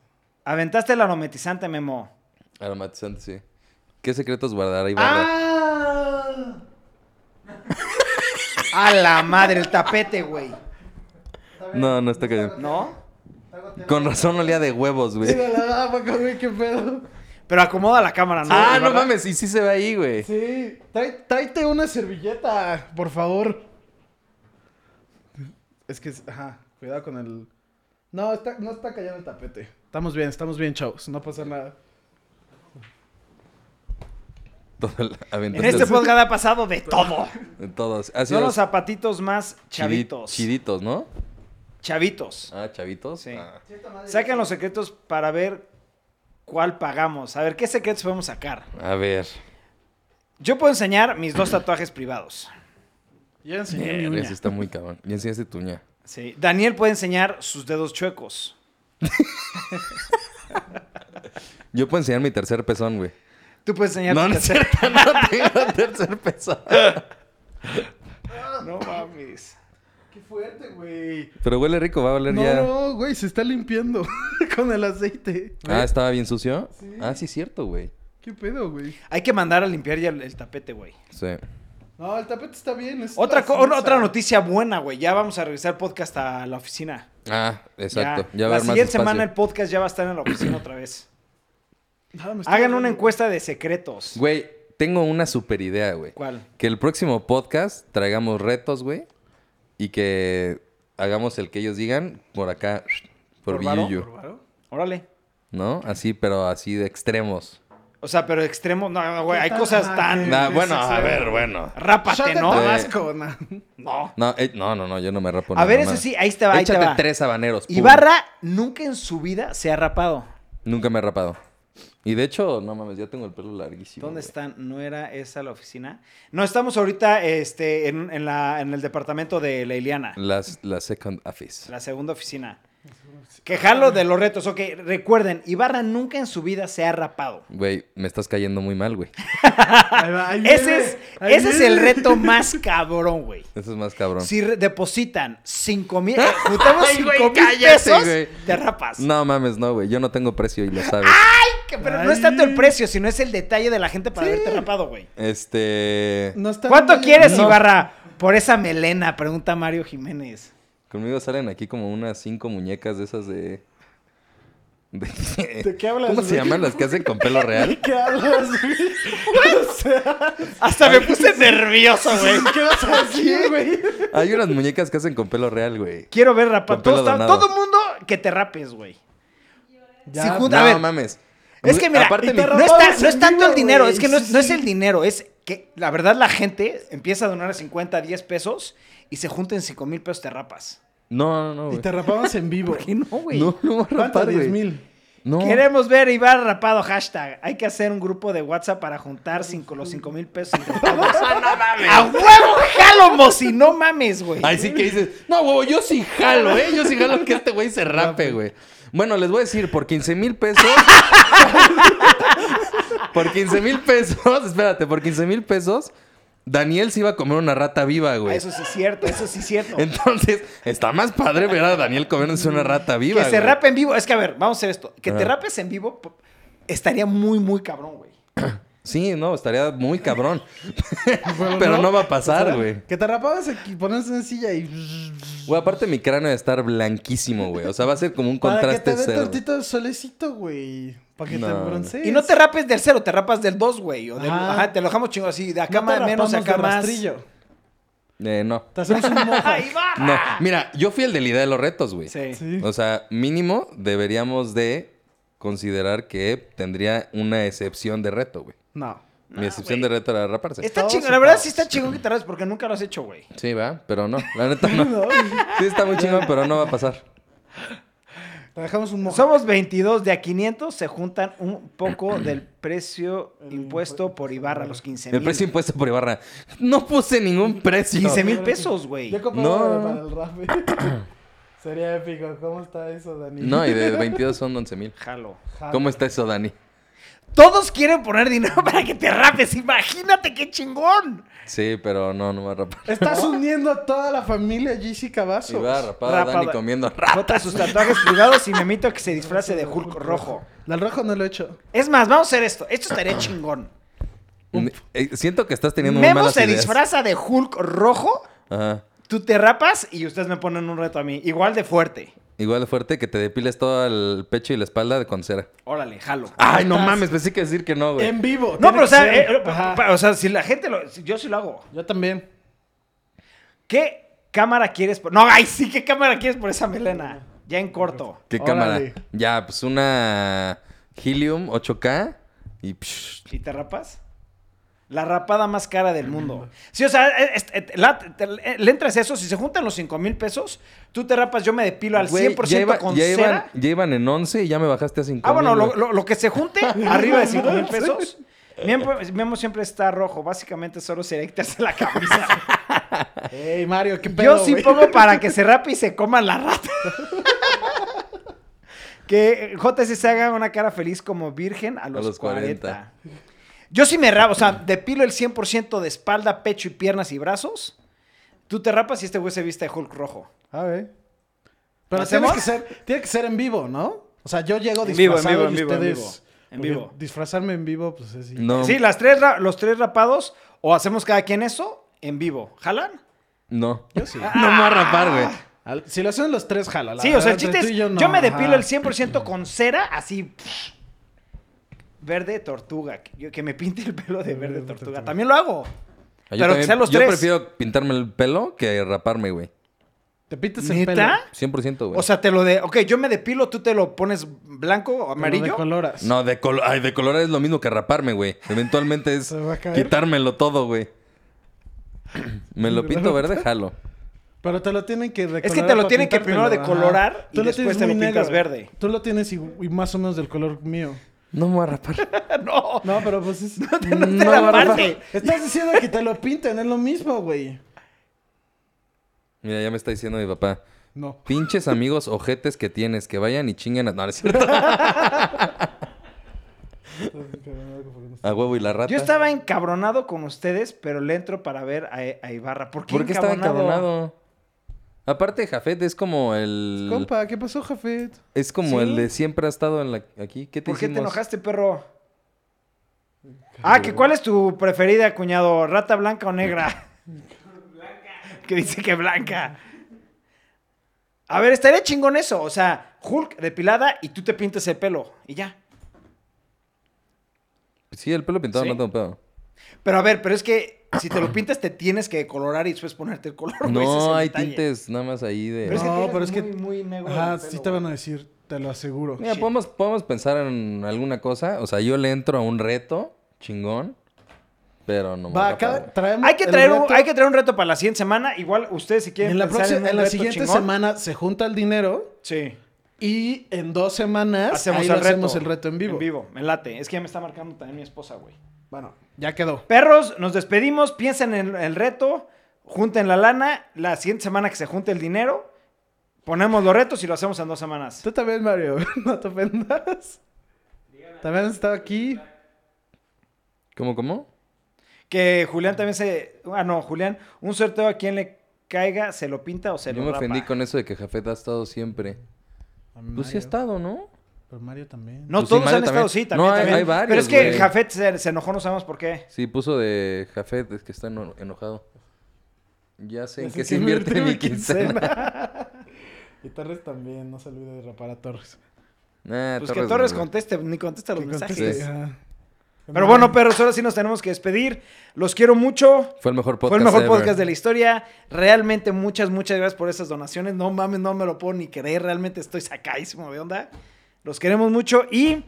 Speaker 1: Aventaste el aromatizante, Memo.
Speaker 3: Aromatizante, sí. ¿Qué secretos guardará y
Speaker 1: Ah,
Speaker 2: ¡Ah!
Speaker 1: A la madre, el tapete, güey.
Speaker 3: No, no está cayendo.
Speaker 1: ¿No?
Speaker 3: Con razón olía de huevos, güey.
Speaker 2: Mira la agua, güey, qué pedo.
Speaker 1: Pero acomoda la cámara, ¿no?
Speaker 3: Ah, no
Speaker 1: ¿Verdad?
Speaker 3: mames, y sí se ve ahí, güey.
Speaker 2: Sí, tráe- tráete una servilleta, por favor. Es que, es- ajá, cuidado con el... No, está, no está cayendo el tapete. Estamos bien, estamos bien, chavos, no pasa nada.
Speaker 3: Todo el-
Speaker 1: En
Speaker 3: aventaste
Speaker 1: este
Speaker 3: el-
Speaker 1: podcast ha pasado de todo.
Speaker 3: de todos. Ha sido
Speaker 1: Son los zapatitos más chavitos.
Speaker 3: Chiditos, ¿no?
Speaker 1: Chavitos.
Speaker 3: Ah, chavitos.
Speaker 1: Sí.
Speaker 3: Ah.
Speaker 1: Sacan los secretos para ver cuál pagamos. A ver, ¿qué secretos podemos sacar?
Speaker 3: A ver.
Speaker 1: Yo puedo enseñar mis dos tatuajes privados.
Speaker 2: Ya enseñé mi
Speaker 3: Verga,
Speaker 2: uña.
Speaker 3: Eso está muy cabrón. Ya enseñaste tuña.
Speaker 1: Sí. Daniel puede enseñar sus dedos chuecos.
Speaker 3: Yo puedo enseñar mi tercer pezón, güey.
Speaker 1: Tú puedes enseñar
Speaker 3: No,
Speaker 1: tu
Speaker 3: no es
Speaker 1: tercer-
Speaker 3: cierto, no tengo tercer pezón.
Speaker 1: No mames.
Speaker 2: Qué fuerte, güey.
Speaker 3: Pero huele rico, va a oler
Speaker 2: No,
Speaker 3: ya.
Speaker 2: no, güey, se está limpiando con el aceite.
Speaker 3: Ah,
Speaker 1: ¿Eh?
Speaker 3: estaba bien sucio. Ah, sí, es cierto, güey.
Speaker 2: ¿Qué pedo, güey?
Speaker 1: Hay que mandar a limpiar ya el, el tapete, güey.
Speaker 3: Sí.
Speaker 2: No, el tapete está bien. es
Speaker 1: Otra,
Speaker 2: la
Speaker 1: co-
Speaker 2: salsa.
Speaker 1: otra noticia buena, güey. Ya vamos a regresar el podcast a la oficina.
Speaker 3: Ah, exacto. Ya,
Speaker 1: la
Speaker 3: va a haber más
Speaker 1: siguiente
Speaker 3: espacio.
Speaker 1: semana el podcast ya va a estar en la oficina otra vez.
Speaker 2: Ah, me estoy
Speaker 1: Hagan una
Speaker 2: ahogando.
Speaker 1: encuesta de secretos.
Speaker 3: Güey, tengo una super idea, güey.
Speaker 1: ¿Cuál?
Speaker 3: Que el próximo podcast traigamos retos, güey. Y que hagamos el que ellos digan por acá, por,
Speaker 1: ¿Por varo?
Speaker 3: Villuyu,
Speaker 2: ¿Por varo?
Speaker 1: Órale.
Speaker 3: ¿No? Así, pero así de extremos.
Speaker 1: O sea, pero extremo, no, no, güey,
Speaker 2: ¿Qué
Speaker 1: hay
Speaker 2: tal?
Speaker 1: cosas
Speaker 2: Ah,
Speaker 1: tan...
Speaker 2: sí.
Speaker 3: Nah,
Speaker 2: sí,
Speaker 3: bueno,
Speaker 2: sí,
Speaker 3: a
Speaker 2: sí.
Speaker 3: ver, bueno.
Speaker 1: Rápate,
Speaker 2: Shot de
Speaker 1: ¿no?
Speaker 3: Sí.
Speaker 2: Tabasco, no.
Speaker 1: No.
Speaker 3: No, eh, no, no, no, yo no me rapo
Speaker 1: A
Speaker 3: nada
Speaker 1: ver,
Speaker 3: más.
Speaker 1: eso sí, ahí te va, ahí te
Speaker 3: Échate
Speaker 1: va.
Speaker 3: tres habaneros. pum.
Speaker 1: Ibarra nunca en su vida se ha rapado.
Speaker 3: Nunca me he rapado. Y de hecho, no mames, yo tengo el pelo larguísimo.
Speaker 1: ¿Dónde
Speaker 3: güey.
Speaker 1: están? ¿No era esa la oficina? No, estamos ahorita este, en, en la, en el departamento de la Iliana,
Speaker 3: Las, la second office.
Speaker 1: la segunda oficina. Quejarlo de los retos. Ok, recuerden, Ibarra nunca en su vida se ha rapado.
Speaker 3: Güey, me estás cayendo muy mal, güey.
Speaker 2: Ahí va, ahí
Speaker 1: Ese
Speaker 2: viene,
Speaker 1: es,
Speaker 2: ahí
Speaker 1: ese es el
Speaker 2: viene.
Speaker 1: reto más cabrón, güey.
Speaker 3: Eso es más cabrón.
Speaker 1: Si re- depositan 5 mil, eh, juntamos
Speaker 3: Ay, güey,
Speaker 1: 5 mil
Speaker 3: cállate,
Speaker 1: pesos,
Speaker 3: güey.
Speaker 1: te rapas.
Speaker 3: No mames, no, güey. Yo no tengo precio y lo sabes.
Speaker 2: Ah.
Speaker 1: Que- Pero no es tanto el precio, sino es el detalle de la gente para haberte rapado, güey.
Speaker 3: Este.
Speaker 2: No está
Speaker 1: ¿Cuánto
Speaker 2: mal.
Speaker 1: quieres,
Speaker 2: No.
Speaker 1: Ibarra? Por esa melena, pregunta Mario Jiménez.
Speaker 3: Conmigo salen aquí como unas cinco muñecas de esas de. ¿De,
Speaker 2: ¿De qué hablas,
Speaker 3: ¿Cómo se
Speaker 2: güey?
Speaker 3: llaman las que hacen con pelo real?
Speaker 2: ¿Qué hablas, güey? O sea,
Speaker 1: Hasta me puse nervioso, güey.
Speaker 2: ¿Qué vas a decir, güey?
Speaker 3: Hay unas muñecas que hacen con pelo real, güey.
Speaker 1: Quiero ver rapado.
Speaker 3: Con pelo
Speaker 1: Todo,
Speaker 3: donado.
Speaker 1: todo mundo que te rapes, güey. Sí,
Speaker 2: Ya,
Speaker 1: ju- Puta, a
Speaker 3: no
Speaker 1: ver.
Speaker 3: mames.
Speaker 1: Es que mira,
Speaker 3: Aparte,
Speaker 2: y
Speaker 3: mi-
Speaker 2: te
Speaker 1: no,
Speaker 2: rapabas
Speaker 1: está-
Speaker 2: en
Speaker 1: no es tanto
Speaker 2: vivo,
Speaker 1: el dinero,
Speaker 2: güey.
Speaker 1: es que no,
Speaker 2: Sí,
Speaker 1: no es
Speaker 2: sí.
Speaker 1: el dinero, es que la verdad la gente empieza a donar 50, 10 pesos y se juntan 5 mil pesos, te rapas.
Speaker 3: No, no, no,
Speaker 2: Y
Speaker 3: güey.
Speaker 2: te rapabas en vivo.
Speaker 1: ¿Por qué no, güey?
Speaker 3: No, no voy a
Speaker 2: ¿Cuánto?
Speaker 3: rapar,
Speaker 2: ¿10
Speaker 3: güey.
Speaker 2: mil?
Speaker 3: No.
Speaker 1: Queremos ver Ibar rapado, hashtag. Hay que hacer un grupo de WhatsApp para juntar cinco, los 5 mil pesos. ¡A huevo, jalomos! Y no mames, güey.
Speaker 3: Ay, sí que dices, no, huevo, yo sí jalo, ¿eh? Yo sí jalo que este güey se rape, güey. Bueno, les voy a decir, por 15 mil pesos. por 15 mil pesos, espérate, por 15 mil pesos, Daniel se iba a comer una rata viva,
Speaker 2: Ah,
Speaker 3: güey.
Speaker 1: Ah, Eso sí es cierto, eso sí es cierto.
Speaker 3: Entonces, está más padre ver a Daniel comiéndose una rata viva.
Speaker 1: que se
Speaker 3: güey.
Speaker 1: rape en vivo. Es que, a ver, vamos a hacer esto. Que te
Speaker 3: Ajá.
Speaker 1: rapes en vivo po- estaría muy, muy cabrón, güey.
Speaker 3: Sí, no, estaría muy cabrón. Pero no va a pasar, güey.
Speaker 2: Que te rapabas aquí, pones en silla y...
Speaker 3: Güey, aparte mi cráneo va a estar blanquísimo, güey. O sea, va a ser como un
Speaker 2: Para que te
Speaker 3: contraste
Speaker 2: dé
Speaker 3: cero.
Speaker 2: tantito solecito, güey. Para que
Speaker 3: No,
Speaker 2: te
Speaker 3: no.
Speaker 2: broncees.
Speaker 1: Y no te rapes del cero, te rapas del dos, güey. O del-
Speaker 2: Ajá.
Speaker 1: ajá, te lo dejamos chingo así. De acá
Speaker 2: No te
Speaker 1: más menos,
Speaker 2: rapamos
Speaker 1: acá
Speaker 2: de
Speaker 1: más.
Speaker 2: rastrillo.
Speaker 3: Eh, no.
Speaker 2: Te hacemos un mojo.
Speaker 1: ¡Ay, va!
Speaker 3: No, mira, yo fui el de la idea de los retos, güey.
Speaker 1: Sí.
Speaker 2: Sí.
Speaker 3: O sea, mínimo deberíamos de considerar que tendría una excepción de reto, güey.
Speaker 2: No.
Speaker 3: Mi excepción de reto era raparse.
Speaker 1: Ah, Está
Speaker 2: Todos
Speaker 1: chingón, la verdad sí está chingón que te rapes porque nunca lo has hecho, güey.
Speaker 3: Sí, va, pero no, la neta no. Sí está muy chingón, pero no va a pasar.
Speaker 2: Te dejamos un mojo.
Speaker 1: Somos 22, de a 500 se juntan un poco del precio impuesto por Ibarra, los 15 mil.
Speaker 3: El precio impuesto por Ibarra. No puse ningún precio.
Speaker 1: 15 mil pesos, güey.
Speaker 2: Yo compraba
Speaker 3: No.
Speaker 2: para el rap. Sería épico. ¿Cómo está eso, Dani?
Speaker 3: No, y de 22 son 11 mil.
Speaker 1: Jalo.
Speaker 2: Jalo.
Speaker 3: ¿Cómo está eso, Dani?
Speaker 1: Todos quieren poner dinero para que te rapes. Imagínate qué chingón.
Speaker 3: Sí, pero no, no va a rapar.
Speaker 2: Estás uniendo a toda la familia GC Cavazos.
Speaker 3: Iba rapado,
Speaker 1: Rapado.
Speaker 3: Dani comiendo rap.
Speaker 1: Jota sus tatuajes privados y Memito que se disfrace de Hulk rojo.
Speaker 2: Del rojo no lo he hecho.
Speaker 1: Es más, vamos a hacer esto. Esto estaría chingón.
Speaker 3: Eh, siento que estás teniendo muy
Speaker 1: Memo
Speaker 3: malas
Speaker 1: se
Speaker 3: ideas.
Speaker 1: disfraza de Hulk rojo,
Speaker 3: Ajá.
Speaker 1: tú te rapas y ustedes me ponen un reto a mí. Igual de fuerte.
Speaker 3: Igual de fuerte que te depiles todo el pecho y la espalda de con cera.
Speaker 1: Órale, jalo.
Speaker 3: Ay, no
Speaker 2: Estás-
Speaker 3: mames, pensé que decir que no, güey.
Speaker 2: En vivo.
Speaker 1: No,
Speaker 2: tiene
Speaker 1: pero o
Speaker 2: que
Speaker 1: sea,
Speaker 2: ser.
Speaker 1: eh, eh,
Speaker 2: Ajá.
Speaker 1: pa- o sea, si la gente lo. si- Yo sí lo hago.
Speaker 2: Yo también.
Speaker 1: ¿Qué cámara quieres por.? No, ay, sí, ¿qué cámara quieres por esa melena? Ya en corto.
Speaker 3: ¿Qué
Speaker 2: Órale.
Speaker 3: cámara? Ya, pues una Helium 8K y psh,
Speaker 1: ¿Y te rapas? La rapada más cara del mundo. Sí, o sea, eh, es- es- la- te- le entras eso. Si se juntan los 5 mil pesos, tú te rapas, yo me depilo al
Speaker 3: Güey,
Speaker 1: 100%
Speaker 3: ya iba-
Speaker 1: con
Speaker 3: ya
Speaker 1: cera.
Speaker 3: Iban, ya iban en 11 y ya me bajaste a 5.
Speaker 1: Ah, bueno, lo, lo- lo que se junte arriba de 5 mil pesos. Memo, Memo siempre está rojo. Básicamente solo sería quitarse la camisa.
Speaker 2: Ey, Mario, qué pedo,
Speaker 1: Yo sí
Speaker 2: güey?
Speaker 1: pongo para que se rape y se coma la rata. que JC se haga una cara feliz como virgen a los,
Speaker 3: los
Speaker 1: 40.
Speaker 3: 40.
Speaker 1: Yo sí me rapo, o sea, depilo el 100% de espalda, pecho y piernas y brazos. Tú te rapas y este güey se viste de Hulk rojo.
Speaker 2: A ver. Ah, Pero
Speaker 1: ¿Lo
Speaker 2: tiene
Speaker 1: hacemos?
Speaker 2: que, ser, tiene que ser en vivo, ¿no? O sea, yo llego
Speaker 1: En vivo, en
Speaker 2: disfrazado
Speaker 1: vivo,
Speaker 2: y
Speaker 1: en vivo, en
Speaker 2: ustedes...
Speaker 1: vivo. En
Speaker 2: porque
Speaker 1: vivo.
Speaker 2: Disfrazarme en vivo, pues es...
Speaker 3: No,
Speaker 1: Sí, las tres, ra- los tres rapados o hacemos cada quien eso en vivo. ¿Jalan?
Speaker 3: no.
Speaker 2: Yo sí.
Speaker 3: No
Speaker 1: Ah.
Speaker 3: me voy a rapar, güey.
Speaker 2: Ah, Al- Si lo hacen los tres, jala. la
Speaker 1: Sí, o sea, el
Speaker 2: verdad,
Speaker 1: chiste
Speaker 2: entre
Speaker 1: es,
Speaker 2: tú y
Speaker 1: yo,
Speaker 2: no,
Speaker 1: me depilo
Speaker 2: ajá.
Speaker 1: el 100% con cera, así, pff, verde tortuga, que, yo- que me pinte el pelo de verde tortuga. También lo hago.
Speaker 3: Ah,
Speaker 1: Pero que
Speaker 3: también-
Speaker 1: sean los
Speaker 3: yo
Speaker 1: tres.
Speaker 3: prefiero pintarme el pelo que raparme, güey.
Speaker 2: ¿Te pintas el pelo?
Speaker 1: ¿Neta?
Speaker 3: 100%, güey.
Speaker 1: O sea, te lo de. Ok, yo me depilo, tú te lo pones blanco o
Speaker 2: Te lo
Speaker 1: amarillo.
Speaker 2: decoloras.
Speaker 3: no, de, colo- ay, de colorar es lo mismo que raparme, güey. Eventualmente es
Speaker 2: Se va a caer.
Speaker 3: quitármelo todo, güey. Me lo pinto verde, jalo.
Speaker 2: Pero te lo tienen que decolorar.
Speaker 1: Es que te lo
Speaker 2: para
Speaker 1: tienen que
Speaker 2: pintártelo,
Speaker 1: primero decolorar
Speaker 2: ajá.
Speaker 1: y después
Speaker 2: tienes
Speaker 1: te lo
Speaker 2: muy
Speaker 1: pintas verde.
Speaker 2: Tú lo tienes y, y más o menos del color mío.
Speaker 3: No me voy a rapar.
Speaker 1: no.
Speaker 2: No, pero pues es... no,
Speaker 1: te
Speaker 2: güey,
Speaker 1: rapaste.
Speaker 2: Estás diciendo que te lo pinten, es lo mismo, güey.
Speaker 3: Mira, ya me está diciendo mi papá.
Speaker 2: No.
Speaker 3: Pinches amigos ojetes que tienes, que vayan y chinguen a... No, no es cierto. A huevo y la rata.
Speaker 1: Yo estaba encabronado con ustedes, pero le entro para ver a, a Ibarra. ¿Por qué,
Speaker 3: ¿Por qué estaba encabronado? Aparte, Jafet es como el...
Speaker 2: Compa, ¿qué pasó, Jafet?
Speaker 3: Es como
Speaker 1: Sí.
Speaker 3: el de siempre ha estado en la... aquí. ¿Qué te
Speaker 1: ¿Por qué te
Speaker 3: hicimos?
Speaker 1: enojaste, perro? Ah, que cuál es tu preferida, cuñado, rata blanca o negra. blanca. Que dice que blanca. A ver, estaría chingón eso. O sea, Hulk depilada y tú te pintas el pelo y ya.
Speaker 3: Sí, el pelo pintado
Speaker 1: ¿Sí?
Speaker 3: no tengo pedo.
Speaker 1: Pero a ver, pero es que si te lo pintas te tienes que decolorar y después ponerte el color. güey, ese es el
Speaker 3: No, hay
Speaker 1: detalle.
Speaker 3: tintes nada más ahí de...
Speaker 1: Pero es que
Speaker 2: No,
Speaker 1: tienes
Speaker 2: pero es que-
Speaker 1: muy, muy negro
Speaker 2: Ajá,
Speaker 1: el
Speaker 2: sí
Speaker 1: pelo,
Speaker 2: te
Speaker 1: güey.
Speaker 2: van a decir, te lo aseguro.
Speaker 3: Mira,
Speaker 1: Shit.
Speaker 3: podemos, podemos pensar en alguna cosa. O sea, yo le entro a un reto chingón, pero no me voy
Speaker 2: Va,
Speaker 3: a
Speaker 2: cada,
Speaker 3: rapar.
Speaker 2: traemos
Speaker 1: Hay que,
Speaker 2: el
Speaker 1: traer un,
Speaker 2: reto.
Speaker 1: hay que traer un reto para la siguiente semana. Igual ustedes si quieren
Speaker 2: En la,
Speaker 1: pensar
Speaker 2: próxima-
Speaker 1: un
Speaker 2: en la
Speaker 1: reto
Speaker 2: siguiente
Speaker 1: chingón.
Speaker 2: semana se junta el dinero
Speaker 1: Sí.
Speaker 2: y en dos semanas
Speaker 1: Hacemos,
Speaker 2: ahí
Speaker 1: el,
Speaker 2: lo
Speaker 1: reto.
Speaker 2: hacemos el reto en vivo.
Speaker 1: En vivo, me late. Es que ya me está marcando también mi esposa, güey.
Speaker 2: Bueno, ya quedó.
Speaker 1: Perros, nos despedimos. Piensen en el reto. Junten la lana. La siguiente semana que se junte el dinero. Ponemos los retos y lo hacemos en dos semanas.
Speaker 2: Tú también, Mario, no te ofendas. También has estado aquí.
Speaker 3: ¿Cómo, cómo?
Speaker 1: Que Julián también se. Ah, no, Julián. Un sorteo a quien le caiga, se lo pinta o se
Speaker 3: Yo
Speaker 1: lo
Speaker 3: me
Speaker 1: rapa.
Speaker 3: ofendí con eso de que Jafet ha estado siempre. Pues sí ha estado, ¿no?
Speaker 2: Pero Mario también.
Speaker 1: No,
Speaker 3: Pues sí,
Speaker 1: todos
Speaker 3: Mario
Speaker 1: han estado,
Speaker 3: también.
Speaker 1: sí, también.
Speaker 3: No, hay-
Speaker 1: también.
Speaker 3: hay varios,
Speaker 1: Pero es que
Speaker 3: güey.
Speaker 1: Jafet se, se enojó, no sabemos por qué.
Speaker 3: Sí, puso de Jafet, es que está eno- enojado. Ya sé en
Speaker 2: Así
Speaker 3: qué se invierte mi quincena.
Speaker 2: y Torres también, no se olvide de rapar a Torres.
Speaker 3: Nah,
Speaker 1: Pues que
Speaker 3: Ah, Torres
Speaker 1: Torres
Speaker 3: no.
Speaker 1: conteste, ni contesta los
Speaker 2: Que
Speaker 1: mensajes.
Speaker 2: conteste, Ah.
Speaker 3: Sí.
Speaker 2: ajá.
Speaker 1: Pero bueno, perros, ahora sí nos tenemos que despedir. Los quiero mucho.
Speaker 3: Fue el mejor podcast.
Speaker 1: Fue el mejor
Speaker 3: ever.
Speaker 1: podcast de la historia. Realmente muchas, muchas gracias por esas donaciones. No mames, no me lo puedo ni creer. Realmente estoy sacadísimo de onda. Los queremos mucho y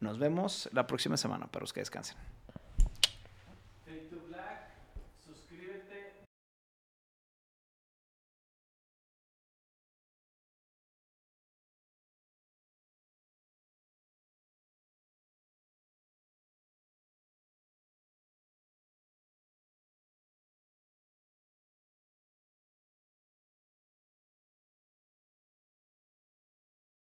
Speaker 1: nos vemos la próxima semana. Perros, que descansen.
Speaker 4: Take to Black, suscríbete